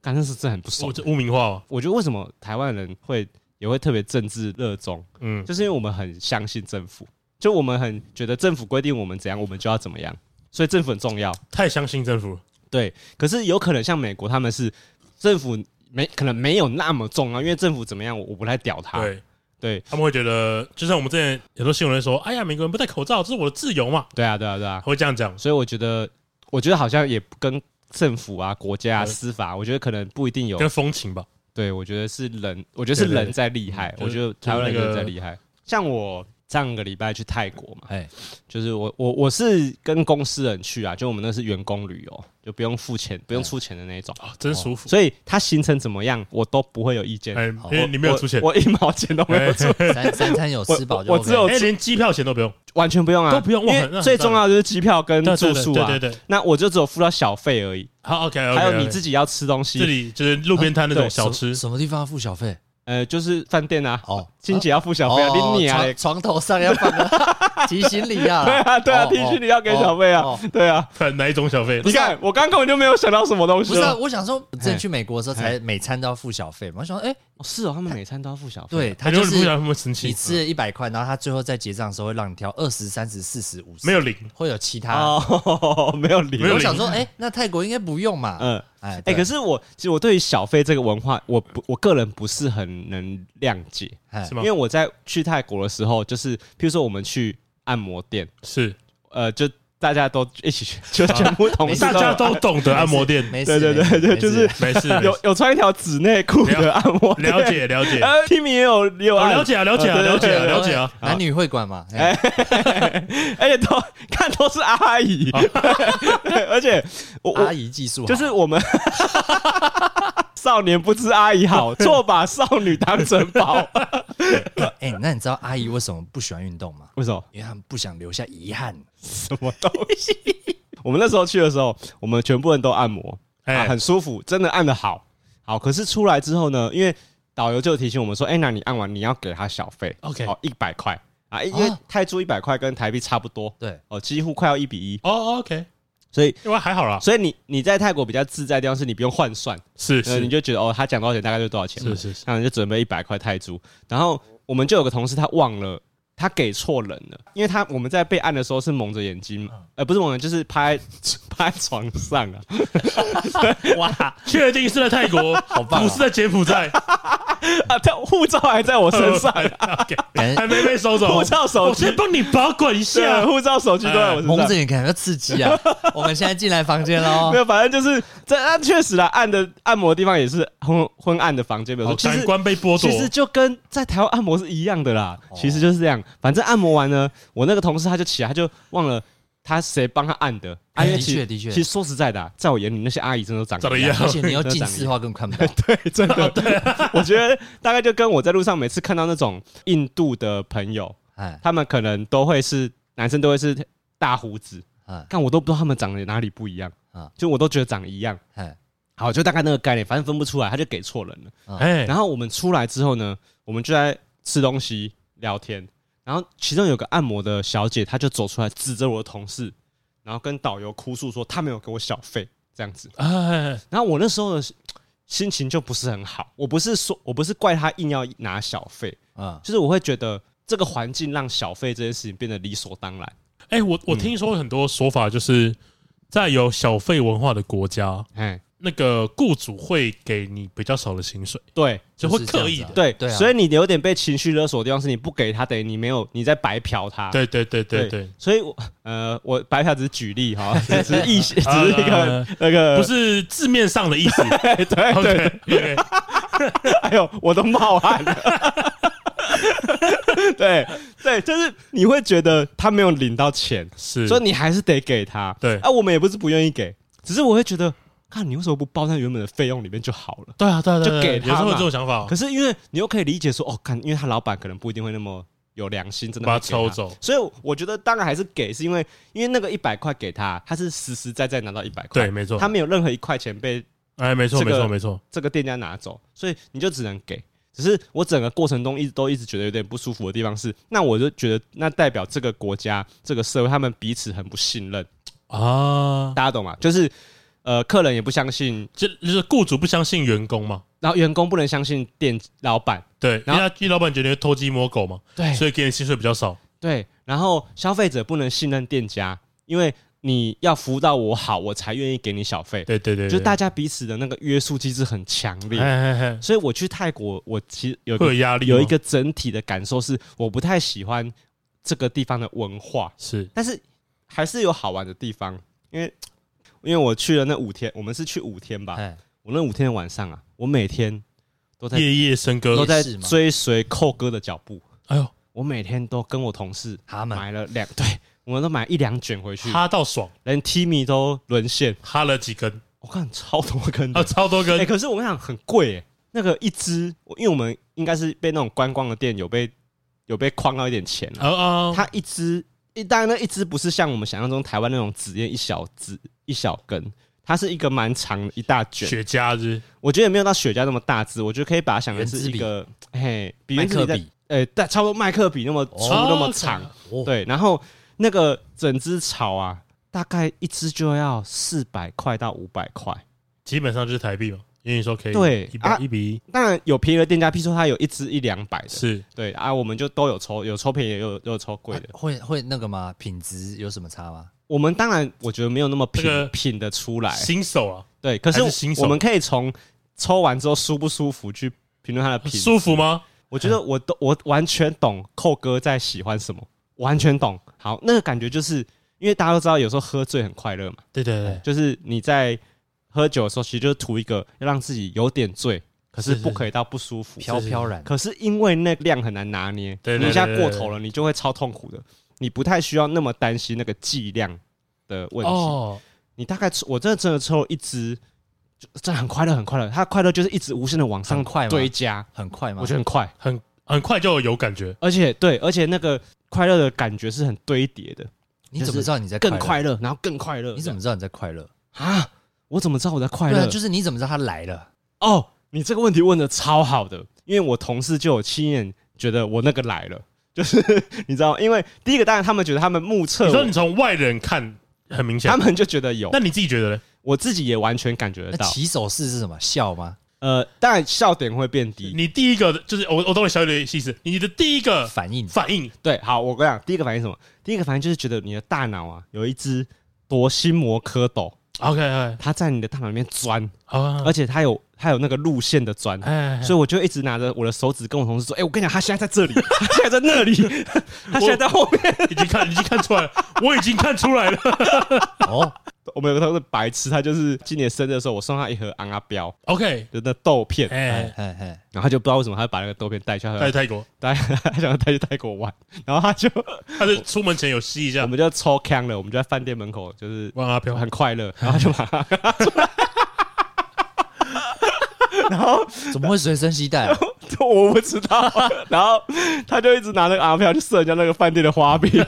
[SPEAKER 2] 感觉是真的很不
[SPEAKER 3] 我
[SPEAKER 2] 爽。
[SPEAKER 3] 这污名化哦嘛，
[SPEAKER 2] 我觉得为什么台湾人会也会特别政治热衷，
[SPEAKER 3] 嗯，
[SPEAKER 2] 就是因为我们很相信政府，就我们很觉得政府规定我们怎样，我们就要怎么样，所以政府很重要。
[SPEAKER 3] 太相信政府了，
[SPEAKER 2] 对，可是有可能像美国，他们是政府没可能没有那么重要，啊因为政府怎么样，我我不太屌他。
[SPEAKER 3] 对
[SPEAKER 2] 对
[SPEAKER 3] 他们会觉得，就像我们之前很多新闻人说，哎呀，美国人不戴口罩，这是我的自由嘛，
[SPEAKER 2] 对啊，对啊，对啊。
[SPEAKER 3] 会这样讲，
[SPEAKER 2] 所以我觉得，我觉得好像也跟政府啊、国家啊、
[SPEAKER 3] 对
[SPEAKER 2] 司法，我觉得可能不一定有。
[SPEAKER 3] 嗯跟风情吧，
[SPEAKER 2] 对，我觉得是人，我觉得是
[SPEAKER 3] 对对对
[SPEAKER 2] 人在厉害。
[SPEAKER 3] 就
[SPEAKER 2] 我
[SPEAKER 3] 是
[SPEAKER 2] 觉得台湾人
[SPEAKER 3] 就是那
[SPEAKER 2] 人
[SPEAKER 3] 个
[SPEAKER 2] 在厉害。像我上个礼拜去泰国嘛，
[SPEAKER 1] 哎，
[SPEAKER 2] 就是我我我是跟公司人去啊，就我们那是员工旅游，就不用付钱、
[SPEAKER 3] 嗯
[SPEAKER 2] 不用出钱的那一种。
[SPEAKER 3] 啊，真舒服，
[SPEAKER 2] 所以它行程怎么样，我都不会有意见。
[SPEAKER 3] 哎，
[SPEAKER 1] 好
[SPEAKER 3] 因为你没有出钱，
[SPEAKER 2] 哦我我一毛钱都没有出，
[SPEAKER 1] 三三餐有吃饱就
[SPEAKER 2] 我我只有
[SPEAKER 1] OK
[SPEAKER 3] 哎，连机票钱都不用，
[SPEAKER 2] 完全不用啊，
[SPEAKER 3] 都不用
[SPEAKER 2] 因
[SPEAKER 3] 哇
[SPEAKER 2] 为
[SPEAKER 3] 那很
[SPEAKER 2] 最重要的就是机票跟
[SPEAKER 3] 对
[SPEAKER 2] 住
[SPEAKER 3] 对
[SPEAKER 2] 宿啊。
[SPEAKER 3] 对对对，
[SPEAKER 2] 那我就只有付到小费而已，
[SPEAKER 3] 好，OK，
[SPEAKER 2] 还有你自
[SPEAKER 3] 己
[SPEAKER 2] 己要吃东
[SPEAKER 3] 这
[SPEAKER 2] 西，
[SPEAKER 3] 里就是路边摊那种
[SPEAKER 2] 对
[SPEAKER 3] 小吃，
[SPEAKER 1] 什么地方要付小费？
[SPEAKER 2] 呃，就是饭店啊，
[SPEAKER 1] 哦，
[SPEAKER 2] 清洁要付小费啊，
[SPEAKER 1] 哦，
[SPEAKER 2] 你你啊
[SPEAKER 1] 床，床头上要放个 提醒礼啊，
[SPEAKER 2] 对啊对啊
[SPEAKER 1] 哦
[SPEAKER 2] 提醒礼要给小费啊，
[SPEAKER 1] 哦哦啊
[SPEAKER 2] 对啊，
[SPEAKER 3] 看哪一种小费？
[SPEAKER 2] 你看我刚刚根本就没有想到什么东西
[SPEAKER 1] 不是啊，
[SPEAKER 2] 了，
[SPEAKER 1] 我想说，之前去美国的时候才每餐都要付小费嘛，我想说，哎，
[SPEAKER 2] 哦是哦，他们每餐都要付小费，
[SPEAKER 1] 对，他
[SPEAKER 3] 哎如
[SPEAKER 1] 就
[SPEAKER 3] 果你不
[SPEAKER 1] 是
[SPEAKER 3] 想那么嗯生气
[SPEAKER 1] 你，吃了一百块，然后他最后在结账的时候会让你挑二十、三十、四十、五十，
[SPEAKER 3] 没有零，
[SPEAKER 1] 会有其他。
[SPEAKER 2] 哦， 没有理
[SPEAKER 3] 没有
[SPEAKER 1] 我
[SPEAKER 3] 理
[SPEAKER 1] 想说，哎，那泰国应该不用嘛，
[SPEAKER 2] 嗯，
[SPEAKER 1] 哎，
[SPEAKER 2] 哎，
[SPEAKER 1] 对
[SPEAKER 2] 可是我其实我对于小费这个文化，我不我个人不是很能谅解，
[SPEAKER 1] 哎
[SPEAKER 3] 是
[SPEAKER 2] 因
[SPEAKER 3] 吗
[SPEAKER 2] 为？我在去泰国的时候，就是譬如说我们去按摩店，
[SPEAKER 3] 是，
[SPEAKER 2] 呃，就大家都一起去，就全部同事
[SPEAKER 3] 大家
[SPEAKER 2] 有
[SPEAKER 3] 都懂得按摩店，
[SPEAKER 1] 没事，
[SPEAKER 2] 对对
[SPEAKER 1] 没事
[SPEAKER 2] 对对
[SPEAKER 1] 没事
[SPEAKER 2] 就是
[SPEAKER 3] 没事，没
[SPEAKER 2] 有
[SPEAKER 3] 事
[SPEAKER 2] 有穿一条纸内裤的按摩店
[SPEAKER 3] 了。解了 解，
[SPEAKER 2] 呃，Timmy 也有也有
[SPEAKER 3] 我
[SPEAKER 2] 按
[SPEAKER 3] 了，解啊，了解啊，
[SPEAKER 2] 呃对
[SPEAKER 3] 了解啊，
[SPEAKER 2] 对
[SPEAKER 3] 了解啊，
[SPEAKER 1] 男女会馆嘛，哎
[SPEAKER 2] 而且都 看都是阿姨，
[SPEAKER 3] 哦
[SPEAKER 2] 而且我
[SPEAKER 1] 阿
[SPEAKER 2] 我
[SPEAKER 1] 姨技术好
[SPEAKER 2] 就是我们 少年不知阿姨
[SPEAKER 3] 哦
[SPEAKER 2] 好，错把少女当成 宝。
[SPEAKER 1] 哎、那你知道阿姨为什么不喜欢运动吗？
[SPEAKER 2] 为什么？
[SPEAKER 1] 因为他们不想留下遗憾。
[SPEAKER 2] 什么东西？ 我们那时候去的时候，我们全部人都按摩，啊，
[SPEAKER 3] 哎，
[SPEAKER 2] 很舒服，真的按的好，好。可是出来之后呢，因为导游就提醒我们说，哎、那你按完你要给他小费哦
[SPEAKER 3] OK
[SPEAKER 2] 好一百块啊，因为
[SPEAKER 1] 啊
[SPEAKER 2] 泰铢一百块跟台币差不多，
[SPEAKER 1] 对，
[SPEAKER 2] 哦，几乎快要一比一，
[SPEAKER 3] 哦，OK，
[SPEAKER 2] 所以。
[SPEAKER 3] 因为还好啦，
[SPEAKER 2] 所以你你在泰国比较自在的地方是你不用换算，
[SPEAKER 3] 是
[SPEAKER 2] 呃，
[SPEAKER 3] 是
[SPEAKER 2] 你就觉得哦，他讲多少钱大概就多少钱嘛，
[SPEAKER 3] 是是是，
[SPEAKER 2] 那你就准备一百块泰铢。然后我们就有个同事他忘了，他给错人了，因为他我们在备案的时候是蒙着眼睛
[SPEAKER 3] 啊
[SPEAKER 2] 嘛，呃，不是蒙着，就是趴在 趴在床上啊，
[SPEAKER 1] 哇，
[SPEAKER 3] 确定是在 泰国，好
[SPEAKER 1] 棒哦
[SPEAKER 3] 不是在柬埔寨，
[SPEAKER 2] 啊，他护照还在我身上，啊
[SPEAKER 3] OK，
[SPEAKER 1] 感觉
[SPEAKER 3] 还没被收走，
[SPEAKER 2] 护照手
[SPEAKER 3] 我
[SPEAKER 2] 机
[SPEAKER 3] 先帮你保管一
[SPEAKER 2] 对啊，
[SPEAKER 3] 下，
[SPEAKER 2] 护照、手机都在我身
[SPEAKER 1] 蒙
[SPEAKER 2] 上
[SPEAKER 1] 着。眼感觉刺激啊！我们现在进来房间哦喽
[SPEAKER 2] 没。有，反正就是这，那确实啦，按的按摩的地方也是昏昏暗的房间，比如
[SPEAKER 3] 好
[SPEAKER 2] 说，其
[SPEAKER 3] 感
[SPEAKER 2] 实
[SPEAKER 3] 哦官被剥
[SPEAKER 2] 其实
[SPEAKER 3] 夺，
[SPEAKER 2] 就跟在台湾按摩是一样的啦，其实就是这样。反正按摩完呢，我那个同事他就起来，他就忘了他谁帮他按的，
[SPEAKER 1] 哎
[SPEAKER 2] 啊，因为
[SPEAKER 1] 的
[SPEAKER 2] 其实
[SPEAKER 1] 确的确
[SPEAKER 2] 其实说实在的啊，在我眼里那些阿姨真的都长
[SPEAKER 3] 长
[SPEAKER 2] 得
[SPEAKER 3] 得
[SPEAKER 2] 一
[SPEAKER 3] 一
[SPEAKER 2] 样
[SPEAKER 3] 样，
[SPEAKER 1] 而且你要近视的话更看不到。
[SPEAKER 2] 对， 真的，我觉得大概就跟我在路上每次看到那种印度的朋友，
[SPEAKER 1] 哎
[SPEAKER 2] 他们可能都会是男生都会是大胡子，
[SPEAKER 1] 哎
[SPEAKER 2] 但我都不知道他们长得哪里不一样
[SPEAKER 1] 啊
[SPEAKER 2] 就我都觉得长一样。
[SPEAKER 1] 哎，
[SPEAKER 2] 好，就大概那个概念，反正分不出来，他就给错人了。
[SPEAKER 3] 哎，
[SPEAKER 2] 然后我们出来之后呢，我们就在吃东西聊天，然后其中有个按摩的小姐，她就走出来指着我的同事，然后跟导游哭诉说她没有给我小费这样子。
[SPEAKER 3] 哎，
[SPEAKER 2] 然后我那时候的心情就不是很好，我不是说我不是怪她硬要拿小费，
[SPEAKER 1] 嗯，
[SPEAKER 2] 就是我会觉得这个环境让小费这件事情变得理所当然。
[SPEAKER 3] 哎，我
[SPEAKER 2] 嗯
[SPEAKER 3] 我听说很多说法，就是在有小费文化的国家，
[SPEAKER 2] 哎，
[SPEAKER 3] 那个雇主会给你比较少的薪水，
[SPEAKER 2] 对，
[SPEAKER 3] 就会刻
[SPEAKER 1] 就是这样
[SPEAKER 3] 意
[SPEAKER 1] 子啊
[SPEAKER 3] 的，
[SPEAKER 2] 对，
[SPEAKER 1] 对啊
[SPEAKER 2] 所以你有点被情绪勒索的地方是你不给他，等于你没有你在白嫖他。
[SPEAKER 3] 对对对对对，
[SPEAKER 2] 所以我 呃，我白嫖只是举例 哈，只是一些只
[SPEAKER 3] 啊
[SPEAKER 2] 是一个
[SPEAKER 3] 啊
[SPEAKER 2] 那个
[SPEAKER 3] 不是字面上的意思。
[SPEAKER 2] 对对
[SPEAKER 3] OK，
[SPEAKER 2] 哎呦，我都冒汗了。 对对，就是你会觉得他没有领到钱，
[SPEAKER 3] 是，
[SPEAKER 2] 所以你还是得给他。
[SPEAKER 3] 对
[SPEAKER 2] 啊，我们也不是不愿意给，只是我会觉得，看你为什么不包在原本的费用里面就好了。
[SPEAKER 3] 对啊，对啊，对
[SPEAKER 2] 就
[SPEAKER 3] 啊
[SPEAKER 2] 给
[SPEAKER 3] 有
[SPEAKER 2] 他
[SPEAKER 3] 时候有
[SPEAKER 2] 嘛
[SPEAKER 3] 这种想法
[SPEAKER 2] 可，是因为你又可以理解说，哦，看，因为他老板可能不一定会那么有良心，真的
[SPEAKER 3] 把
[SPEAKER 2] 会
[SPEAKER 3] 他
[SPEAKER 2] 给
[SPEAKER 3] 抽走
[SPEAKER 2] 所以我觉得当然还是给，是因为因为那个一百块给他，他是实实在在拿到一百块，
[SPEAKER 3] 对，，没错
[SPEAKER 2] 他，没有任何一块钱被
[SPEAKER 3] 哎，没错，
[SPEAKER 2] 这
[SPEAKER 3] 没
[SPEAKER 2] 个
[SPEAKER 3] 错，没错，
[SPEAKER 2] 这个店家拿走，所以你就只能给。只是我整个过程中一直都一直觉得有点不舒服的地方是，那我就觉得那代表这个国家、这个社会，他们彼此很不信任，
[SPEAKER 3] 啊，
[SPEAKER 2] 大家懂吗？就是呃，客人也不相信，
[SPEAKER 3] 就就是雇主不相信员工嘛，
[SPEAKER 2] 然后员工不能相信店老板，
[SPEAKER 3] 对，因
[SPEAKER 2] 然
[SPEAKER 3] 为
[SPEAKER 2] 后哎
[SPEAKER 3] 他因为老板觉得你会偷鸡摸狗嘛，
[SPEAKER 2] 对
[SPEAKER 3] 所以给你薪水比较少，
[SPEAKER 2] 对，然后消费者不能信任店家，因为你要服务到我好，我才愿意给你小费。
[SPEAKER 3] 对对对，
[SPEAKER 2] 就是大
[SPEAKER 3] 家
[SPEAKER 2] 家彼此的那个约束机制很强烈，
[SPEAKER 3] 嘿嘿
[SPEAKER 2] 所以我去泰国，我其实有
[SPEAKER 3] 嘿
[SPEAKER 2] 一个
[SPEAKER 3] 会有压力吗，
[SPEAKER 2] 有一个整体的感受是，我不太喜欢这个地方的文化，
[SPEAKER 3] 是
[SPEAKER 2] 但是还是有好玩的地方，因为因为我去了那五天，我们是去五天吧，
[SPEAKER 1] 哎，
[SPEAKER 2] 我那五天的晚上啊，我每天都在
[SPEAKER 3] 夜夜笙歌
[SPEAKER 2] 都，在
[SPEAKER 1] 夜市吗
[SPEAKER 2] 追随寇哥的脚步，
[SPEAKER 3] 哎呦，
[SPEAKER 2] 我每天都跟我同事
[SPEAKER 1] 他们
[SPEAKER 2] 买了两，对我们都买一两卷回去，
[SPEAKER 3] 哈到爽，
[SPEAKER 2] 连 Timmy 都沦陷，
[SPEAKER 3] 哈了几根，
[SPEAKER 2] 我看超多根的
[SPEAKER 3] 啊，，超多
[SPEAKER 2] 哎、
[SPEAKER 3] 根，
[SPEAKER 2] 可是我跟你讲很贵、欸，那个一只，我因为我们应该是被那种观光的店有被有被框到一点钱啊，
[SPEAKER 3] 啊
[SPEAKER 1] 哦
[SPEAKER 3] 啊，
[SPEAKER 2] 它一只一当然那一只不是像我们想象中台湾那种纸烟一小只一小根，它是一个蛮长的一大卷，
[SPEAKER 3] 雪茄日
[SPEAKER 2] 我觉得也没有到雪茄那么大只，我觉得可以把它想成是
[SPEAKER 1] 原子
[SPEAKER 2] 一
[SPEAKER 1] 笔
[SPEAKER 2] 个嘿比
[SPEAKER 1] 麦
[SPEAKER 2] 原子笔
[SPEAKER 1] 克
[SPEAKER 2] 在
[SPEAKER 1] 笔，
[SPEAKER 2] 呃但差不多麦克笔那么粗
[SPEAKER 1] 哦
[SPEAKER 2] 那么长，
[SPEAKER 1] 哦，
[SPEAKER 2] 对，然后那个整只草啊，大概一只就要四百块到五百块。
[SPEAKER 3] 基本上就是台币嘛，因为你说可以
[SPEAKER 2] 对
[SPEAKER 3] 一百
[SPEAKER 2] 啊
[SPEAKER 3] 一比一
[SPEAKER 2] 当然有便宜的店家，譬如说它有一支一两百的，
[SPEAKER 3] 是
[SPEAKER 2] 对啊，我们就都有抽，有抽便宜，也有有抽贵的。
[SPEAKER 3] 啊
[SPEAKER 1] 会会那个吗？品质有什么差吗？
[SPEAKER 2] 我们当然我觉得没有那么品、
[SPEAKER 3] 这个
[SPEAKER 2] 品的出来，
[SPEAKER 3] 新手啊，
[SPEAKER 2] 对。可
[SPEAKER 3] 还是新手
[SPEAKER 2] 我们可以从抽完之后舒不舒服去评论它的品。
[SPEAKER 3] 舒服吗？嗯
[SPEAKER 2] 我觉得我都我完全懂寇哥在喜欢什么，完全懂。好，那个感觉就是因为大家都知道，有时候喝醉很快乐嘛，
[SPEAKER 3] 对对对，
[SPEAKER 2] 就是你在喝酒的时候，其实就是图一个要让自己有点醉，可是
[SPEAKER 3] 是是
[SPEAKER 2] 不可以到不舒服。
[SPEAKER 1] 飘飘然，
[SPEAKER 2] 可是因为那量很难拿捏，
[SPEAKER 3] 对对对
[SPEAKER 2] 你一下
[SPEAKER 3] 对对
[SPEAKER 2] 过头了，你就会超痛苦的。你不太需要那么担心那个剂量的问题。
[SPEAKER 3] 哦，
[SPEAKER 2] 你大概抽，我真的真的抽了一支，就真的很快乐，很快乐。它的快乐就是一直无限的往上
[SPEAKER 1] 很快吗
[SPEAKER 2] 堆加，
[SPEAKER 1] 很快吗？
[SPEAKER 2] 我觉得很快。
[SPEAKER 3] 很很快就有感觉，
[SPEAKER 2] 而且对，而且那个快乐的感觉是很堆叠的，
[SPEAKER 1] 你怎么知道你在
[SPEAKER 2] 更
[SPEAKER 1] 乐？
[SPEAKER 2] 快乐，然后更快乐。
[SPEAKER 1] 你怎么知道你在快乐？
[SPEAKER 2] 啊？我怎么知道我在快
[SPEAKER 1] 对啊，
[SPEAKER 2] 乐？
[SPEAKER 1] 就是你怎么知道他来了？
[SPEAKER 2] 哦，你这个问题问的超好的，因为我同事就有亲眼觉得我那个来了， 就是你知道，因为第一个当然他们觉得他们目测
[SPEAKER 3] 你说
[SPEAKER 2] 我
[SPEAKER 3] 你，从外人看很明显
[SPEAKER 2] 他，们就觉得有
[SPEAKER 3] 那，你自己觉得呢？
[SPEAKER 2] 我自己也完全感觉得
[SPEAKER 1] 那
[SPEAKER 2] 到。
[SPEAKER 1] 起手式是什么？笑吗？
[SPEAKER 2] 呃，当然笑点会变低。
[SPEAKER 3] 你第一个就是我我懂你小姐的意思，你的第一
[SPEAKER 2] 呃
[SPEAKER 3] 个
[SPEAKER 1] 反应？
[SPEAKER 3] 反应
[SPEAKER 2] 对，好，我跟你讲，第一个反应是什么？第一个反应就是觉得你的大脑啊有一只多心魔蝌蚪，
[SPEAKER 3] ，OK，哎
[SPEAKER 2] 它在你的大脑里面钻，
[SPEAKER 3] 好啊，
[SPEAKER 2] 而且它有它有那个路线的钻。
[SPEAKER 3] 哎，
[SPEAKER 2] 所以我就一直拿着我的手指跟我同事说：“哎、我跟你讲，他现在在这里，他现在在那里，他现在在后面。”
[SPEAKER 3] 以已经看已经看出来了，我已经看出来了，
[SPEAKER 1] 哦，
[SPEAKER 2] 我们有个同事白痴，他就是今年生日的时候，我送他一盒昂阿啊标
[SPEAKER 3] OK，
[SPEAKER 2] 的那豆片，
[SPEAKER 1] 哎
[SPEAKER 3] 哎，
[SPEAKER 1] 哎哎，
[SPEAKER 2] 然后他就不知道为什么他把那个豆片带去，他
[SPEAKER 3] 在
[SPEAKER 2] 想
[SPEAKER 3] 泰国，
[SPEAKER 2] 带他想要带去泰国玩，然后他就
[SPEAKER 3] 他是出门前有吸一
[SPEAKER 2] 我
[SPEAKER 3] 下，
[SPEAKER 2] 们就抽枪了，我们就在饭店门口就是
[SPEAKER 3] 万阿飘，
[SPEAKER 2] 很快乐，然后就把它然后
[SPEAKER 1] 怎么会随身携 带啊？
[SPEAKER 2] 就我不知道， 然后他就一直拿那个阿飘去射人家那个饭店的花瓶。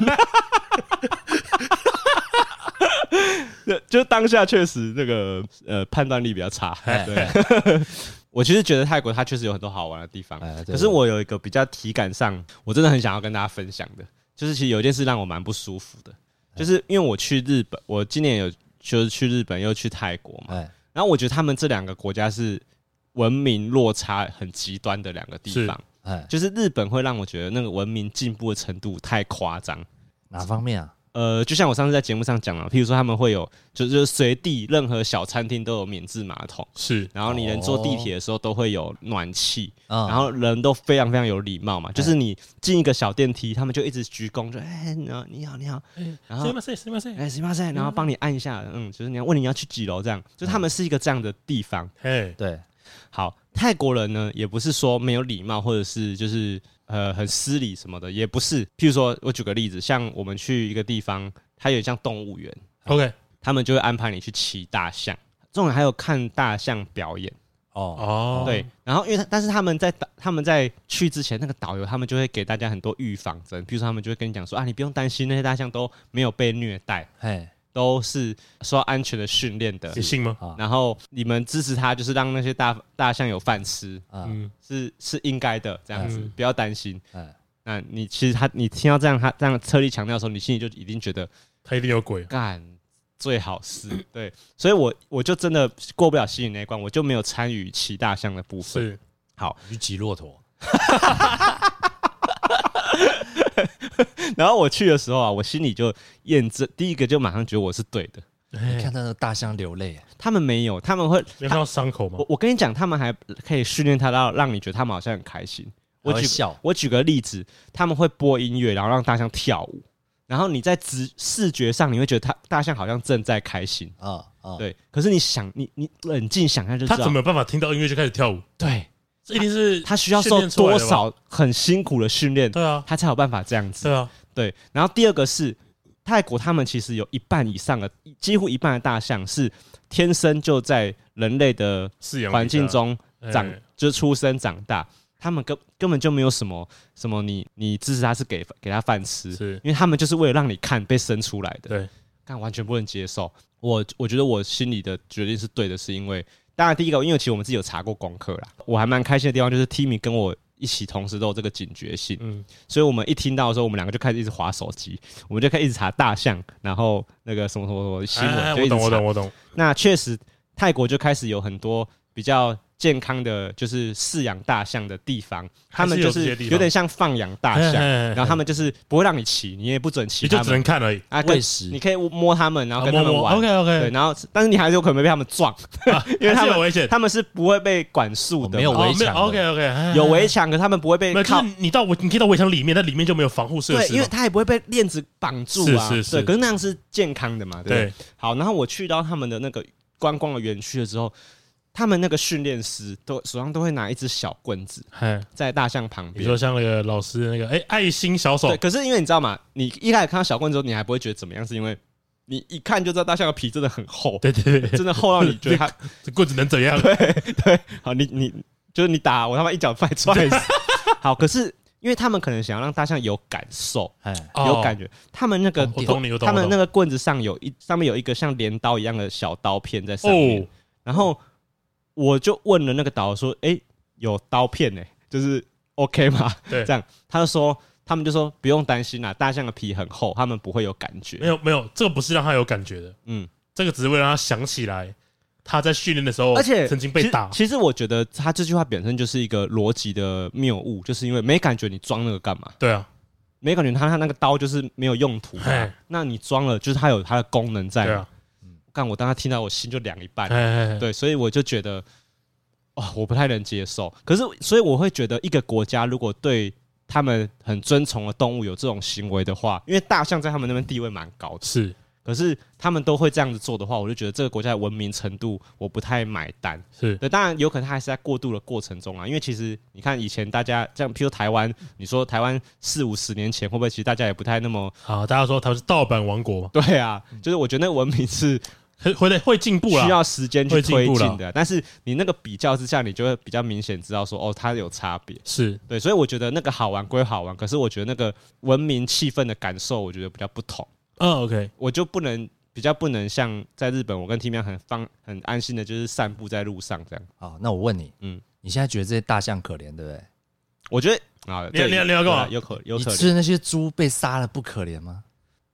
[SPEAKER 2] 就 就当下确实那个呃判断力比较差，
[SPEAKER 1] 哎
[SPEAKER 2] 对， 我其实觉得泰国它确实有很多好玩的地方
[SPEAKER 1] 哎，对
[SPEAKER 2] 可是我有一个比较体感上，我真的很想要跟大家分享的，就是其实有一件事让我蛮不舒服的，
[SPEAKER 1] 哎
[SPEAKER 2] 就是因为我去日本，我今年有就是去日本又去泰国嘛，
[SPEAKER 1] 哎，
[SPEAKER 2] 然后我觉得他们这两个国家是文明落差很极端的两个地方，
[SPEAKER 1] 哎，
[SPEAKER 2] 就是日本会让我觉得那个文明进步的程度太夸张。
[SPEAKER 1] 哪方面啊？
[SPEAKER 2] 呃，就像我上次在节目上讲了，譬如说他们会有，就就是随地任何小餐厅都有免治马桶，
[SPEAKER 3] 是
[SPEAKER 2] 然后你人坐地铁的时候都会有暖气，
[SPEAKER 1] 嗯，
[SPEAKER 2] 然后人都非常非常有礼貌嘛，就是你进一个小电梯，他们就一直鞠躬，就哎你好你好你好，然后
[SPEAKER 3] 是吗？是是吗？是，
[SPEAKER 2] 哎什么然后帮你按一
[SPEAKER 3] 哎
[SPEAKER 2] 下，嗯，就是你要问你要去几楼这样，就他们是一个这样的地方。
[SPEAKER 3] 嘿，
[SPEAKER 1] 对，
[SPEAKER 2] 好，泰国人呢，也不是说没有礼貌，或者是就是呃很失礼什么的，也不是。譬如说，我举个例子，像我们去一个地方，它有像动物园，
[SPEAKER 3] OK，
[SPEAKER 2] 他们就会安排你去骑大象，重点还有看大象表演。
[SPEAKER 1] 哦，
[SPEAKER 3] 哦，
[SPEAKER 2] 对，然后因为他但是他们在导他们在去之前，那个导游他们就会给大家很多预防针，比如说他们就会跟你讲说啊，你不用担心，那些大象都没有被虐待，
[SPEAKER 1] 嘿，
[SPEAKER 2] 都是受到安全的训练的
[SPEAKER 3] 你。信吗？
[SPEAKER 1] 啊
[SPEAKER 2] 然后你们支持他，就是让那些大大象有饭吃，
[SPEAKER 1] 啊，
[SPEAKER 3] 嗯，
[SPEAKER 2] 是是应该的，这样子、
[SPEAKER 3] 嗯
[SPEAKER 2] 不要担心。
[SPEAKER 1] 嗯，
[SPEAKER 2] 那你其实他你听到这样他这样特力强调的时候，你心里就已经觉得
[SPEAKER 3] 他一定有鬼。
[SPEAKER 2] 干最好 是对，所以我我就真的过不了心理那一关，我就没有参与骑大象的部分。
[SPEAKER 3] 是，
[SPEAKER 1] 去骑骆驼，
[SPEAKER 2] 然后我去的时候啊，我心里就验证，第一个就马上觉得我是对的。
[SPEAKER 1] 你
[SPEAKER 3] 哎
[SPEAKER 1] 看到那个大象流泪，
[SPEAKER 2] 他们没有，他们会，
[SPEAKER 3] 你有看到伤口吗
[SPEAKER 2] 我？我跟你讲，他们还可以训练他到让你觉得他们好像很开心。我
[SPEAKER 1] 还会
[SPEAKER 2] 举
[SPEAKER 1] 笑
[SPEAKER 2] 我举个例子，他们会播音乐，然后让大象跳舞，然后你在直视觉上你会觉得他大象好像正在开心，
[SPEAKER 1] 啊啊，
[SPEAKER 2] 对。可是你想，你你冷静想一下就
[SPEAKER 3] 他
[SPEAKER 2] 知
[SPEAKER 3] 怎
[SPEAKER 2] 道
[SPEAKER 3] 么，有办法听到音乐就开始跳舞？
[SPEAKER 2] 对
[SPEAKER 3] 这一定是
[SPEAKER 2] 他需要
[SPEAKER 3] 训
[SPEAKER 2] 受
[SPEAKER 3] 练出来
[SPEAKER 2] 多
[SPEAKER 3] 的吧？
[SPEAKER 2] 少很辛苦的训练，
[SPEAKER 3] 对啊，
[SPEAKER 2] 他才有办法这样子。
[SPEAKER 3] 对啊，
[SPEAKER 2] 对，然后第二个是泰国，他们其实有一半以上的，几乎一半的大象是天生就在人类的
[SPEAKER 3] 饲养
[SPEAKER 2] 环境中
[SPEAKER 3] 哎
[SPEAKER 2] 长，就是出生长大，他们根根本就没有什么什么你你支持他是给给他饭吃，
[SPEAKER 3] 是
[SPEAKER 2] 因为他们就是为了让你看被生出来的，
[SPEAKER 3] 对，
[SPEAKER 2] 但完全不能接受。我我觉得我心里的决定是对的，是因为当然第一个，因为其实我们自己有查过功课啦，我还蛮开心的地方就是 Timmy 跟我一起同时都有这个警觉性，
[SPEAKER 3] 嗯，
[SPEAKER 2] 所以我们一听到的时候，我们两个就开始一直划手机，我们就开始一直查大象，然后那个什么什么什么新闻，
[SPEAKER 3] 哎
[SPEAKER 2] 就一
[SPEAKER 3] 我
[SPEAKER 2] 直
[SPEAKER 3] 懂，我
[SPEAKER 2] 查
[SPEAKER 3] 懂，我懂。
[SPEAKER 2] 那确实，泰国就开始有很多比较健康的，就是饲养大象的地方，他们就
[SPEAKER 3] 还是有
[SPEAKER 2] 是
[SPEAKER 3] 这些地方
[SPEAKER 2] 有点像放养大
[SPEAKER 3] 嘿
[SPEAKER 2] 象，
[SPEAKER 3] 嘿嘿
[SPEAKER 2] 然后他们就是不会让你骑，你也不准骑
[SPEAKER 3] 你就
[SPEAKER 2] 它
[SPEAKER 3] 只
[SPEAKER 2] 们
[SPEAKER 3] 能啊看而已，
[SPEAKER 2] 啊，跟
[SPEAKER 1] 喂食
[SPEAKER 2] 你可以摸它们，然后跟它们玩。
[SPEAKER 3] OK
[SPEAKER 2] 对，
[SPEAKER 3] OK，
[SPEAKER 2] 然后但是你还是有可能被他们撞，因为他
[SPEAKER 3] 还是有
[SPEAKER 2] 们
[SPEAKER 3] 危险，
[SPEAKER 2] 他们是不会被管束
[SPEAKER 1] 哦
[SPEAKER 2] 的嘛，
[SPEAKER 1] 没有围墙的
[SPEAKER 3] OK OK，
[SPEAKER 2] 有围墙，可他们不会被
[SPEAKER 3] 哎没有，就
[SPEAKER 2] 靠
[SPEAKER 3] 是你到围，你可以到围墙里面，但里面就没有防护设
[SPEAKER 2] 对，
[SPEAKER 3] 施
[SPEAKER 2] 因为
[SPEAKER 3] 嘛。
[SPEAKER 2] 它也不会被链子绑住啊。
[SPEAKER 3] 是是是
[SPEAKER 2] 对，可是那样是健康的嘛，对不对
[SPEAKER 3] 对，
[SPEAKER 2] 好，然后我去到他们的那个观光的园区的时候，他们那个训练师都手上都会拿一只小棍子，
[SPEAKER 3] 哎，
[SPEAKER 2] 在大象旁
[SPEAKER 3] 你
[SPEAKER 2] 边
[SPEAKER 3] 说。像那个老师那个，哎，爱心小手
[SPEAKER 2] 对，，可是因为你知道吗？你一开始看到小棍子，你还不会觉得怎么样，是因为你一看就知道大象的皮真的很厚，
[SPEAKER 3] 对对 对，
[SPEAKER 2] 真的厚到你觉得 它
[SPEAKER 3] 这棍子能怎样？
[SPEAKER 2] 好，你你就是你打我他妈一脚踹踹死。 好，可是因为他们可能想要让大象有感受，
[SPEAKER 1] 哎，
[SPEAKER 3] 哦
[SPEAKER 2] 有感觉。他们那个，
[SPEAKER 3] 我懂你我懂
[SPEAKER 2] 他们
[SPEAKER 3] 我懂
[SPEAKER 2] 那个棍子上有一上面有一个像镰刀一样的小刀片在上面。
[SPEAKER 3] 哦，
[SPEAKER 2] 然后我就问了那个导游说：“哎、有刀片呢、就是 OK 吗？”
[SPEAKER 3] 对
[SPEAKER 2] 这样他就说，他们就说不用担心啦，大象的皮很厚，他们不会有感
[SPEAKER 3] 没
[SPEAKER 2] 觉。
[SPEAKER 3] 有没有，这个不是让他有感觉的，
[SPEAKER 2] 嗯，
[SPEAKER 3] 这个只是为了让他想起来他在训练的时候，
[SPEAKER 2] 而且
[SPEAKER 3] 哦曾经被打
[SPEAKER 2] 其实。其实我觉得他这句话本身就是一个逻辑的谬误，就是因为没感觉你装那个干嘛？
[SPEAKER 3] 对啊，
[SPEAKER 2] 没感觉他他那个刀就是没有用途、
[SPEAKER 3] 嘿
[SPEAKER 2] 啊，那你装了就是它有它的功能在
[SPEAKER 3] 对
[SPEAKER 2] 嘛
[SPEAKER 3] 啊。，
[SPEAKER 2] 干、我当他听到我心就凉一半
[SPEAKER 3] 哎。哎，哎
[SPEAKER 2] 对，所以我就觉得，哦，我不太能接受。可是，所以我会觉得，一个国家如果对他们很尊崇的动物有这种行为的话，因为大象在他们那边地位蛮高的，
[SPEAKER 3] 是
[SPEAKER 2] 可是他们都会这样子做的话，我就觉得这个国家的文明程度我不太买单。
[SPEAKER 3] 是，
[SPEAKER 2] 对，当然有可能它还是在过渡的过程中啊，因为其实你看以前大家像，譬如台湾，你说台湾四五十年前会不会其实大家也不太那么
[SPEAKER 3] 好，大家说他们是盗版王国嘛，
[SPEAKER 2] 对啊？就是我觉得那个文明是
[SPEAKER 3] 会会会进嗯步
[SPEAKER 2] 需
[SPEAKER 3] 啦，
[SPEAKER 2] 要时间去
[SPEAKER 3] 会进
[SPEAKER 2] 推
[SPEAKER 3] 步
[SPEAKER 2] 进
[SPEAKER 3] 了
[SPEAKER 2] 的。但是你那个比较之下，你就会比较明显知道说，哦，它有差别。
[SPEAKER 3] 是
[SPEAKER 2] 对，所以我觉得那个好玩归好玩，可是我觉得那个文明气氛的感受，我觉得比较不同。
[SPEAKER 3] 嗯，OK，
[SPEAKER 2] 我就不能比较不能像在日本，我跟 t i m 很放很安心的，就是散步在路上这样。
[SPEAKER 1] 好，那我问你，
[SPEAKER 2] 嗯
[SPEAKER 1] 嗯，你现在觉得这些大象可怜，对不对？
[SPEAKER 2] 我觉得啊，
[SPEAKER 3] 你要
[SPEAKER 2] 这
[SPEAKER 3] 你要你要干嘛
[SPEAKER 2] 对啊有可有
[SPEAKER 1] 你
[SPEAKER 2] 可能。
[SPEAKER 1] 吃那些猪被杀了不可怜吗？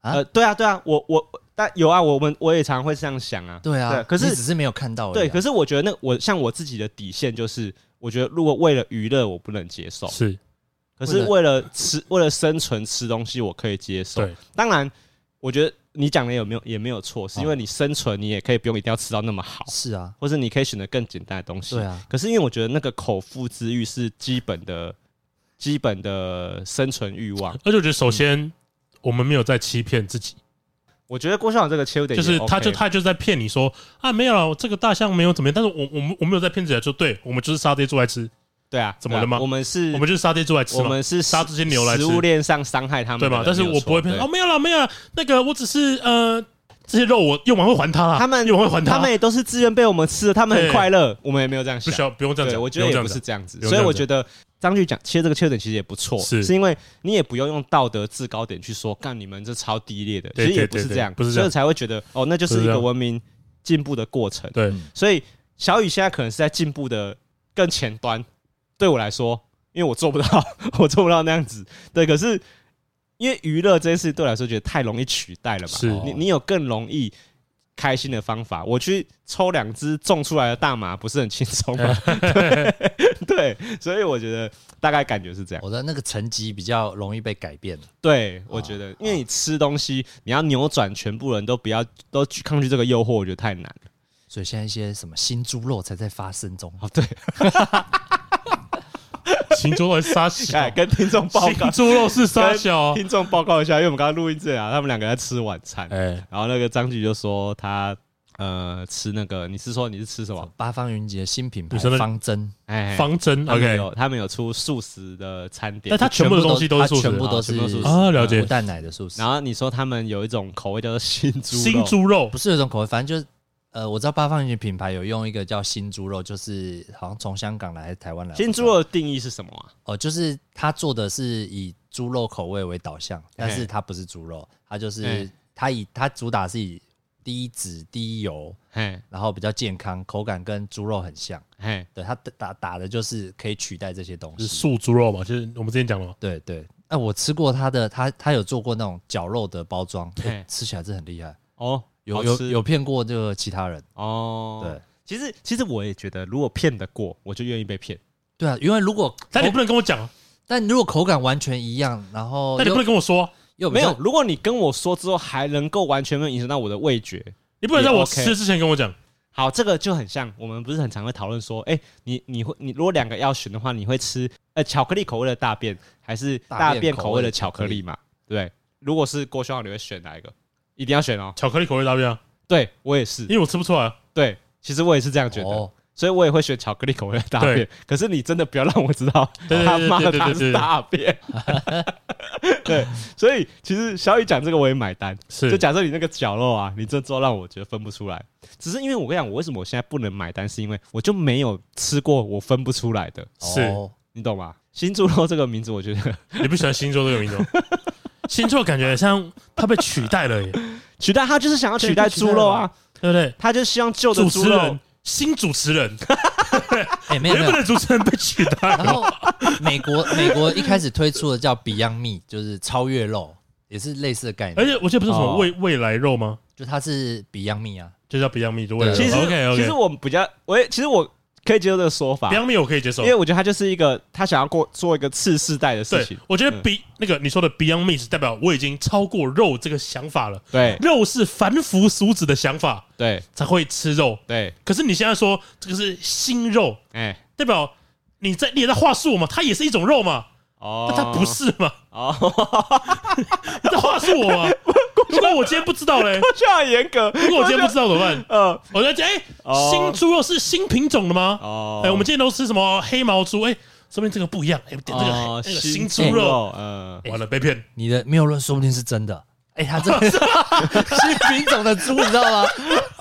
[SPEAKER 1] 啊
[SPEAKER 2] 呃，对啊，对啊，我我但有啊，我们我也常会这样想啊。
[SPEAKER 1] 对啊，
[SPEAKER 2] 可
[SPEAKER 1] 你
[SPEAKER 2] 是
[SPEAKER 1] 只是没有看
[SPEAKER 3] 哦
[SPEAKER 1] 到而已啊，
[SPEAKER 2] 对，可是我觉得那我像我自己的底线就是，我觉得如果为了娱乐，我不能接受。
[SPEAKER 3] 是，
[SPEAKER 2] 可是为了吃，为了生存吃东西，我可以接受。
[SPEAKER 3] 对，
[SPEAKER 2] 当然，我觉得你讲的有没有也没有错，是因
[SPEAKER 3] 哦
[SPEAKER 2] 为你生存，你也可以不用一定要吃到那么好，
[SPEAKER 1] 是啊，
[SPEAKER 2] 或是你可以选择更简单的东西。
[SPEAKER 1] 对啊，
[SPEAKER 2] 可是因为我觉得那个口腹之欲是基本的、基本的生存欲望。
[SPEAKER 3] 而且我觉得首先我们没有在欺骗自己，
[SPEAKER 2] 我觉得郭校长这个切入点
[SPEAKER 3] 就是
[SPEAKER 2] 也
[SPEAKER 3] 他
[SPEAKER 2] OK
[SPEAKER 3] 就他就在骗你说啊，没有啦，我这个大象没有怎么样，但是我我们我们有在骗自己说，对我们就是杀这些猪来吃，
[SPEAKER 2] 对啊，
[SPEAKER 3] 怎么
[SPEAKER 2] 对啊
[SPEAKER 3] 了吗
[SPEAKER 2] 我们是
[SPEAKER 3] 我们就是杀这些猪来吃嘛，
[SPEAKER 2] 我们是
[SPEAKER 3] 杀这些牛来吃
[SPEAKER 2] 食物链上伤害他们的
[SPEAKER 3] 对
[SPEAKER 2] 人，
[SPEAKER 3] 吧？但是
[SPEAKER 2] 没有
[SPEAKER 3] 我
[SPEAKER 2] 错
[SPEAKER 3] 不会骗
[SPEAKER 2] 对
[SPEAKER 3] 哦，没有啦，没有啦，那个我只是呃，这些肉我用完会还他啊啦，
[SPEAKER 2] 他们
[SPEAKER 3] 用完会还
[SPEAKER 2] 他们也都是自愿被我们吃的，他们很
[SPEAKER 3] 对
[SPEAKER 2] 快乐，我们也没有这样
[SPEAKER 3] 不
[SPEAKER 2] 想
[SPEAKER 3] 需。要不用这样
[SPEAKER 2] 对，
[SPEAKER 3] 讲，
[SPEAKER 2] 我觉得
[SPEAKER 3] 用
[SPEAKER 2] 也
[SPEAKER 3] 这样
[SPEAKER 2] 不是
[SPEAKER 3] 讲，
[SPEAKER 2] 这样子，
[SPEAKER 3] 不用
[SPEAKER 2] 所以
[SPEAKER 3] 这
[SPEAKER 2] 我
[SPEAKER 3] 样
[SPEAKER 2] 觉得张局讲切这个缺点其实也不错，
[SPEAKER 3] 是
[SPEAKER 2] 因为你也不用用道德制高点去说干你们这超低劣的，其
[SPEAKER 3] 对
[SPEAKER 2] 实也
[SPEAKER 3] 对
[SPEAKER 2] 不是
[SPEAKER 3] 对
[SPEAKER 2] 这样，
[SPEAKER 3] 对不是这
[SPEAKER 2] 所
[SPEAKER 3] 样
[SPEAKER 2] 以才会觉得哦，那就是一
[SPEAKER 3] 不是这
[SPEAKER 2] 个
[SPEAKER 3] 样
[SPEAKER 2] 文明进步的过程。
[SPEAKER 3] 对
[SPEAKER 1] 嗯
[SPEAKER 2] 所以小雨现在可能是在进步的更前端，对我来说，因为我做不到， 我做不到那样子。对，可是因为娱乐这件事对我来说，觉得太容易取代了嘛。
[SPEAKER 3] 是
[SPEAKER 2] 你你有更容易开心的方法。我去抽两支种出来的大麻，不是很轻松吗？ 对，所以我觉得大概感觉是这样。
[SPEAKER 1] 我的那个层级比较容易被改变。
[SPEAKER 2] 对，我觉得，因为你吃东西，你要扭转全部人都不要都去抗拒这个诱惑，我觉得太难了。
[SPEAKER 1] 所以现在一些什么新猪肉才在发生中，
[SPEAKER 2] 哦，对，
[SPEAKER 3] 行猪肉是杀小，
[SPEAKER 2] 哎，跟听众报告
[SPEAKER 3] 行，猪肉是杀小，
[SPEAKER 2] 听众报告一下，因为我们刚刚录音这啊，他们两个在吃晚餐，
[SPEAKER 3] 哎，
[SPEAKER 2] 然后那个张局就说他呃吃那个，你是说你是吃什么？
[SPEAKER 1] 八方云集的新品牌
[SPEAKER 3] 你说那
[SPEAKER 1] 方针，
[SPEAKER 2] 哦哎，
[SPEAKER 3] 方针
[SPEAKER 2] 他们
[SPEAKER 3] OK，
[SPEAKER 2] 有他们有出素食的餐点，
[SPEAKER 3] 但它全部的东西都
[SPEAKER 1] 它
[SPEAKER 3] 是素食
[SPEAKER 1] 全部
[SPEAKER 3] 的
[SPEAKER 1] 都
[SPEAKER 2] 啊全
[SPEAKER 1] 是
[SPEAKER 2] 部都是素食
[SPEAKER 3] 啊，了
[SPEAKER 1] 无
[SPEAKER 3] 解，
[SPEAKER 1] 蛋奶的素食
[SPEAKER 2] 然，后你说他们有一种口味叫做新猪肉
[SPEAKER 3] 新猪肉
[SPEAKER 1] 不是有一种口味，反正就是呃，我知道八方云集品牌有用一个叫新猪肉，就是好像从香港来还是台湾来
[SPEAKER 2] 新猪肉的定义是什么啊？
[SPEAKER 1] 哦、就是它做的是以猪肉口味为导向，但是它不是猪肉，它就是、
[SPEAKER 2] 嘿
[SPEAKER 1] 它以它主打是以低脂低油，
[SPEAKER 2] 嘿
[SPEAKER 1] 然后比较健康，口感跟猪肉很像。
[SPEAKER 2] 嘿，
[SPEAKER 1] 对，它打打打的就是可以取代这些东
[SPEAKER 3] 是
[SPEAKER 1] 西。
[SPEAKER 3] 素猪肉嘛，就是我们之前讲了嘛，
[SPEAKER 1] 对对，哎、我吃过它的，它它有做过那种绞肉的包装，
[SPEAKER 2] 嘿
[SPEAKER 1] 哎吃起来真的很厉害。
[SPEAKER 2] 哦，
[SPEAKER 1] 有
[SPEAKER 2] 好
[SPEAKER 1] 有
[SPEAKER 2] 吃
[SPEAKER 1] 有骗过这个其他人，
[SPEAKER 2] 哦，
[SPEAKER 1] 对。
[SPEAKER 2] 其实，其实我也觉得，如果骗得过，我就愿意被骗。
[SPEAKER 1] 对啊，因为如果
[SPEAKER 3] 但
[SPEAKER 2] 哦
[SPEAKER 3] 你
[SPEAKER 1] 口
[SPEAKER 3] 不能跟我讲，啊
[SPEAKER 1] 但如果口感完全一样，然后
[SPEAKER 2] 哦
[SPEAKER 3] 但你不能跟我说，啊
[SPEAKER 1] 又又比
[SPEAKER 2] 没
[SPEAKER 1] 较
[SPEAKER 2] 有，如果你跟我说之后还能够完全没有影响到我的味觉，
[SPEAKER 3] 你不能在
[SPEAKER 2] 也
[SPEAKER 3] 我
[SPEAKER 2] OK
[SPEAKER 3] 吃之前跟我讲，
[SPEAKER 2] 好，这个就很像我们不是很常会讨论说，哎、你你会你如果两个要选的话，你会吃呃巧克力口味的大便还是大
[SPEAKER 1] 大便
[SPEAKER 2] 便口
[SPEAKER 1] 口
[SPEAKER 2] 味
[SPEAKER 1] 味
[SPEAKER 2] 的
[SPEAKER 1] 的
[SPEAKER 2] 巧
[SPEAKER 1] 巧
[SPEAKER 2] 克
[SPEAKER 1] 克力
[SPEAKER 2] 力嘛？对不对，如果是郭兄浩，你会选哪一个？一定要选哦。
[SPEAKER 3] 巧克力口味大便啊，
[SPEAKER 2] 对我也是
[SPEAKER 3] 因，为我吃不出来啊，
[SPEAKER 2] 对，其实我也是这样觉得，
[SPEAKER 1] 哦
[SPEAKER 2] 所以我也会选巧克力口味的大
[SPEAKER 3] 对
[SPEAKER 2] 便。可是你真的不要让我知道
[SPEAKER 3] 对对
[SPEAKER 2] 他
[SPEAKER 3] 对
[SPEAKER 2] 妈的
[SPEAKER 3] 对对
[SPEAKER 2] 他
[SPEAKER 3] 对
[SPEAKER 2] 是
[SPEAKER 3] 对
[SPEAKER 2] 大便。 对，所以其实小雨讲这个我也买单。
[SPEAKER 3] 是
[SPEAKER 2] 就 假设你那个绞肉啊，你这之后让我觉得分不出来，只是因为我跟你讲，我为什么我现在不能买单，是因为我就没有吃过我分不出 来的，
[SPEAKER 3] 是
[SPEAKER 1] 哦
[SPEAKER 2] 你懂吗？新猪肉这个名字，我觉得
[SPEAKER 3] 你不喜欢星座这个名字吗？哦星座感觉像它被取代了 耶，
[SPEAKER 2] 取代它啊就是想要取代猪肉啊，
[SPEAKER 3] 对不对？
[SPEAKER 2] 它就希望旧的
[SPEAKER 3] 主
[SPEAKER 2] 猪
[SPEAKER 3] 持
[SPEAKER 2] 肉
[SPEAKER 3] 人，新主持人，
[SPEAKER 1] 哎、没有
[SPEAKER 3] 原
[SPEAKER 1] 没
[SPEAKER 3] 本
[SPEAKER 1] 有。
[SPEAKER 3] 的主持人被取 代
[SPEAKER 1] 然
[SPEAKER 3] 了，
[SPEAKER 1] 后美国美国一开始推出的叫 Beyond Meat，就是超越肉，也是类似的概
[SPEAKER 3] 而
[SPEAKER 1] 念，
[SPEAKER 3] 且我记得不是什
[SPEAKER 2] 哦
[SPEAKER 3] 么未未来肉吗？
[SPEAKER 1] 就它是 Beyond Meat 啊，
[SPEAKER 3] 就叫 Beyond Meat 的未来肉。
[SPEAKER 2] 其实
[SPEAKER 3] OK
[SPEAKER 2] 其
[SPEAKER 3] OK
[SPEAKER 2] 实我比较，我也其实我可以接受这个说法，
[SPEAKER 3] Beyond Meat 我可以接受
[SPEAKER 2] 因，为我觉得它就是一个他想要过做一个次世代的事
[SPEAKER 3] 对
[SPEAKER 2] 情，，
[SPEAKER 3] 我觉
[SPEAKER 2] 嗯
[SPEAKER 3] 得 B 那个你说的 Beyond Meat 是代表我已经超过肉这个想法了，
[SPEAKER 2] 对
[SPEAKER 3] 肉是凡夫俗子的想法
[SPEAKER 2] 对
[SPEAKER 3] 才会吃肉，
[SPEAKER 2] 对，
[SPEAKER 3] 可是你现在说这个是新肉，
[SPEAKER 2] 哎
[SPEAKER 3] 代表你在你也在话术嘛，它也是一种肉嘛，
[SPEAKER 2] 哦
[SPEAKER 3] 但，它不是嘛，
[SPEAKER 2] 哦，
[SPEAKER 3] 你在话术我 嘛？如果我今天不知道嘞，
[SPEAKER 2] 不需要严格，
[SPEAKER 3] 如果我今天不知道怎么办？
[SPEAKER 2] 呃
[SPEAKER 3] 我在讲，哎、
[SPEAKER 2] 哦
[SPEAKER 3] 新猪肉是新品种的吗？哎、
[SPEAKER 2] 哦，
[SPEAKER 3] 我们今天都吃什么黑毛猪？哎、说明这个不一样。哎、点这个、
[SPEAKER 2] 哦
[SPEAKER 3] 那个新猪
[SPEAKER 2] 猪
[SPEAKER 3] 肉，哎
[SPEAKER 2] 肉，嗯。
[SPEAKER 3] 完了被骗。
[SPEAKER 1] 你的谬论说不定是真的。哎、它这 个是品种的猪，你知道吗？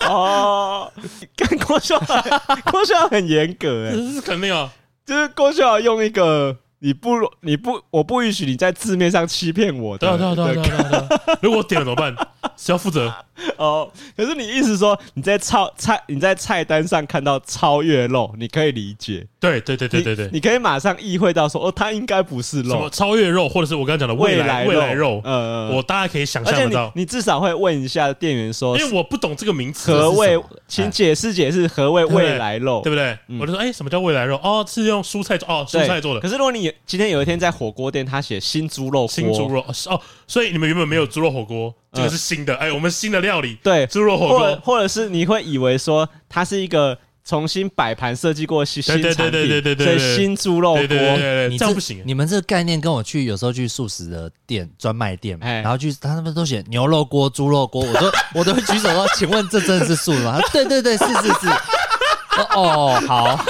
[SPEAKER 2] 哦，跟郭秀涵，郭秀涵很严格哎、
[SPEAKER 3] 这是肯定啊，
[SPEAKER 2] 就是郭秀涵用一个你不你不我不允许你在字面上欺骗我
[SPEAKER 3] 对
[SPEAKER 2] 的，
[SPEAKER 3] 啊，对啊，对啊，对啊对啊！对啊如果我点了怎么办？谁要负责？
[SPEAKER 2] 哦，可是你意思说你在超菜你在菜单上看到超越肉，你可以理解，
[SPEAKER 3] 对对对对对
[SPEAKER 2] 你
[SPEAKER 3] 对，
[SPEAKER 2] 你可以马上意会到说哦，它应该不是
[SPEAKER 3] 什么
[SPEAKER 2] 肉，
[SPEAKER 3] 超越肉，或者是我刚刚讲的未来
[SPEAKER 2] 未
[SPEAKER 3] 未
[SPEAKER 2] 来
[SPEAKER 3] 来
[SPEAKER 2] 肉
[SPEAKER 3] 肉，
[SPEAKER 2] 呃
[SPEAKER 3] 我大家可以想
[SPEAKER 2] 而
[SPEAKER 3] 象
[SPEAKER 2] 且
[SPEAKER 3] 得
[SPEAKER 2] 你
[SPEAKER 3] 到，
[SPEAKER 2] 你至少会问一下店员说
[SPEAKER 3] 因为我不懂这个名词，
[SPEAKER 2] 何
[SPEAKER 1] 是
[SPEAKER 2] 谓
[SPEAKER 1] 什么，
[SPEAKER 2] 请解释解释何谓
[SPEAKER 3] 对
[SPEAKER 2] 未来肉
[SPEAKER 3] 对，不对？我就说，哎，什么叫未来肉？哦，是用蔬菜做，哦，
[SPEAKER 2] 嗯对
[SPEAKER 3] 蔬菜做的
[SPEAKER 2] 可是如果你今天有一天在火锅店，他写新猪肉锅，
[SPEAKER 3] 新猪肉哦是哦，所以你们原本没有猪肉火锅，这个
[SPEAKER 2] 嗯
[SPEAKER 3] 是新的，哎，我们新的料理，
[SPEAKER 2] 对，
[SPEAKER 3] 猪肉火
[SPEAKER 2] 或
[SPEAKER 3] 锅，
[SPEAKER 2] 或者是你会以为说它是一个重新摆盘设计过新新
[SPEAKER 3] 对对
[SPEAKER 2] 产品，
[SPEAKER 3] 对对对对对
[SPEAKER 2] 所以
[SPEAKER 3] 对
[SPEAKER 2] 新猪肉锅
[SPEAKER 3] 对对对对对，
[SPEAKER 1] 你
[SPEAKER 3] 这样
[SPEAKER 1] 这
[SPEAKER 3] 不行。
[SPEAKER 1] 你们这个概念跟我去有时候去素食的店专卖店嘛，
[SPEAKER 2] 哎
[SPEAKER 1] 然后去他们都写牛肉锅、猪肉锅，我都 我都会举手说，请问这真的是素的吗？他说对对对，是是是。哦哦，好，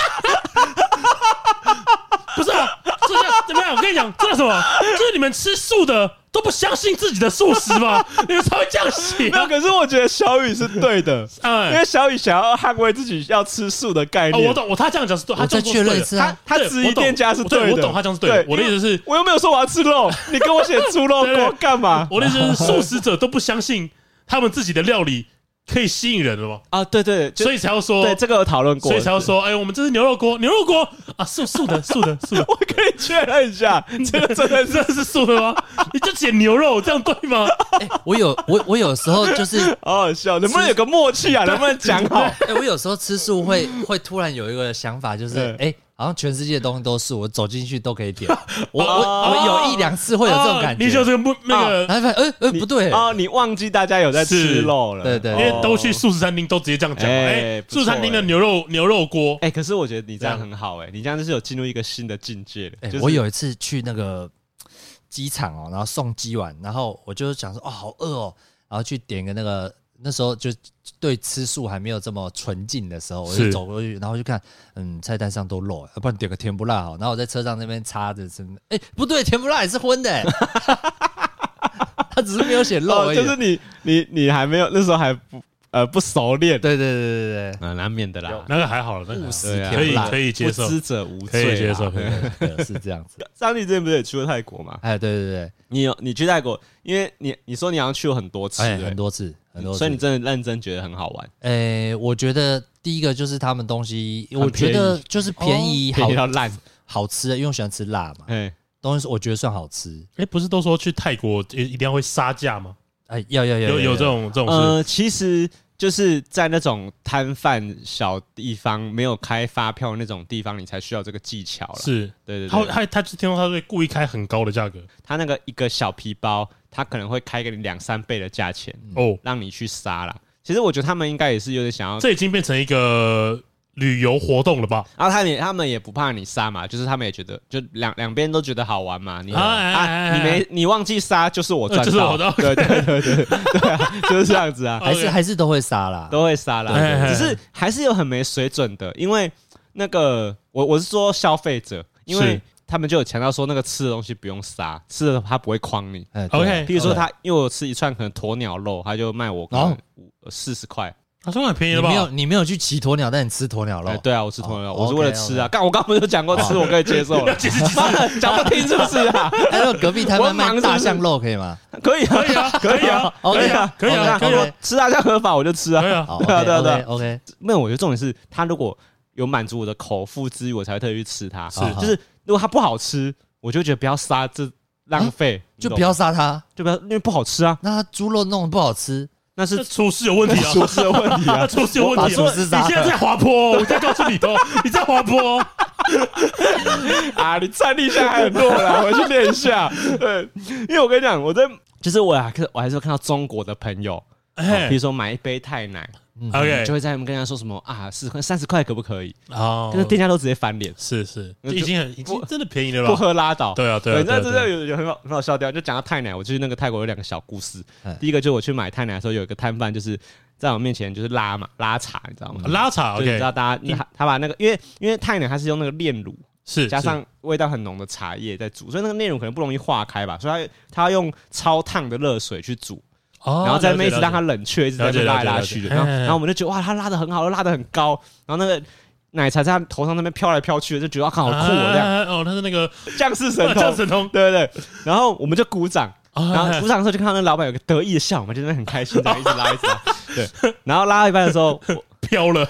[SPEAKER 3] 不是啊，这叫怎么样？我跟你讲，这叫什么？就是你们吃素的都不相信自己的素食 吗？你们才会这样写
[SPEAKER 2] 没有，
[SPEAKER 3] 啊。
[SPEAKER 2] 可是我觉得小雨是对 的，因
[SPEAKER 3] 哎，
[SPEAKER 2] 为小雨想要捍卫自己要吃素的概
[SPEAKER 3] 哦，
[SPEAKER 2] 念。
[SPEAKER 3] 我懂，我他这样讲是对，他
[SPEAKER 1] 我
[SPEAKER 3] 这
[SPEAKER 1] 再
[SPEAKER 3] 样做
[SPEAKER 1] 确
[SPEAKER 3] 是对
[SPEAKER 1] 认
[SPEAKER 3] 的
[SPEAKER 1] 一次
[SPEAKER 2] 他
[SPEAKER 1] 啊。
[SPEAKER 2] 他
[SPEAKER 3] 对
[SPEAKER 2] 质
[SPEAKER 3] 我
[SPEAKER 2] 疑
[SPEAKER 3] 懂
[SPEAKER 2] 店家是
[SPEAKER 3] 对
[SPEAKER 2] 的，
[SPEAKER 3] 我懂他这样是对的我的
[SPEAKER 2] 因为
[SPEAKER 3] 意 思是
[SPEAKER 2] 我又没有说我要吃 肉，你跟我写猪肉
[SPEAKER 3] 对对
[SPEAKER 2] 锅干嘛？
[SPEAKER 3] 我的意思是，素食者都不相信他们自己的料理可以吸引人了吗？
[SPEAKER 2] 啊，对对，就
[SPEAKER 3] 所以才要说
[SPEAKER 2] 对，这个有讨论过，
[SPEAKER 3] 所以才要说，哎，我们这是牛肉锅，牛肉锅啊，素素的，素的， 素的。
[SPEAKER 2] 我可以确认一下，这个真的
[SPEAKER 3] 真的是素的吗？你就写牛肉，这样对吗？
[SPEAKER 1] 哎我有我我有时候就是
[SPEAKER 2] 好好笑，能不能有个默契啊？能不能讲 好？
[SPEAKER 1] 哎、我有时候吃素会会突然有一个想法，就是
[SPEAKER 3] 嗯
[SPEAKER 1] 哎、好像全世界的东西都是我走进去都可以 点。我我我有一两次会有这种感觉，
[SPEAKER 3] 啊你就啊这个不那个
[SPEAKER 1] 然后发现哎哎
[SPEAKER 2] 你
[SPEAKER 1] 不对、
[SPEAKER 2] 哦，你忘记大家有在吃
[SPEAKER 3] 是
[SPEAKER 2] 肉了，
[SPEAKER 1] 对对
[SPEAKER 3] 因为
[SPEAKER 2] 哦
[SPEAKER 3] 都去。素食餐厅都直接这样讲嘛，
[SPEAKER 2] 哎
[SPEAKER 3] 哎，
[SPEAKER 2] 不错
[SPEAKER 3] 素食餐厅的牛肉牛肉锅，
[SPEAKER 2] 哎，可是我觉得你这样
[SPEAKER 3] 这
[SPEAKER 2] 很好，哎，你这样就是有进入一个新的境界了。
[SPEAKER 1] 哎、
[SPEAKER 2] 就是
[SPEAKER 1] 我有一次去那个机场哦，然后送鸡碗，然后我就想说哦好饿哦，然后去点个那个那时候就对吃素还没有这么纯净的时候，我就是走过去，然后就看嗯菜单上都肉，要不然点个甜不辣哦好，然后我在车上那边插着吃，哎、不对，甜不辣也是荤 的、哎他只是没有写肉
[SPEAKER 2] 哦，
[SPEAKER 1] 而已，
[SPEAKER 2] 就是你你你还没有那时候还不呃不熟练，
[SPEAKER 1] 对对对对
[SPEAKER 2] 啊，难免的啦，
[SPEAKER 3] 那个还好了，那个
[SPEAKER 1] 对，
[SPEAKER 3] 还
[SPEAKER 1] 务
[SPEAKER 3] 好
[SPEAKER 1] 实
[SPEAKER 2] 对啊
[SPEAKER 3] 可
[SPEAKER 1] 甜
[SPEAKER 3] 以
[SPEAKER 1] 不辣
[SPEAKER 3] 可以接
[SPEAKER 2] 不
[SPEAKER 3] 受，
[SPEAKER 2] 知者无
[SPEAKER 3] 可
[SPEAKER 2] 罪，啊
[SPEAKER 3] 以接受。。可以
[SPEAKER 1] 对是这样子，
[SPEAKER 2] 张力之前不是也去过泰国吗？
[SPEAKER 1] 哎对对对，
[SPEAKER 2] 你有你去泰国，因为你你说你好像去过很多次，
[SPEAKER 1] 哎
[SPEAKER 2] 对
[SPEAKER 1] 很多次很多次，
[SPEAKER 2] 所以你真的认真觉得很好玩，
[SPEAKER 1] 诶、我觉得第一个就是他们东西，
[SPEAKER 2] 宜哦
[SPEAKER 1] 我觉得就是便宜 好、
[SPEAKER 2] 便宜到烂。
[SPEAKER 1] 好吃，因为我喜欢吃辣嘛，
[SPEAKER 2] 哎，
[SPEAKER 1] 东西我觉得算好吃。
[SPEAKER 3] 哎，不是都说去泰国一一定要会杀价吗？
[SPEAKER 1] 哎，要要要
[SPEAKER 3] 有有这，
[SPEAKER 1] 要
[SPEAKER 3] 种这种事，
[SPEAKER 2] 呃，其实就是在那种摊贩小地方没有开发票那种地方，你才需要这个技巧了。
[SPEAKER 3] 是
[SPEAKER 2] 对对
[SPEAKER 3] 他
[SPEAKER 2] 对，
[SPEAKER 3] 他他就听说他会故意开很高的价格
[SPEAKER 2] 他那个一个小皮包，他可能会开给你两三倍的价钱，
[SPEAKER 3] 哦，
[SPEAKER 2] 让你去杀啦。其实我觉得他们应该也是有点想要，
[SPEAKER 3] 这已经变成一个旅游活动了吧？
[SPEAKER 2] 然啊后他也他们也不怕你杀嘛，就是他们也觉得，就两两边都觉得好玩嘛。你
[SPEAKER 3] 哎哎哎
[SPEAKER 2] 啊，
[SPEAKER 3] 哎
[SPEAKER 2] 你没你忘记杀，就是我赚
[SPEAKER 3] 呃就是
[SPEAKER 2] 到
[SPEAKER 3] 我的，
[SPEAKER 2] 对对对对对啊，就是这样子啊。
[SPEAKER 1] 还是
[SPEAKER 3] OK
[SPEAKER 1] 还是都会杀啦。
[SPEAKER 2] 都会杀
[SPEAKER 3] 对对
[SPEAKER 2] 啦，
[SPEAKER 3] 对
[SPEAKER 2] 只是还是有很没水准的，因为那个我我是说消费者，因为
[SPEAKER 3] 是
[SPEAKER 2] 他们就有强调说那个吃的东西不用杀，吃的他不会诓你。
[SPEAKER 1] 哎对哦
[SPEAKER 3] OK
[SPEAKER 2] 比如说他，因为我吃一串可能鸵鸟肉，他就卖我可能呃四十块。
[SPEAKER 3] 他说很便
[SPEAKER 1] 你
[SPEAKER 3] 宜了吧
[SPEAKER 1] 没？有你没有去骑鸵鸟，但你吃鸵鸟
[SPEAKER 2] 哎
[SPEAKER 1] 肉，
[SPEAKER 2] 对啊，我吃鸵鸟肉，
[SPEAKER 1] 哦
[SPEAKER 2] 我是为了
[SPEAKER 1] OK，OK
[SPEAKER 2] 吃啊。刚我刚不是就讲过吃
[SPEAKER 1] 哦
[SPEAKER 2] 我可以接受 了，
[SPEAKER 3] 解释解释
[SPEAKER 2] 妈的讲不听是不是啊？
[SPEAKER 1] 还有哎隔壁摊
[SPEAKER 2] 我
[SPEAKER 1] 贩
[SPEAKER 2] 很忙
[SPEAKER 1] 卖大
[SPEAKER 2] 是不是
[SPEAKER 1] 象肉可以吗？
[SPEAKER 2] 可以啊，
[SPEAKER 3] 可以啊，可以啊，
[SPEAKER 1] 可
[SPEAKER 3] 可
[SPEAKER 1] 以
[SPEAKER 3] 以
[SPEAKER 1] 啊
[SPEAKER 3] 啊，可以啊，
[SPEAKER 1] OK，OK
[SPEAKER 3] 可以啊，
[SPEAKER 2] 吃大家合法我就吃啊
[SPEAKER 3] 可。以啊。
[SPEAKER 1] 好，
[SPEAKER 2] 对啊对啊对啊
[SPEAKER 1] OK，
[SPEAKER 2] 没有，我觉得重点是它如果有满足我的口腹之欲，我才会特意去吃它。啊
[SPEAKER 1] 是
[SPEAKER 2] 就是如果它不好吃，我就觉得不要杀，这浪费，
[SPEAKER 1] 啊
[SPEAKER 2] 你
[SPEAKER 1] 就
[SPEAKER 2] 懂
[SPEAKER 1] 不要
[SPEAKER 2] 吗
[SPEAKER 1] 杀它。
[SPEAKER 2] 就不要，因为不好吃啊，
[SPEAKER 1] 那它猪肉弄得不好吃，
[SPEAKER 2] 那是
[SPEAKER 3] 这厨师有问题啊！
[SPEAKER 2] 厨师的问题
[SPEAKER 3] 那
[SPEAKER 2] 啊。
[SPEAKER 3] 厨师有问题
[SPEAKER 1] 我
[SPEAKER 3] 啊！
[SPEAKER 1] 把厨师杀了
[SPEAKER 3] 你现在在滑坡哦，我再告诉你哦，你在滑坡哦。
[SPEAKER 2] 啊，你站立下还很弱啦，回去练一下。对，因为我跟你讲，我在就是我还我还是有看到中国的朋友，
[SPEAKER 3] 哎
[SPEAKER 2] 比如说买一杯泰奶，
[SPEAKER 3] ，OK，
[SPEAKER 2] 就会在他们跟他说什么啊，四十块、三十块可不可以？
[SPEAKER 3] 哦
[SPEAKER 2] 但是店家都直接翻脸。
[SPEAKER 3] 是是，
[SPEAKER 2] 那就
[SPEAKER 3] 已经很已经真的便宜了
[SPEAKER 2] 不
[SPEAKER 3] 吧？
[SPEAKER 2] 喝拉倒。
[SPEAKER 3] 对啊对啊对
[SPEAKER 2] 那
[SPEAKER 3] 啊
[SPEAKER 2] 真
[SPEAKER 3] 对啊
[SPEAKER 2] 的有有很好很好笑掉。就讲到泰奶，我去那个泰国有两个小故事
[SPEAKER 1] 哎。
[SPEAKER 2] 第一个就是我去买泰奶的时候，有一个摊贩就是在我面前就是拉嘛拉茶，你知道吗？
[SPEAKER 3] 嗯拉茶
[SPEAKER 2] 就你知道
[SPEAKER 3] OK 嗯
[SPEAKER 2] 大家他他把那个因为因为泰奶它是用那个炼乳
[SPEAKER 3] 是
[SPEAKER 2] 加
[SPEAKER 3] 是
[SPEAKER 2] 上味道很浓的茶叶在煮，所以那个炼乳可能不容易化开吧，所以它它要用超烫的热水去煮，
[SPEAKER 3] 哦
[SPEAKER 2] 然后在那边一直让它
[SPEAKER 3] 了
[SPEAKER 2] 冷却，一直在那边拉来拉去的。
[SPEAKER 3] 了解了解
[SPEAKER 2] 然后
[SPEAKER 3] 了解
[SPEAKER 2] 然后我们就觉得哇，它拉的很好，拉的很高，然后那个奶茶在他头上那边飘来飘去的，就觉得哇看好
[SPEAKER 3] 解
[SPEAKER 2] 酷哦，这样
[SPEAKER 3] 啊哦哦，他是那个
[SPEAKER 2] 降世神
[SPEAKER 3] 降
[SPEAKER 2] 通。
[SPEAKER 3] 神 通，
[SPEAKER 2] 对对对，然后我们就鼓掌，
[SPEAKER 3] 然
[SPEAKER 2] 然后鼓掌的时候就看到那老板有个得意的笑，我们就在那边很开心的一直拉一直拉，对，然后拉到一半的时候，我
[SPEAKER 3] 飘了，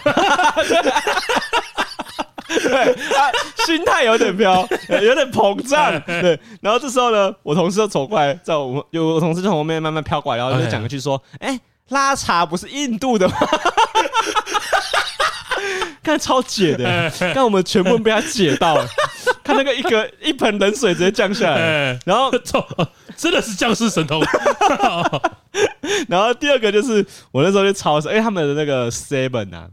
[SPEAKER 2] 对，他啊心态有点飘，呃有点膨胀，对，然后这时候呢，我同事就走过来，在我们有我同事从后面慢慢飘过来，然后就讲一句说，哎，拉茶不是印度的吗？ 看超解的，看我们全部被他解到了，看那个一个一盆冷水直接降下来，
[SPEAKER 3] 哎，
[SPEAKER 2] 然后
[SPEAKER 3] 操，哦真的是降世神通，
[SPEAKER 2] 然后第二个就是我那时候去超市，因为他们的那个 Seven 啊，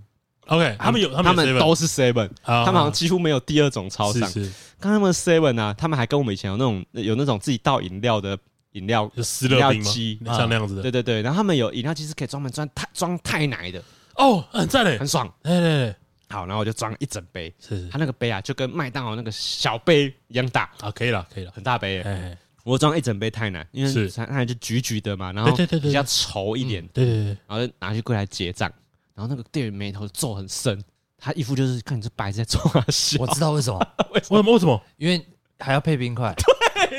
[SPEAKER 3] OK，他们有，
[SPEAKER 2] 他
[SPEAKER 3] 们有
[SPEAKER 2] 们
[SPEAKER 3] seven
[SPEAKER 2] 都是 seven，
[SPEAKER 3] 啊
[SPEAKER 2] 他们好像几乎没有第二种超商。
[SPEAKER 3] 是是
[SPEAKER 2] 刚他们 seven 啊，他们还跟我们以前有那种有那种自己倒饮料的饮料，
[SPEAKER 3] 就湿热冰
[SPEAKER 2] 饮料机
[SPEAKER 3] 吗？像那样子的
[SPEAKER 2] 对对对，然后他们有饮料机是可以专门装太装太奶的，
[SPEAKER 3] 哦，很赞嘞，
[SPEAKER 2] 很爽。
[SPEAKER 3] 哎哎，哎
[SPEAKER 2] 好，然后我就装一整杯，
[SPEAKER 3] 是是
[SPEAKER 2] 它那个杯啊就跟麦当劳那个小杯一样大，
[SPEAKER 3] 啊，可以了，可以了，
[SPEAKER 2] 很大杯耶、
[SPEAKER 3] 哎哎，
[SPEAKER 2] 我装一整杯太奶，因为
[SPEAKER 3] 是
[SPEAKER 2] 太奶就橘橘的嘛，然后
[SPEAKER 3] 对对对对
[SPEAKER 2] 比较稠一点，
[SPEAKER 3] 对对对，
[SPEAKER 2] 然后就拿去柜台结账，然后那个店员眉头皱很深，他一副就是看你这白痴在冲啊 笑
[SPEAKER 1] 我。知道为什
[SPEAKER 2] 哦
[SPEAKER 1] 么，
[SPEAKER 3] 为什么为什么
[SPEAKER 1] 因为还要配冰块。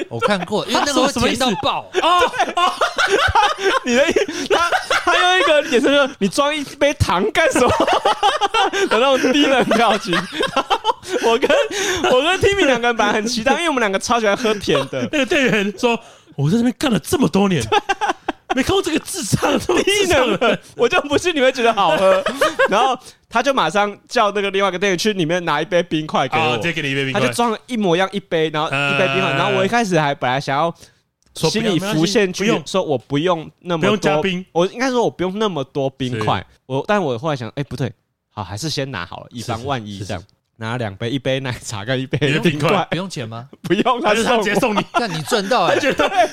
[SPEAKER 1] 我看过，因为那个会甜到 爆。
[SPEAKER 2] 你的他他用一个眼神说：“你装一杯糖干什么？”的那种低能表情。 然后我跟我跟 Timmy 两个人本来很期待，因为我们两个超喜欢喝甜 的。
[SPEAKER 3] 那个店员说我在这边干了这么多 年，没看过这个智障这么
[SPEAKER 2] 低
[SPEAKER 3] 智障
[SPEAKER 2] 能
[SPEAKER 3] 的人
[SPEAKER 2] 的，我就不信你会觉得好喝。然后他就马上叫那个另外一个店员去里面拿一杯冰块给
[SPEAKER 3] 啊！
[SPEAKER 2] 我
[SPEAKER 3] 直，接给你一杯冰
[SPEAKER 2] 他
[SPEAKER 3] 块，
[SPEAKER 2] 就装了一模一样一杯，然后一杯冰块。
[SPEAKER 3] 呃
[SPEAKER 2] 然后我一开始还本来想要
[SPEAKER 3] 说
[SPEAKER 2] 心
[SPEAKER 3] 不要
[SPEAKER 2] 里
[SPEAKER 3] 没关
[SPEAKER 2] 浮
[SPEAKER 3] 系
[SPEAKER 2] 现
[SPEAKER 3] 不
[SPEAKER 2] 去
[SPEAKER 3] 用
[SPEAKER 2] 说我不用那么
[SPEAKER 3] 不用加
[SPEAKER 2] 多
[SPEAKER 3] 冰，
[SPEAKER 2] 我应该说我不用那么多冰块。我但我后来想，哎，不对，好，还是先拿好了，以防万一
[SPEAKER 3] 是
[SPEAKER 2] 这样。拿了两杯，一杯奶茶跟一
[SPEAKER 3] 一
[SPEAKER 2] 杯
[SPEAKER 3] 个冰块，
[SPEAKER 1] 不用钱吗？
[SPEAKER 2] 不用他
[SPEAKER 3] 还是他
[SPEAKER 2] 送
[SPEAKER 3] 直接
[SPEAKER 2] 我，
[SPEAKER 3] 送你？
[SPEAKER 1] 但你赚到哎、
[SPEAKER 3] 觉得哎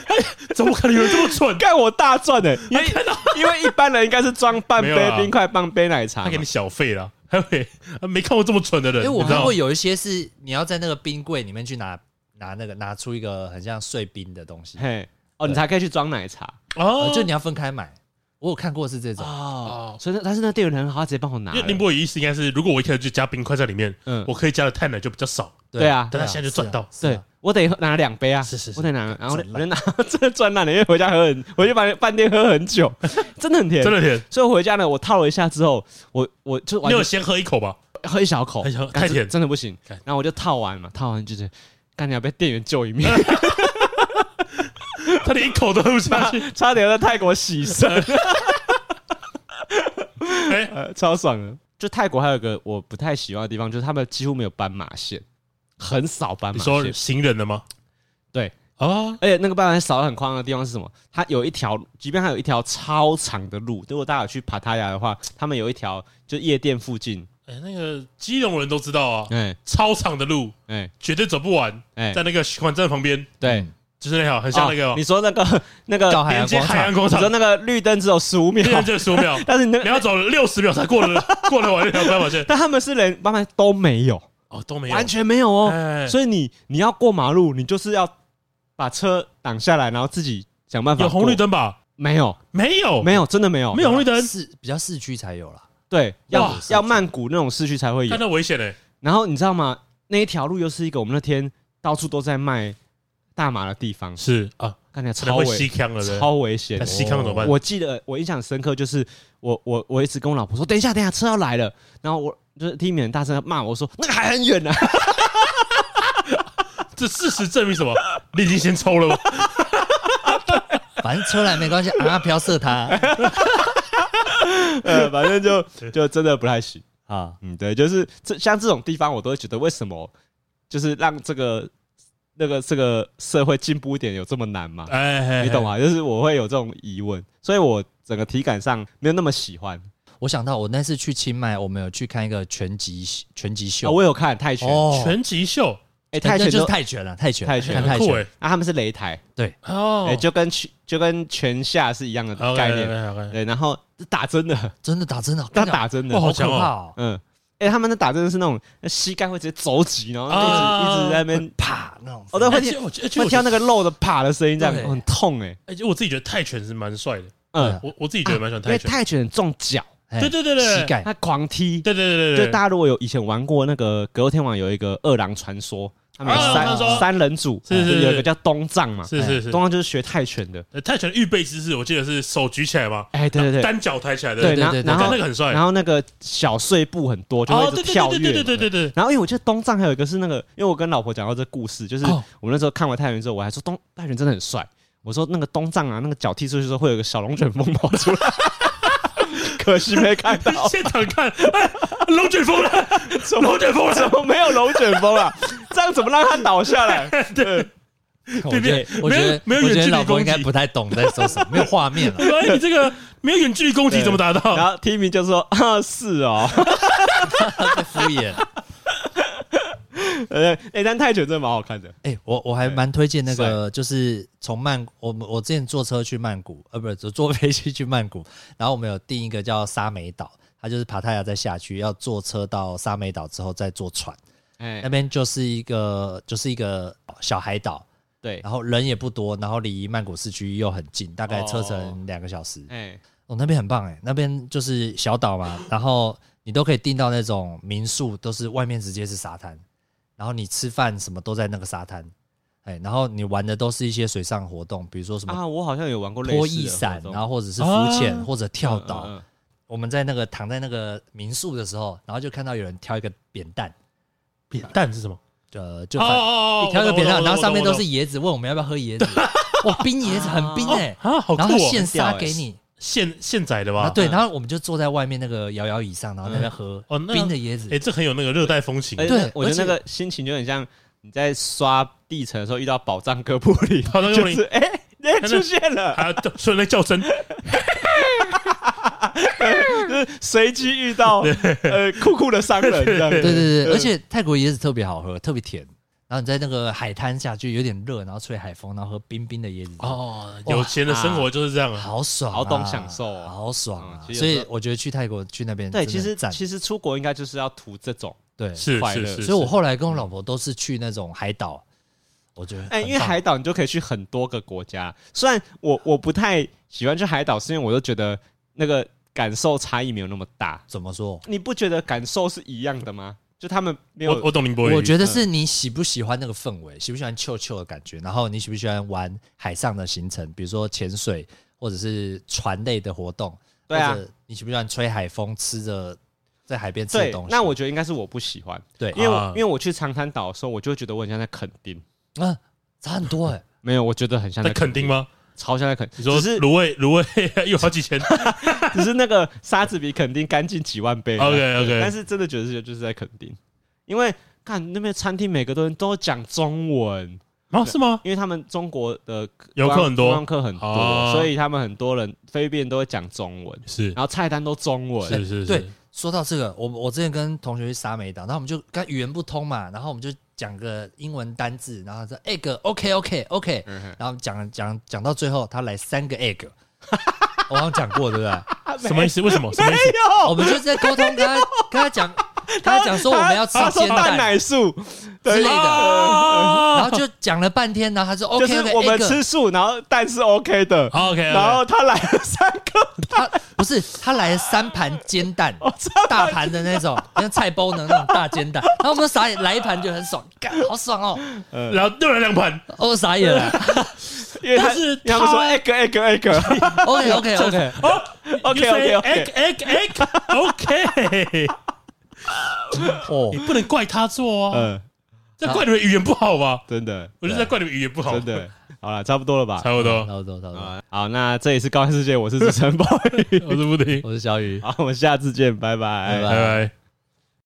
[SPEAKER 3] 怎么可能有人这么蠢？
[SPEAKER 2] 干我大赚的，因为 因为一般人应该是装半
[SPEAKER 3] 没有
[SPEAKER 2] 杯
[SPEAKER 3] 啦
[SPEAKER 2] 冰块，半杯奶茶
[SPEAKER 3] 他
[SPEAKER 2] 嘛
[SPEAKER 3] 给。你小费了，还没没看过这么蠢的
[SPEAKER 1] 因
[SPEAKER 3] 人，
[SPEAKER 1] 为我
[SPEAKER 3] 你知
[SPEAKER 1] 看
[SPEAKER 3] 道
[SPEAKER 1] 过
[SPEAKER 3] 吗
[SPEAKER 1] 有一些是你要在那个冰柜里面去拿拿那个拿出一个很像碎冰的东西，
[SPEAKER 2] 嘿，哦，你才可以去装奶茶
[SPEAKER 3] 哦
[SPEAKER 1] 呃，就你要分开买。我有看过是这种，
[SPEAKER 2] 哦。所以那但是那店员很好，他直接帮我拿
[SPEAKER 3] 因
[SPEAKER 2] 了
[SPEAKER 3] 为。林博宇意思应该是，如果我一开始就加冰块在里面，
[SPEAKER 2] 嗯
[SPEAKER 3] 我可以加的太奶就比较少，
[SPEAKER 2] 对啊
[SPEAKER 3] 但他现在就赚到
[SPEAKER 1] 是啊是
[SPEAKER 2] 对
[SPEAKER 1] 啊，
[SPEAKER 2] 我得喝拿两杯啊，
[SPEAKER 1] 是是是
[SPEAKER 2] 我得拿，然后我
[SPEAKER 1] 赚
[SPEAKER 2] 就
[SPEAKER 1] 烂
[SPEAKER 2] 我就拿，真的赚烂了，因为回家喝很， 我就把饭店喝很久， 真的很甜
[SPEAKER 3] 真。的甜。
[SPEAKER 2] 所以我回家呢，我套了一下之后，我我就
[SPEAKER 3] 你
[SPEAKER 2] 完
[SPEAKER 3] 有
[SPEAKER 2] 全
[SPEAKER 3] 先喝一口吧？
[SPEAKER 2] 喝一小口，
[SPEAKER 3] 很小
[SPEAKER 2] 干
[SPEAKER 3] 太甜
[SPEAKER 2] 真的不行
[SPEAKER 3] 干。
[SPEAKER 2] 然后我就套完嘛，套完就是干你要被店员救一命，
[SPEAKER 3] 他连一口都喝不下
[SPEAKER 2] 差
[SPEAKER 3] 去，
[SPEAKER 2] 差点在泰国洗身，
[SPEAKER 3] 哎
[SPEAKER 2] 呃超爽的。就泰国还有一个我不太喜欢的地方，就是他们几乎没有斑马线，很少斑
[SPEAKER 3] 你
[SPEAKER 2] 马
[SPEAKER 3] 说
[SPEAKER 2] 线。
[SPEAKER 3] 行人了吗？
[SPEAKER 2] 对，
[SPEAKER 3] 啊，
[SPEAKER 2] 而且那个斑马线少的很夸张的地方是什么？它有一条，即便它有一条超长的路，如果大家有去帕塔亚的话，他们有一条就夜店附近，
[SPEAKER 3] 哎，那个基隆人都知道啊，
[SPEAKER 2] 哎
[SPEAKER 3] 超长的路
[SPEAKER 2] 哎
[SPEAKER 3] 绝对走不完，
[SPEAKER 2] 哎
[SPEAKER 3] 在，那个循环站旁边，
[SPEAKER 1] 嗯
[SPEAKER 2] 对，
[SPEAKER 3] 就是那条很像那
[SPEAKER 2] 哦
[SPEAKER 3] 个
[SPEAKER 2] 你说那个那个
[SPEAKER 1] 到海
[SPEAKER 3] 连
[SPEAKER 1] 洋
[SPEAKER 3] 接
[SPEAKER 1] 广
[SPEAKER 3] 海
[SPEAKER 1] 场
[SPEAKER 3] 洋广
[SPEAKER 2] 你
[SPEAKER 3] 场
[SPEAKER 2] 说，那个绿灯只有十五秒
[SPEAKER 3] 对，，这十 五秒，
[SPEAKER 2] 但是你那
[SPEAKER 3] 你
[SPEAKER 2] 个，
[SPEAKER 3] 要走六十秒才过了过了完那条斑马线，
[SPEAKER 2] 但他们是连慢慢都没有，
[SPEAKER 3] 哦，都没有，
[SPEAKER 2] 完全没有哦。
[SPEAKER 3] 哎，
[SPEAKER 2] 所以你你要过马路，你就是要把车挡下来，然后自己想办法。
[SPEAKER 3] 有红绿？灯吧？
[SPEAKER 2] 没有，
[SPEAKER 3] 没有，
[SPEAKER 2] 没有，真的没有，
[SPEAKER 3] 没有红绿灯，
[SPEAKER 1] 市比较市区才有啦。
[SPEAKER 2] 对，要
[SPEAKER 3] 哇
[SPEAKER 2] 要曼谷那种市区才会有
[SPEAKER 3] 看。到危险欸嘞！
[SPEAKER 2] 然后你知道吗？那一条路又是一个我们那天到处都在卖大麻的地方，
[SPEAKER 3] 是啊，
[SPEAKER 2] 看起来
[SPEAKER 3] 可
[SPEAKER 2] 超
[SPEAKER 3] 能会
[SPEAKER 2] 危
[SPEAKER 3] 吸枪了，对不对
[SPEAKER 2] 超危险哦
[SPEAKER 3] 那。西康怎么办？
[SPEAKER 2] 我记得我印象深刻，就是我我我一直跟我老婆说，等一下等一下，车要来了，然后我就是听你们大声骂我说，那个还很远啊呢、
[SPEAKER 3] 这事实证明什么？你已经先抽 了吗？
[SPEAKER 1] 反正车来没关系， 啊，不要射他
[SPEAKER 2] 呃， 反正就就真的不太行。
[SPEAKER 1] 啊。
[SPEAKER 2] 嗯，对，就是这像这种地方，我都会觉得为什么就是让这个那个这个社会进步一点有这么难嘛？
[SPEAKER 3] 哎，
[SPEAKER 2] 你懂
[SPEAKER 3] 啊？
[SPEAKER 2] 吗？就是我会有这种疑问，所以我整个体感上没有那么喜欢。
[SPEAKER 1] 我想到我那次去清迈，我们有去看一个拳击拳击
[SPEAKER 2] 啊，
[SPEAKER 1] 秀，哦
[SPEAKER 2] 我有看泰拳，
[SPEAKER 3] 拳击哎秀
[SPEAKER 2] 哎，
[SPEAKER 1] 那
[SPEAKER 2] 泰拳
[SPEAKER 1] 就是
[SPEAKER 2] 就
[SPEAKER 1] 泰拳了，泰拳，
[SPEAKER 2] 泰拳
[SPEAKER 1] 看泰
[SPEAKER 3] 很酷
[SPEAKER 1] 拳
[SPEAKER 3] 哎，
[SPEAKER 2] 啊，他们是擂台，
[SPEAKER 3] 哦
[SPEAKER 2] 哎，就跟拳就跟拳下是一样的概念。
[SPEAKER 3] 念，
[SPEAKER 2] 对，然后打真的，
[SPEAKER 1] 真的打啊真的，看
[SPEAKER 2] 他
[SPEAKER 1] 起来
[SPEAKER 2] 打真的
[SPEAKER 3] 哇，
[SPEAKER 1] 好
[SPEAKER 3] 好
[SPEAKER 1] 可
[SPEAKER 3] 强哦
[SPEAKER 1] 怕哦，
[SPEAKER 2] 嗯，哎，他们的打真的是那种膝盖会直接走起，然后一直
[SPEAKER 3] 啊
[SPEAKER 2] 一直在那边，
[SPEAKER 1] 啪那种。
[SPEAKER 2] 哦，对，会
[SPEAKER 3] 而
[SPEAKER 2] 听
[SPEAKER 3] 且哎我而且
[SPEAKER 2] 会
[SPEAKER 3] 我
[SPEAKER 2] 听到那个肉的啪的声音，这样
[SPEAKER 1] 对
[SPEAKER 2] 很痛哎。
[SPEAKER 3] 而且我自己觉得泰拳是蛮帅的，
[SPEAKER 1] 嗯
[SPEAKER 2] 嗯，
[SPEAKER 3] 我我自己啊觉得蛮喜欢
[SPEAKER 2] 因为
[SPEAKER 3] 泰拳，
[SPEAKER 2] 泰拳很重脚，
[SPEAKER 1] 哎
[SPEAKER 3] 对对对对
[SPEAKER 1] 膝盖
[SPEAKER 2] 他狂踢。
[SPEAKER 3] 对对对对
[SPEAKER 2] 就
[SPEAKER 3] 对，
[SPEAKER 2] 大家如果有以前玩过那个《格斗天王》，有一个二郎传说，他们有
[SPEAKER 1] 哦二郎传说
[SPEAKER 2] 三三人组，
[SPEAKER 3] 是是
[SPEAKER 2] 就是有一个叫东藏嘛，
[SPEAKER 3] 是是是
[SPEAKER 2] 东，藏就是学泰拳的。
[SPEAKER 3] 呃泰拳的预备姿势我记得是手举起来嘛，
[SPEAKER 2] 哎，对对对，
[SPEAKER 3] 单脚抬起来的，
[SPEAKER 2] 对，
[SPEAKER 1] 对
[SPEAKER 2] 然后
[SPEAKER 1] 对对
[SPEAKER 2] 然
[SPEAKER 3] 看那
[SPEAKER 2] 后
[SPEAKER 3] 个很帅，
[SPEAKER 2] 然后那个小碎步很多，就会
[SPEAKER 3] 哦，
[SPEAKER 2] 一直
[SPEAKER 3] 对
[SPEAKER 2] 跳
[SPEAKER 3] 对对
[SPEAKER 2] 跃。
[SPEAKER 3] 对对对对对，
[SPEAKER 2] 然后，因为我记得东藏还有一个是那个，因为我跟老婆讲到这故事，就是
[SPEAKER 1] 哦
[SPEAKER 2] 我那时候看完泰拳之后，我还说东泰拳真的很帅。我说那个东藏啊，那个脚踢出去之后会有个小龙卷风跑出 来，可惜没看到。
[SPEAKER 3] 现场看，哎，龙卷风了，龙卷风啊
[SPEAKER 2] 怎
[SPEAKER 3] 了，
[SPEAKER 2] 么没有龙卷风啊？这样怎么让它倒下 来？对，
[SPEAKER 1] 我觉得，我
[SPEAKER 3] 没有
[SPEAKER 1] 觉得，
[SPEAKER 3] 没有
[SPEAKER 1] 我觉
[SPEAKER 3] 远距
[SPEAKER 1] 得
[SPEAKER 3] 离
[SPEAKER 1] 老婆应该
[SPEAKER 3] 攻击
[SPEAKER 1] 不太懂在说什么，没有画面了。啊
[SPEAKER 3] 哎，你这个没有远距离攻击
[SPEAKER 2] 对
[SPEAKER 3] 怎么达到？
[SPEAKER 2] 然后 Timmy 就说：“啊，是哦，
[SPEAKER 1] 被敷衍。
[SPEAKER 2] 呃，哎，但泰拳真的蛮好看的。
[SPEAKER 1] 哎、我我还蛮推荐那个，就是从曼，我们我之前坐车去曼谷，呃，不是坐飞机去曼谷，然后我们有订一个叫沙美岛，它就是帕塔亚再下去，要坐车到沙美岛之后再坐船，那
[SPEAKER 2] 哎，
[SPEAKER 1] 边就是一个就是一个小海岛，
[SPEAKER 2] 对，
[SPEAKER 1] 然后人也不多，然后离曼谷市区又很近，大概
[SPEAKER 3] 哦
[SPEAKER 1] 车程两个小时。
[SPEAKER 2] 哎，
[SPEAKER 1] 哦，那边很棒哎，那边就是小岛嘛，然后你都可以订到那种民宿，都是外面直接是沙滩，然后你吃饭什么都在那个沙滩，哎，然后你玩的都是一些水上活动，比如说什么
[SPEAKER 3] 哦
[SPEAKER 2] 啊，我好像有玩过类似的
[SPEAKER 1] 拖翼伞
[SPEAKER 2] 活，动
[SPEAKER 1] 然后或者是浮潜、
[SPEAKER 3] 啊
[SPEAKER 1] 或者跳岛。
[SPEAKER 2] 嗯嗯嗯
[SPEAKER 1] 我们在那个躺在那个民宿的时候，然后就看到有人挑一个扁担，
[SPEAKER 3] 扁担是什么？
[SPEAKER 1] 呃，就
[SPEAKER 3] 哦
[SPEAKER 1] 反
[SPEAKER 3] 哦哦，
[SPEAKER 1] 你挑一个扁担，
[SPEAKER 3] 我懂
[SPEAKER 1] 然后上面都是
[SPEAKER 3] 我懂
[SPEAKER 1] 椰子，问我们要不要喝 椰子，哇，冰椰子很冰
[SPEAKER 3] 我懂
[SPEAKER 1] 哎、
[SPEAKER 3] 哦啊，好酷
[SPEAKER 1] 然后他
[SPEAKER 3] 哦，
[SPEAKER 1] 现
[SPEAKER 2] 很
[SPEAKER 1] 杀
[SPEAKER 2] 屌欸
[SPEAKER 1] 给你。
[SPEAKER 3] 现现宰的
[SPEAKER 1] 啊，
[SPEAKER 3] 吧？
[SPEAKER 1] 对，然后我们就坐在外面那个摇摇椅上，然后在那边喝
[SPEAKER 3] 哦那
[SPEAKER 1] 冰的椰子
[SPEAKER 3] 哎，，这很有那个热带风情
[SPEAKER 2] 哎。
[SPEAKER 1] 对
[SPEAKER 2] 那我觉得那
[SPEAKER 1] 而且
[SPEAKER 2] 个心情就很像你在刷地层的时候遇到宝藏哥布林，
[SPEAKER 3] 宝藏哥布
[SPEAKER 2] 就
[SPEAKER 3] 林
[SPEAKER 2] 是哎，哎
[SPEAKER 3] 那
[SPEAKER 2] 出现了，
[SPEAKER 3] 啊，对所以那叫声，
[SPEAKER 2] 就是随机遇到呃酷酷的商人这样子。
[SPEAKER 1] 对对对，而且泰国椰子特别好喝，特别甜。然后你在那个海滩下就有点热，然后吹海风，然后喝冰冰的椰子，哦，
[SPEAKER 3] 哦，有钱的生活就是这样啊。
[SPEAKER 1] 好爽啊，
[SPEAKER 2] 好懂享受哦
[SPEAKER 1] 好爽啊！
[SPEAKER 2] 嗯其实
[SPEAKER 1] 所
[SPEAKER 2] 有时
[SPEAKER 1] 以
[SPEAKER 2] 候
[SPEAKER 1] 我觉得去泰国去那边
[SPEAKER 2] 对，
[SPEAKER 1] 真的
[SPEAKER 2] 其实
[SPEAKER 1] 很赞
[SPEAKER 2] 其实出国应该就是要图这种，
[SPEAKER 1] 对，
[SPEAKER 3] 是
[SPEAKER 2] 快
[SPEAKER 3] 是
[SPEAKER 2] 乐
[SPEAKER 3] 是，
[SPEAKER 1] 所以我
[SPEAKER 3] 是
[SPEAKER 1] 后来跟我老婆都是去那种海岛，我觉得
[SPEAKER 2] 哎，
[SPEAKER 1] 很
[SPEAKER 2] 因为
[SPEAKER 1] 棒
[SPEAKER 2] 海岛你就可以去很多个国家。虽然我我不太喜欢去海岛，是因为我都觉得那个感受差异没有那么大。
[SPEAKER 1] 怎么说？
[SPEAKER 2] 你不觉得感受是一样的吗？就他们没
[SPEAKER 3] 我
[SPEAKER 2] 有
[SPEAKER 3] 我懂林博宇，
[SPEAKER 1] 我
[SPEAKER 2] 嗯
[SPEAKER 1] 觉得是你喜不喜欢那个氛围，喜不喜欢秋秋的感觉，然后你喜不喜欢玩海上的行程，比如说潜水或者是船类的活动，
[SPEAKER 2] 对啊
[SPEAKER 1] 或者你喜不喜欢吹海风，吃着在海边吃的
[SPEAKER 2] 对
[SPEAKER 1] 东西？，
[SPEAKER 2] 那我觉得应该是我不喜欢，
[SPEAKER 1] 对
[SPEAKER 2] 因为我、
[SPEAKER 3] 啊
[SPEAKER 2] 因为我去长滩岛的时候，我就会觉得我很像在垦丁，
[SPEAKER 1] 啊差很多 哎、
[SPEAKER 2] 没有，我觉得很像
[SPEAKER 3] 在
[SPEAKER 2] 在
[SPEAKER 3] 垦丁吗？
[SPEAKER 2] 超像在垦，
[SPEAKER 3] 你说
[SPEAKER 2] 只是
[SPEAKER 3] 卤味卤味又好几千
[SPEAKER 2] 只是那个沙子比垦丁干净几万倍啊。
[SPEAKER 3] ，OK
[SPEAKER 2] 但
[SPEAKER 3] OK，
[SPEAKER 2] 是真的觉得是就是在垦丁，因为看那边餐厅每个都都讲中文，
[SPEAKER 3] 啊是吗？
[SPEAKER 2] 因为他们中国的
[SPEAKER 3] 游客很多
[SPEAKER 2] 观光客很多，
[SPEAKER 3] 哦
[SPEAKER 2] 所以他们很多人菲律宾人都会讲中文，
[SPEAKER 3] 是
[SPEAKER 2] 然后菜单都中文，
[SPEAKER 3] 是是
[SPEAKER 1] 哎对
[SPEAKER 3] 是，，
[SPEAKER 1] 说到这个，我我之前跟同学去沙美岛，然后我们就跟语言不通嘛，然后我们就讲个英文单字，然后他说 egg OK OK OK，、
[SPEAKER 2] 嗯哼
[SPEAKER 1] 然后我们讲讲讲到最后，他来三个 egg，我好像讲过对不对？
[SPEAKER 3] 什么意思？为什么？什么意思？
[SPEAKER 2] 啊没
[SPEAKER 1] 我
[SPEAKER 2] 有，
[SPEAKER 1] 们就是在沟通， 跟他跟他讲，跟他讲说我们要吃
[SPEAKER 2] 他说
[SPEAKER 1] 煎
[SPEAKER 2] 蛋
[SPEAKER 1] 蛋
[SPEAKER 2] 奶素
[SPEAKER 1] 之类的，然
[SPEAKER 3] 啊
[SPEAKER 1] 后就讲了半天，然后他说
[SPEAKER 2] 就
[SPEAKER 1] OK
[SPEAKER 2] 是我们
[SPEAKER 1] OK，
[SPEAKER 2] 吃素，然后蛋是 OK 的。
[SPEAKER 3] ，OK，
[SPEAKER 2] 然后他来了三个，
[SPEAKER 1] 他不是他来了三盘煎蛋，
[SPEAKER 2] 哦
[SPEAKER 1] 大盘的那种，像菜包的那种大煎蛋，然后我们傻眼，来一盘就很爽，干好爽哦，
[SPEAKER 3] 然后又来两盘，
[SPEAKER 1] 哦我傻眼 了
[SPEAKER 2] 因为他
[SPEAKER 3] 但是
[SPEAKER 2] 因为他们说
[SPEAKER 3] 他
[SPEAKER 2] egg egg egg
[SPEAKER 1] ，OK OK OK，
[SPEAKER 3] 哦
[SPEAKER 2] OK OK OK，
[SPEAKER 3] egg egg egg，OK，
[SPEAKER 1] 哦
[SPEAKER 3] 你，不能怪他做啊，
[SPEAKER 2] 嗯，
[SPEAKER 3] 这怪你们语言不好吧？
[SPEAKER 2] 真的
[SPEAKER 3] 我就在怪你们语言不好，
[SPEAKER 2] 真的，好了，差不多了吧？
[SPEAKER 3] 差不多。
[SPEAKER 1] 差不多差不多，
[SPEAKER 2] 啊，好，那这里 是高玩世界，我是主持人 boy，
[SPEAKER 1] 네.
[SPEAKER 3] 我是布丁，
[SPEAKER 1] 我是小雨，
[SPEAKER 2] 好，我们下次见，拜拜
[SPEAKER 1] 拜
[SPEAKER 3] 拜拜。